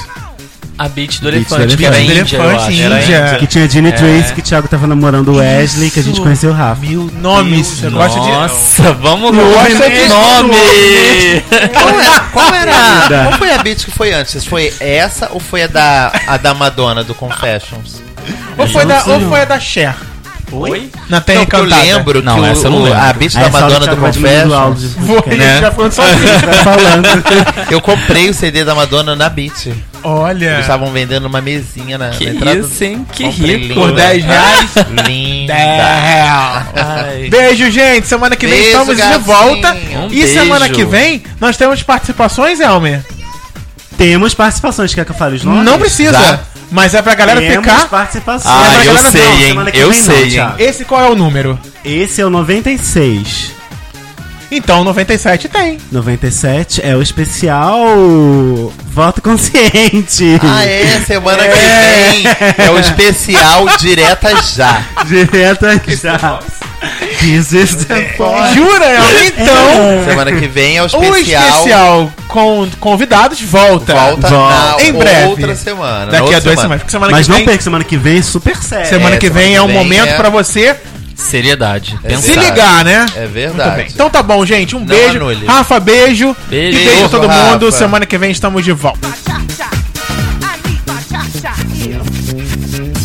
[SPEAKER 5] A beat do
[SPEAKER 3] Beat do
[SPEAKER 5] elefante, que era
[SPEAKER 1] Elefante.
[SPEAKER 5] É índia, eu acho.
[SPEAKER 1] Elefante,
[SPEAKER 2] Era
[SPEAKER 1] índia.
[SPEAKER 2] índia.
[SPEAKER 3] Que tinha Jenny Trace, que o Thiago tava namorando o Wesley, que a gente
[SPEAKER 1] É. Isso.
[SPEAKER 3] conheceu o Rafa.
[SPEAKER 1] Mil nomes. Eu gosto de.
[SPEAKER 5] Nossa, vamos no
[SPEAKER 1] gosto
[SPEAKER 5] nome!
[SPEAKER 1] de
[SPEAKER 2] Qual era, qual era- qual foi a beat que foi antes? Foi essa ou foi a da, a da Madonna, do Confessions?
[SPEAKER 1] Ou foi,
[SPEAKER 3] Eu
[SPEAKER 1] da,
[SPEAKER 3] não sei,
[SPEAKER 1] ou
[SPEAKER 3] não.
[SPEAKER 1] foi a da Cher?
[SPEAKER 5] Oi?
[SPEAKER 1] Na Terra
[SPEAKER 2] Não, porque eu
[SPEAKER 1] Encantada.
[SPEAKER 2] lembro
[SPEAKER 5] Não,
[SPEAKER 2] que o-
[SPEAKER 5] essa eu não
[SPEAKER 2] o-
[SPEAKER 5] lembro.
[SPEAKER 2] a beat
[SPEAKER 3] Aí
[SPEAKER 2] da
[SPEAKER 3] essa hora
[SPEAKER 2] Madonna
[SPEAKER 3] o
[SPEAKER 2] do
[SPEAKER 3] Thiago vai diminuir o
[SPEAKER 2] Confessions.
[SPEAKER 3] áudio.
[SPEAKER 1] Vou ele
[SPEAKER 2] Né?
[SPEAKER 1] ficar falando sozinho.
[SPEAKER 3] Tá falando.
[SPEAKER 2] Eu comprei o CD da Madonna na Beat.
[SPEAKER 1] É.
[SPEAKER 2] Eles
[SPEAKER 1] Olha.
[SPEAKER 2] estavam vendendo uma mesinha na,
[SPEAKER 5] Que
[SPEAKER 2] na entrada.
[SPEAKER 5] isso, hein? Que
[SPEAKER 2] Comprei
[SPEAKER 5] rico.
[SPEAKER 2] linda.
[SPEAKER 1] Por 10 reais?
[SPEAKER 2] Linda.
[SPEAKER 1] 10 real.
[SPEAKER 5] Ai.
[SPEAKER 1] Beijo, gente. Semana que vem
[SPEAKER 2] Beijo,
[SPEAKER 1] estamos
[SPEAKER 2] gatinho.
[SPEAKER 1] de volta.
[SPEAKER 2] Um
[SPEAKER 1] e
[SPEAKER 5] beijo.
[SPEAKER 1] semana que vem nós temos participações, Elmer.
[SPEAKER 3] Temos participações, quer que eu fale os nomes?
[SPEAKER 1] Não precisa.
[SPEAKER 2] tá.
[SPEAKER 1] Mas é pra galera
[SPEAKER 3] Temos
[SPEAKER 1] ficar.
[SPEAKER 3] participações.
[SPEAKER 5] Ah,
[SPEAKER 3] Mas
[SPEAKER 1] eu
[SPEAKER 3] galera,
[SPEAKER 5] sei, hein?
[SPEAKER 3] semana que
[SPEAKER 5] Eu
[SPEAKER 3] vem
[SPEAKER 5] sei, hein?
[SPEAKER 3] Thiago.
[SPEAKER 1] Esse qual é o número?
[SPEAKER 3] Esse é o 96.
[SPEAKER 1] Então, 97 tem.
[SPEAKER 3] 97 é o especial Voto Consciente.
[SPEAKER 2] Ah, é? Semana que vem é o especial Direta Já.
[SPEAKER 3] Direto
[SPEAKER 2] é
[SPEAKER 3] já. This is the boy.
[SPEAKER 1] Jura, Elmer? Então,
[SPEAKER 2] Semana que vem é o
[SPEAKER 1] o
[SPEAKER 2] especial.
[SPEAKER 1] especial com convidados volta.
[SPEAKER 2] Volta, na
[SPEAKER 3] Volta.
[SPEAKER 1] Em breve.
[SPEAKER 2] outra semana. na
[SPEAKER 1] Daqui a
[SPEAKER 2] outra
[SPEAKER 1] duas semanas. Porque semana
[SPEAKER 3] Mas
[SPEAKER 1] que
[SPEAKER 3] não
[SPEAKER 1] vem,
[SPEAKER 3] perca, semana que vem é super sério.
[SPEAKER 1] semana
[SPEAKER 2] É,
[SPEAKER 1] que vem é
[SPEAKER 2] semana
[SPEAKER 1] um
[SPEAKER 2] que vem
[SPEAKER 1] momento
[SPEAKER 2] é-
[SPEAKER 1] pra você
[SPEAKER 5] Seriedade.
[SPEAKER 1] se
[SPEAKER 5] Pensar.
[SPEAKER 1] ligar, né?
[SPEAKER 2] É
[SPEAKER 1] Muito bem.
[SPEAKER 2] verdade.
[SPEAKER 1] Então tá bom, gente. Um beijo.
[SPEAKER 2] anule.
[SPEAKER 1] Rafa, beijo.
[SPEAKER 5] Beijo.
[SPEAKER 1] E beijo a todo
[SPEAKER 2] Beijo,
[SPEAKER 1] mundo.
[SPEAKER 2] Rafa.
[SPEAKER 1] Semana que vem estamos de volta.
[SPEAKER 6] cha cha. I need my cha cha. Yeah.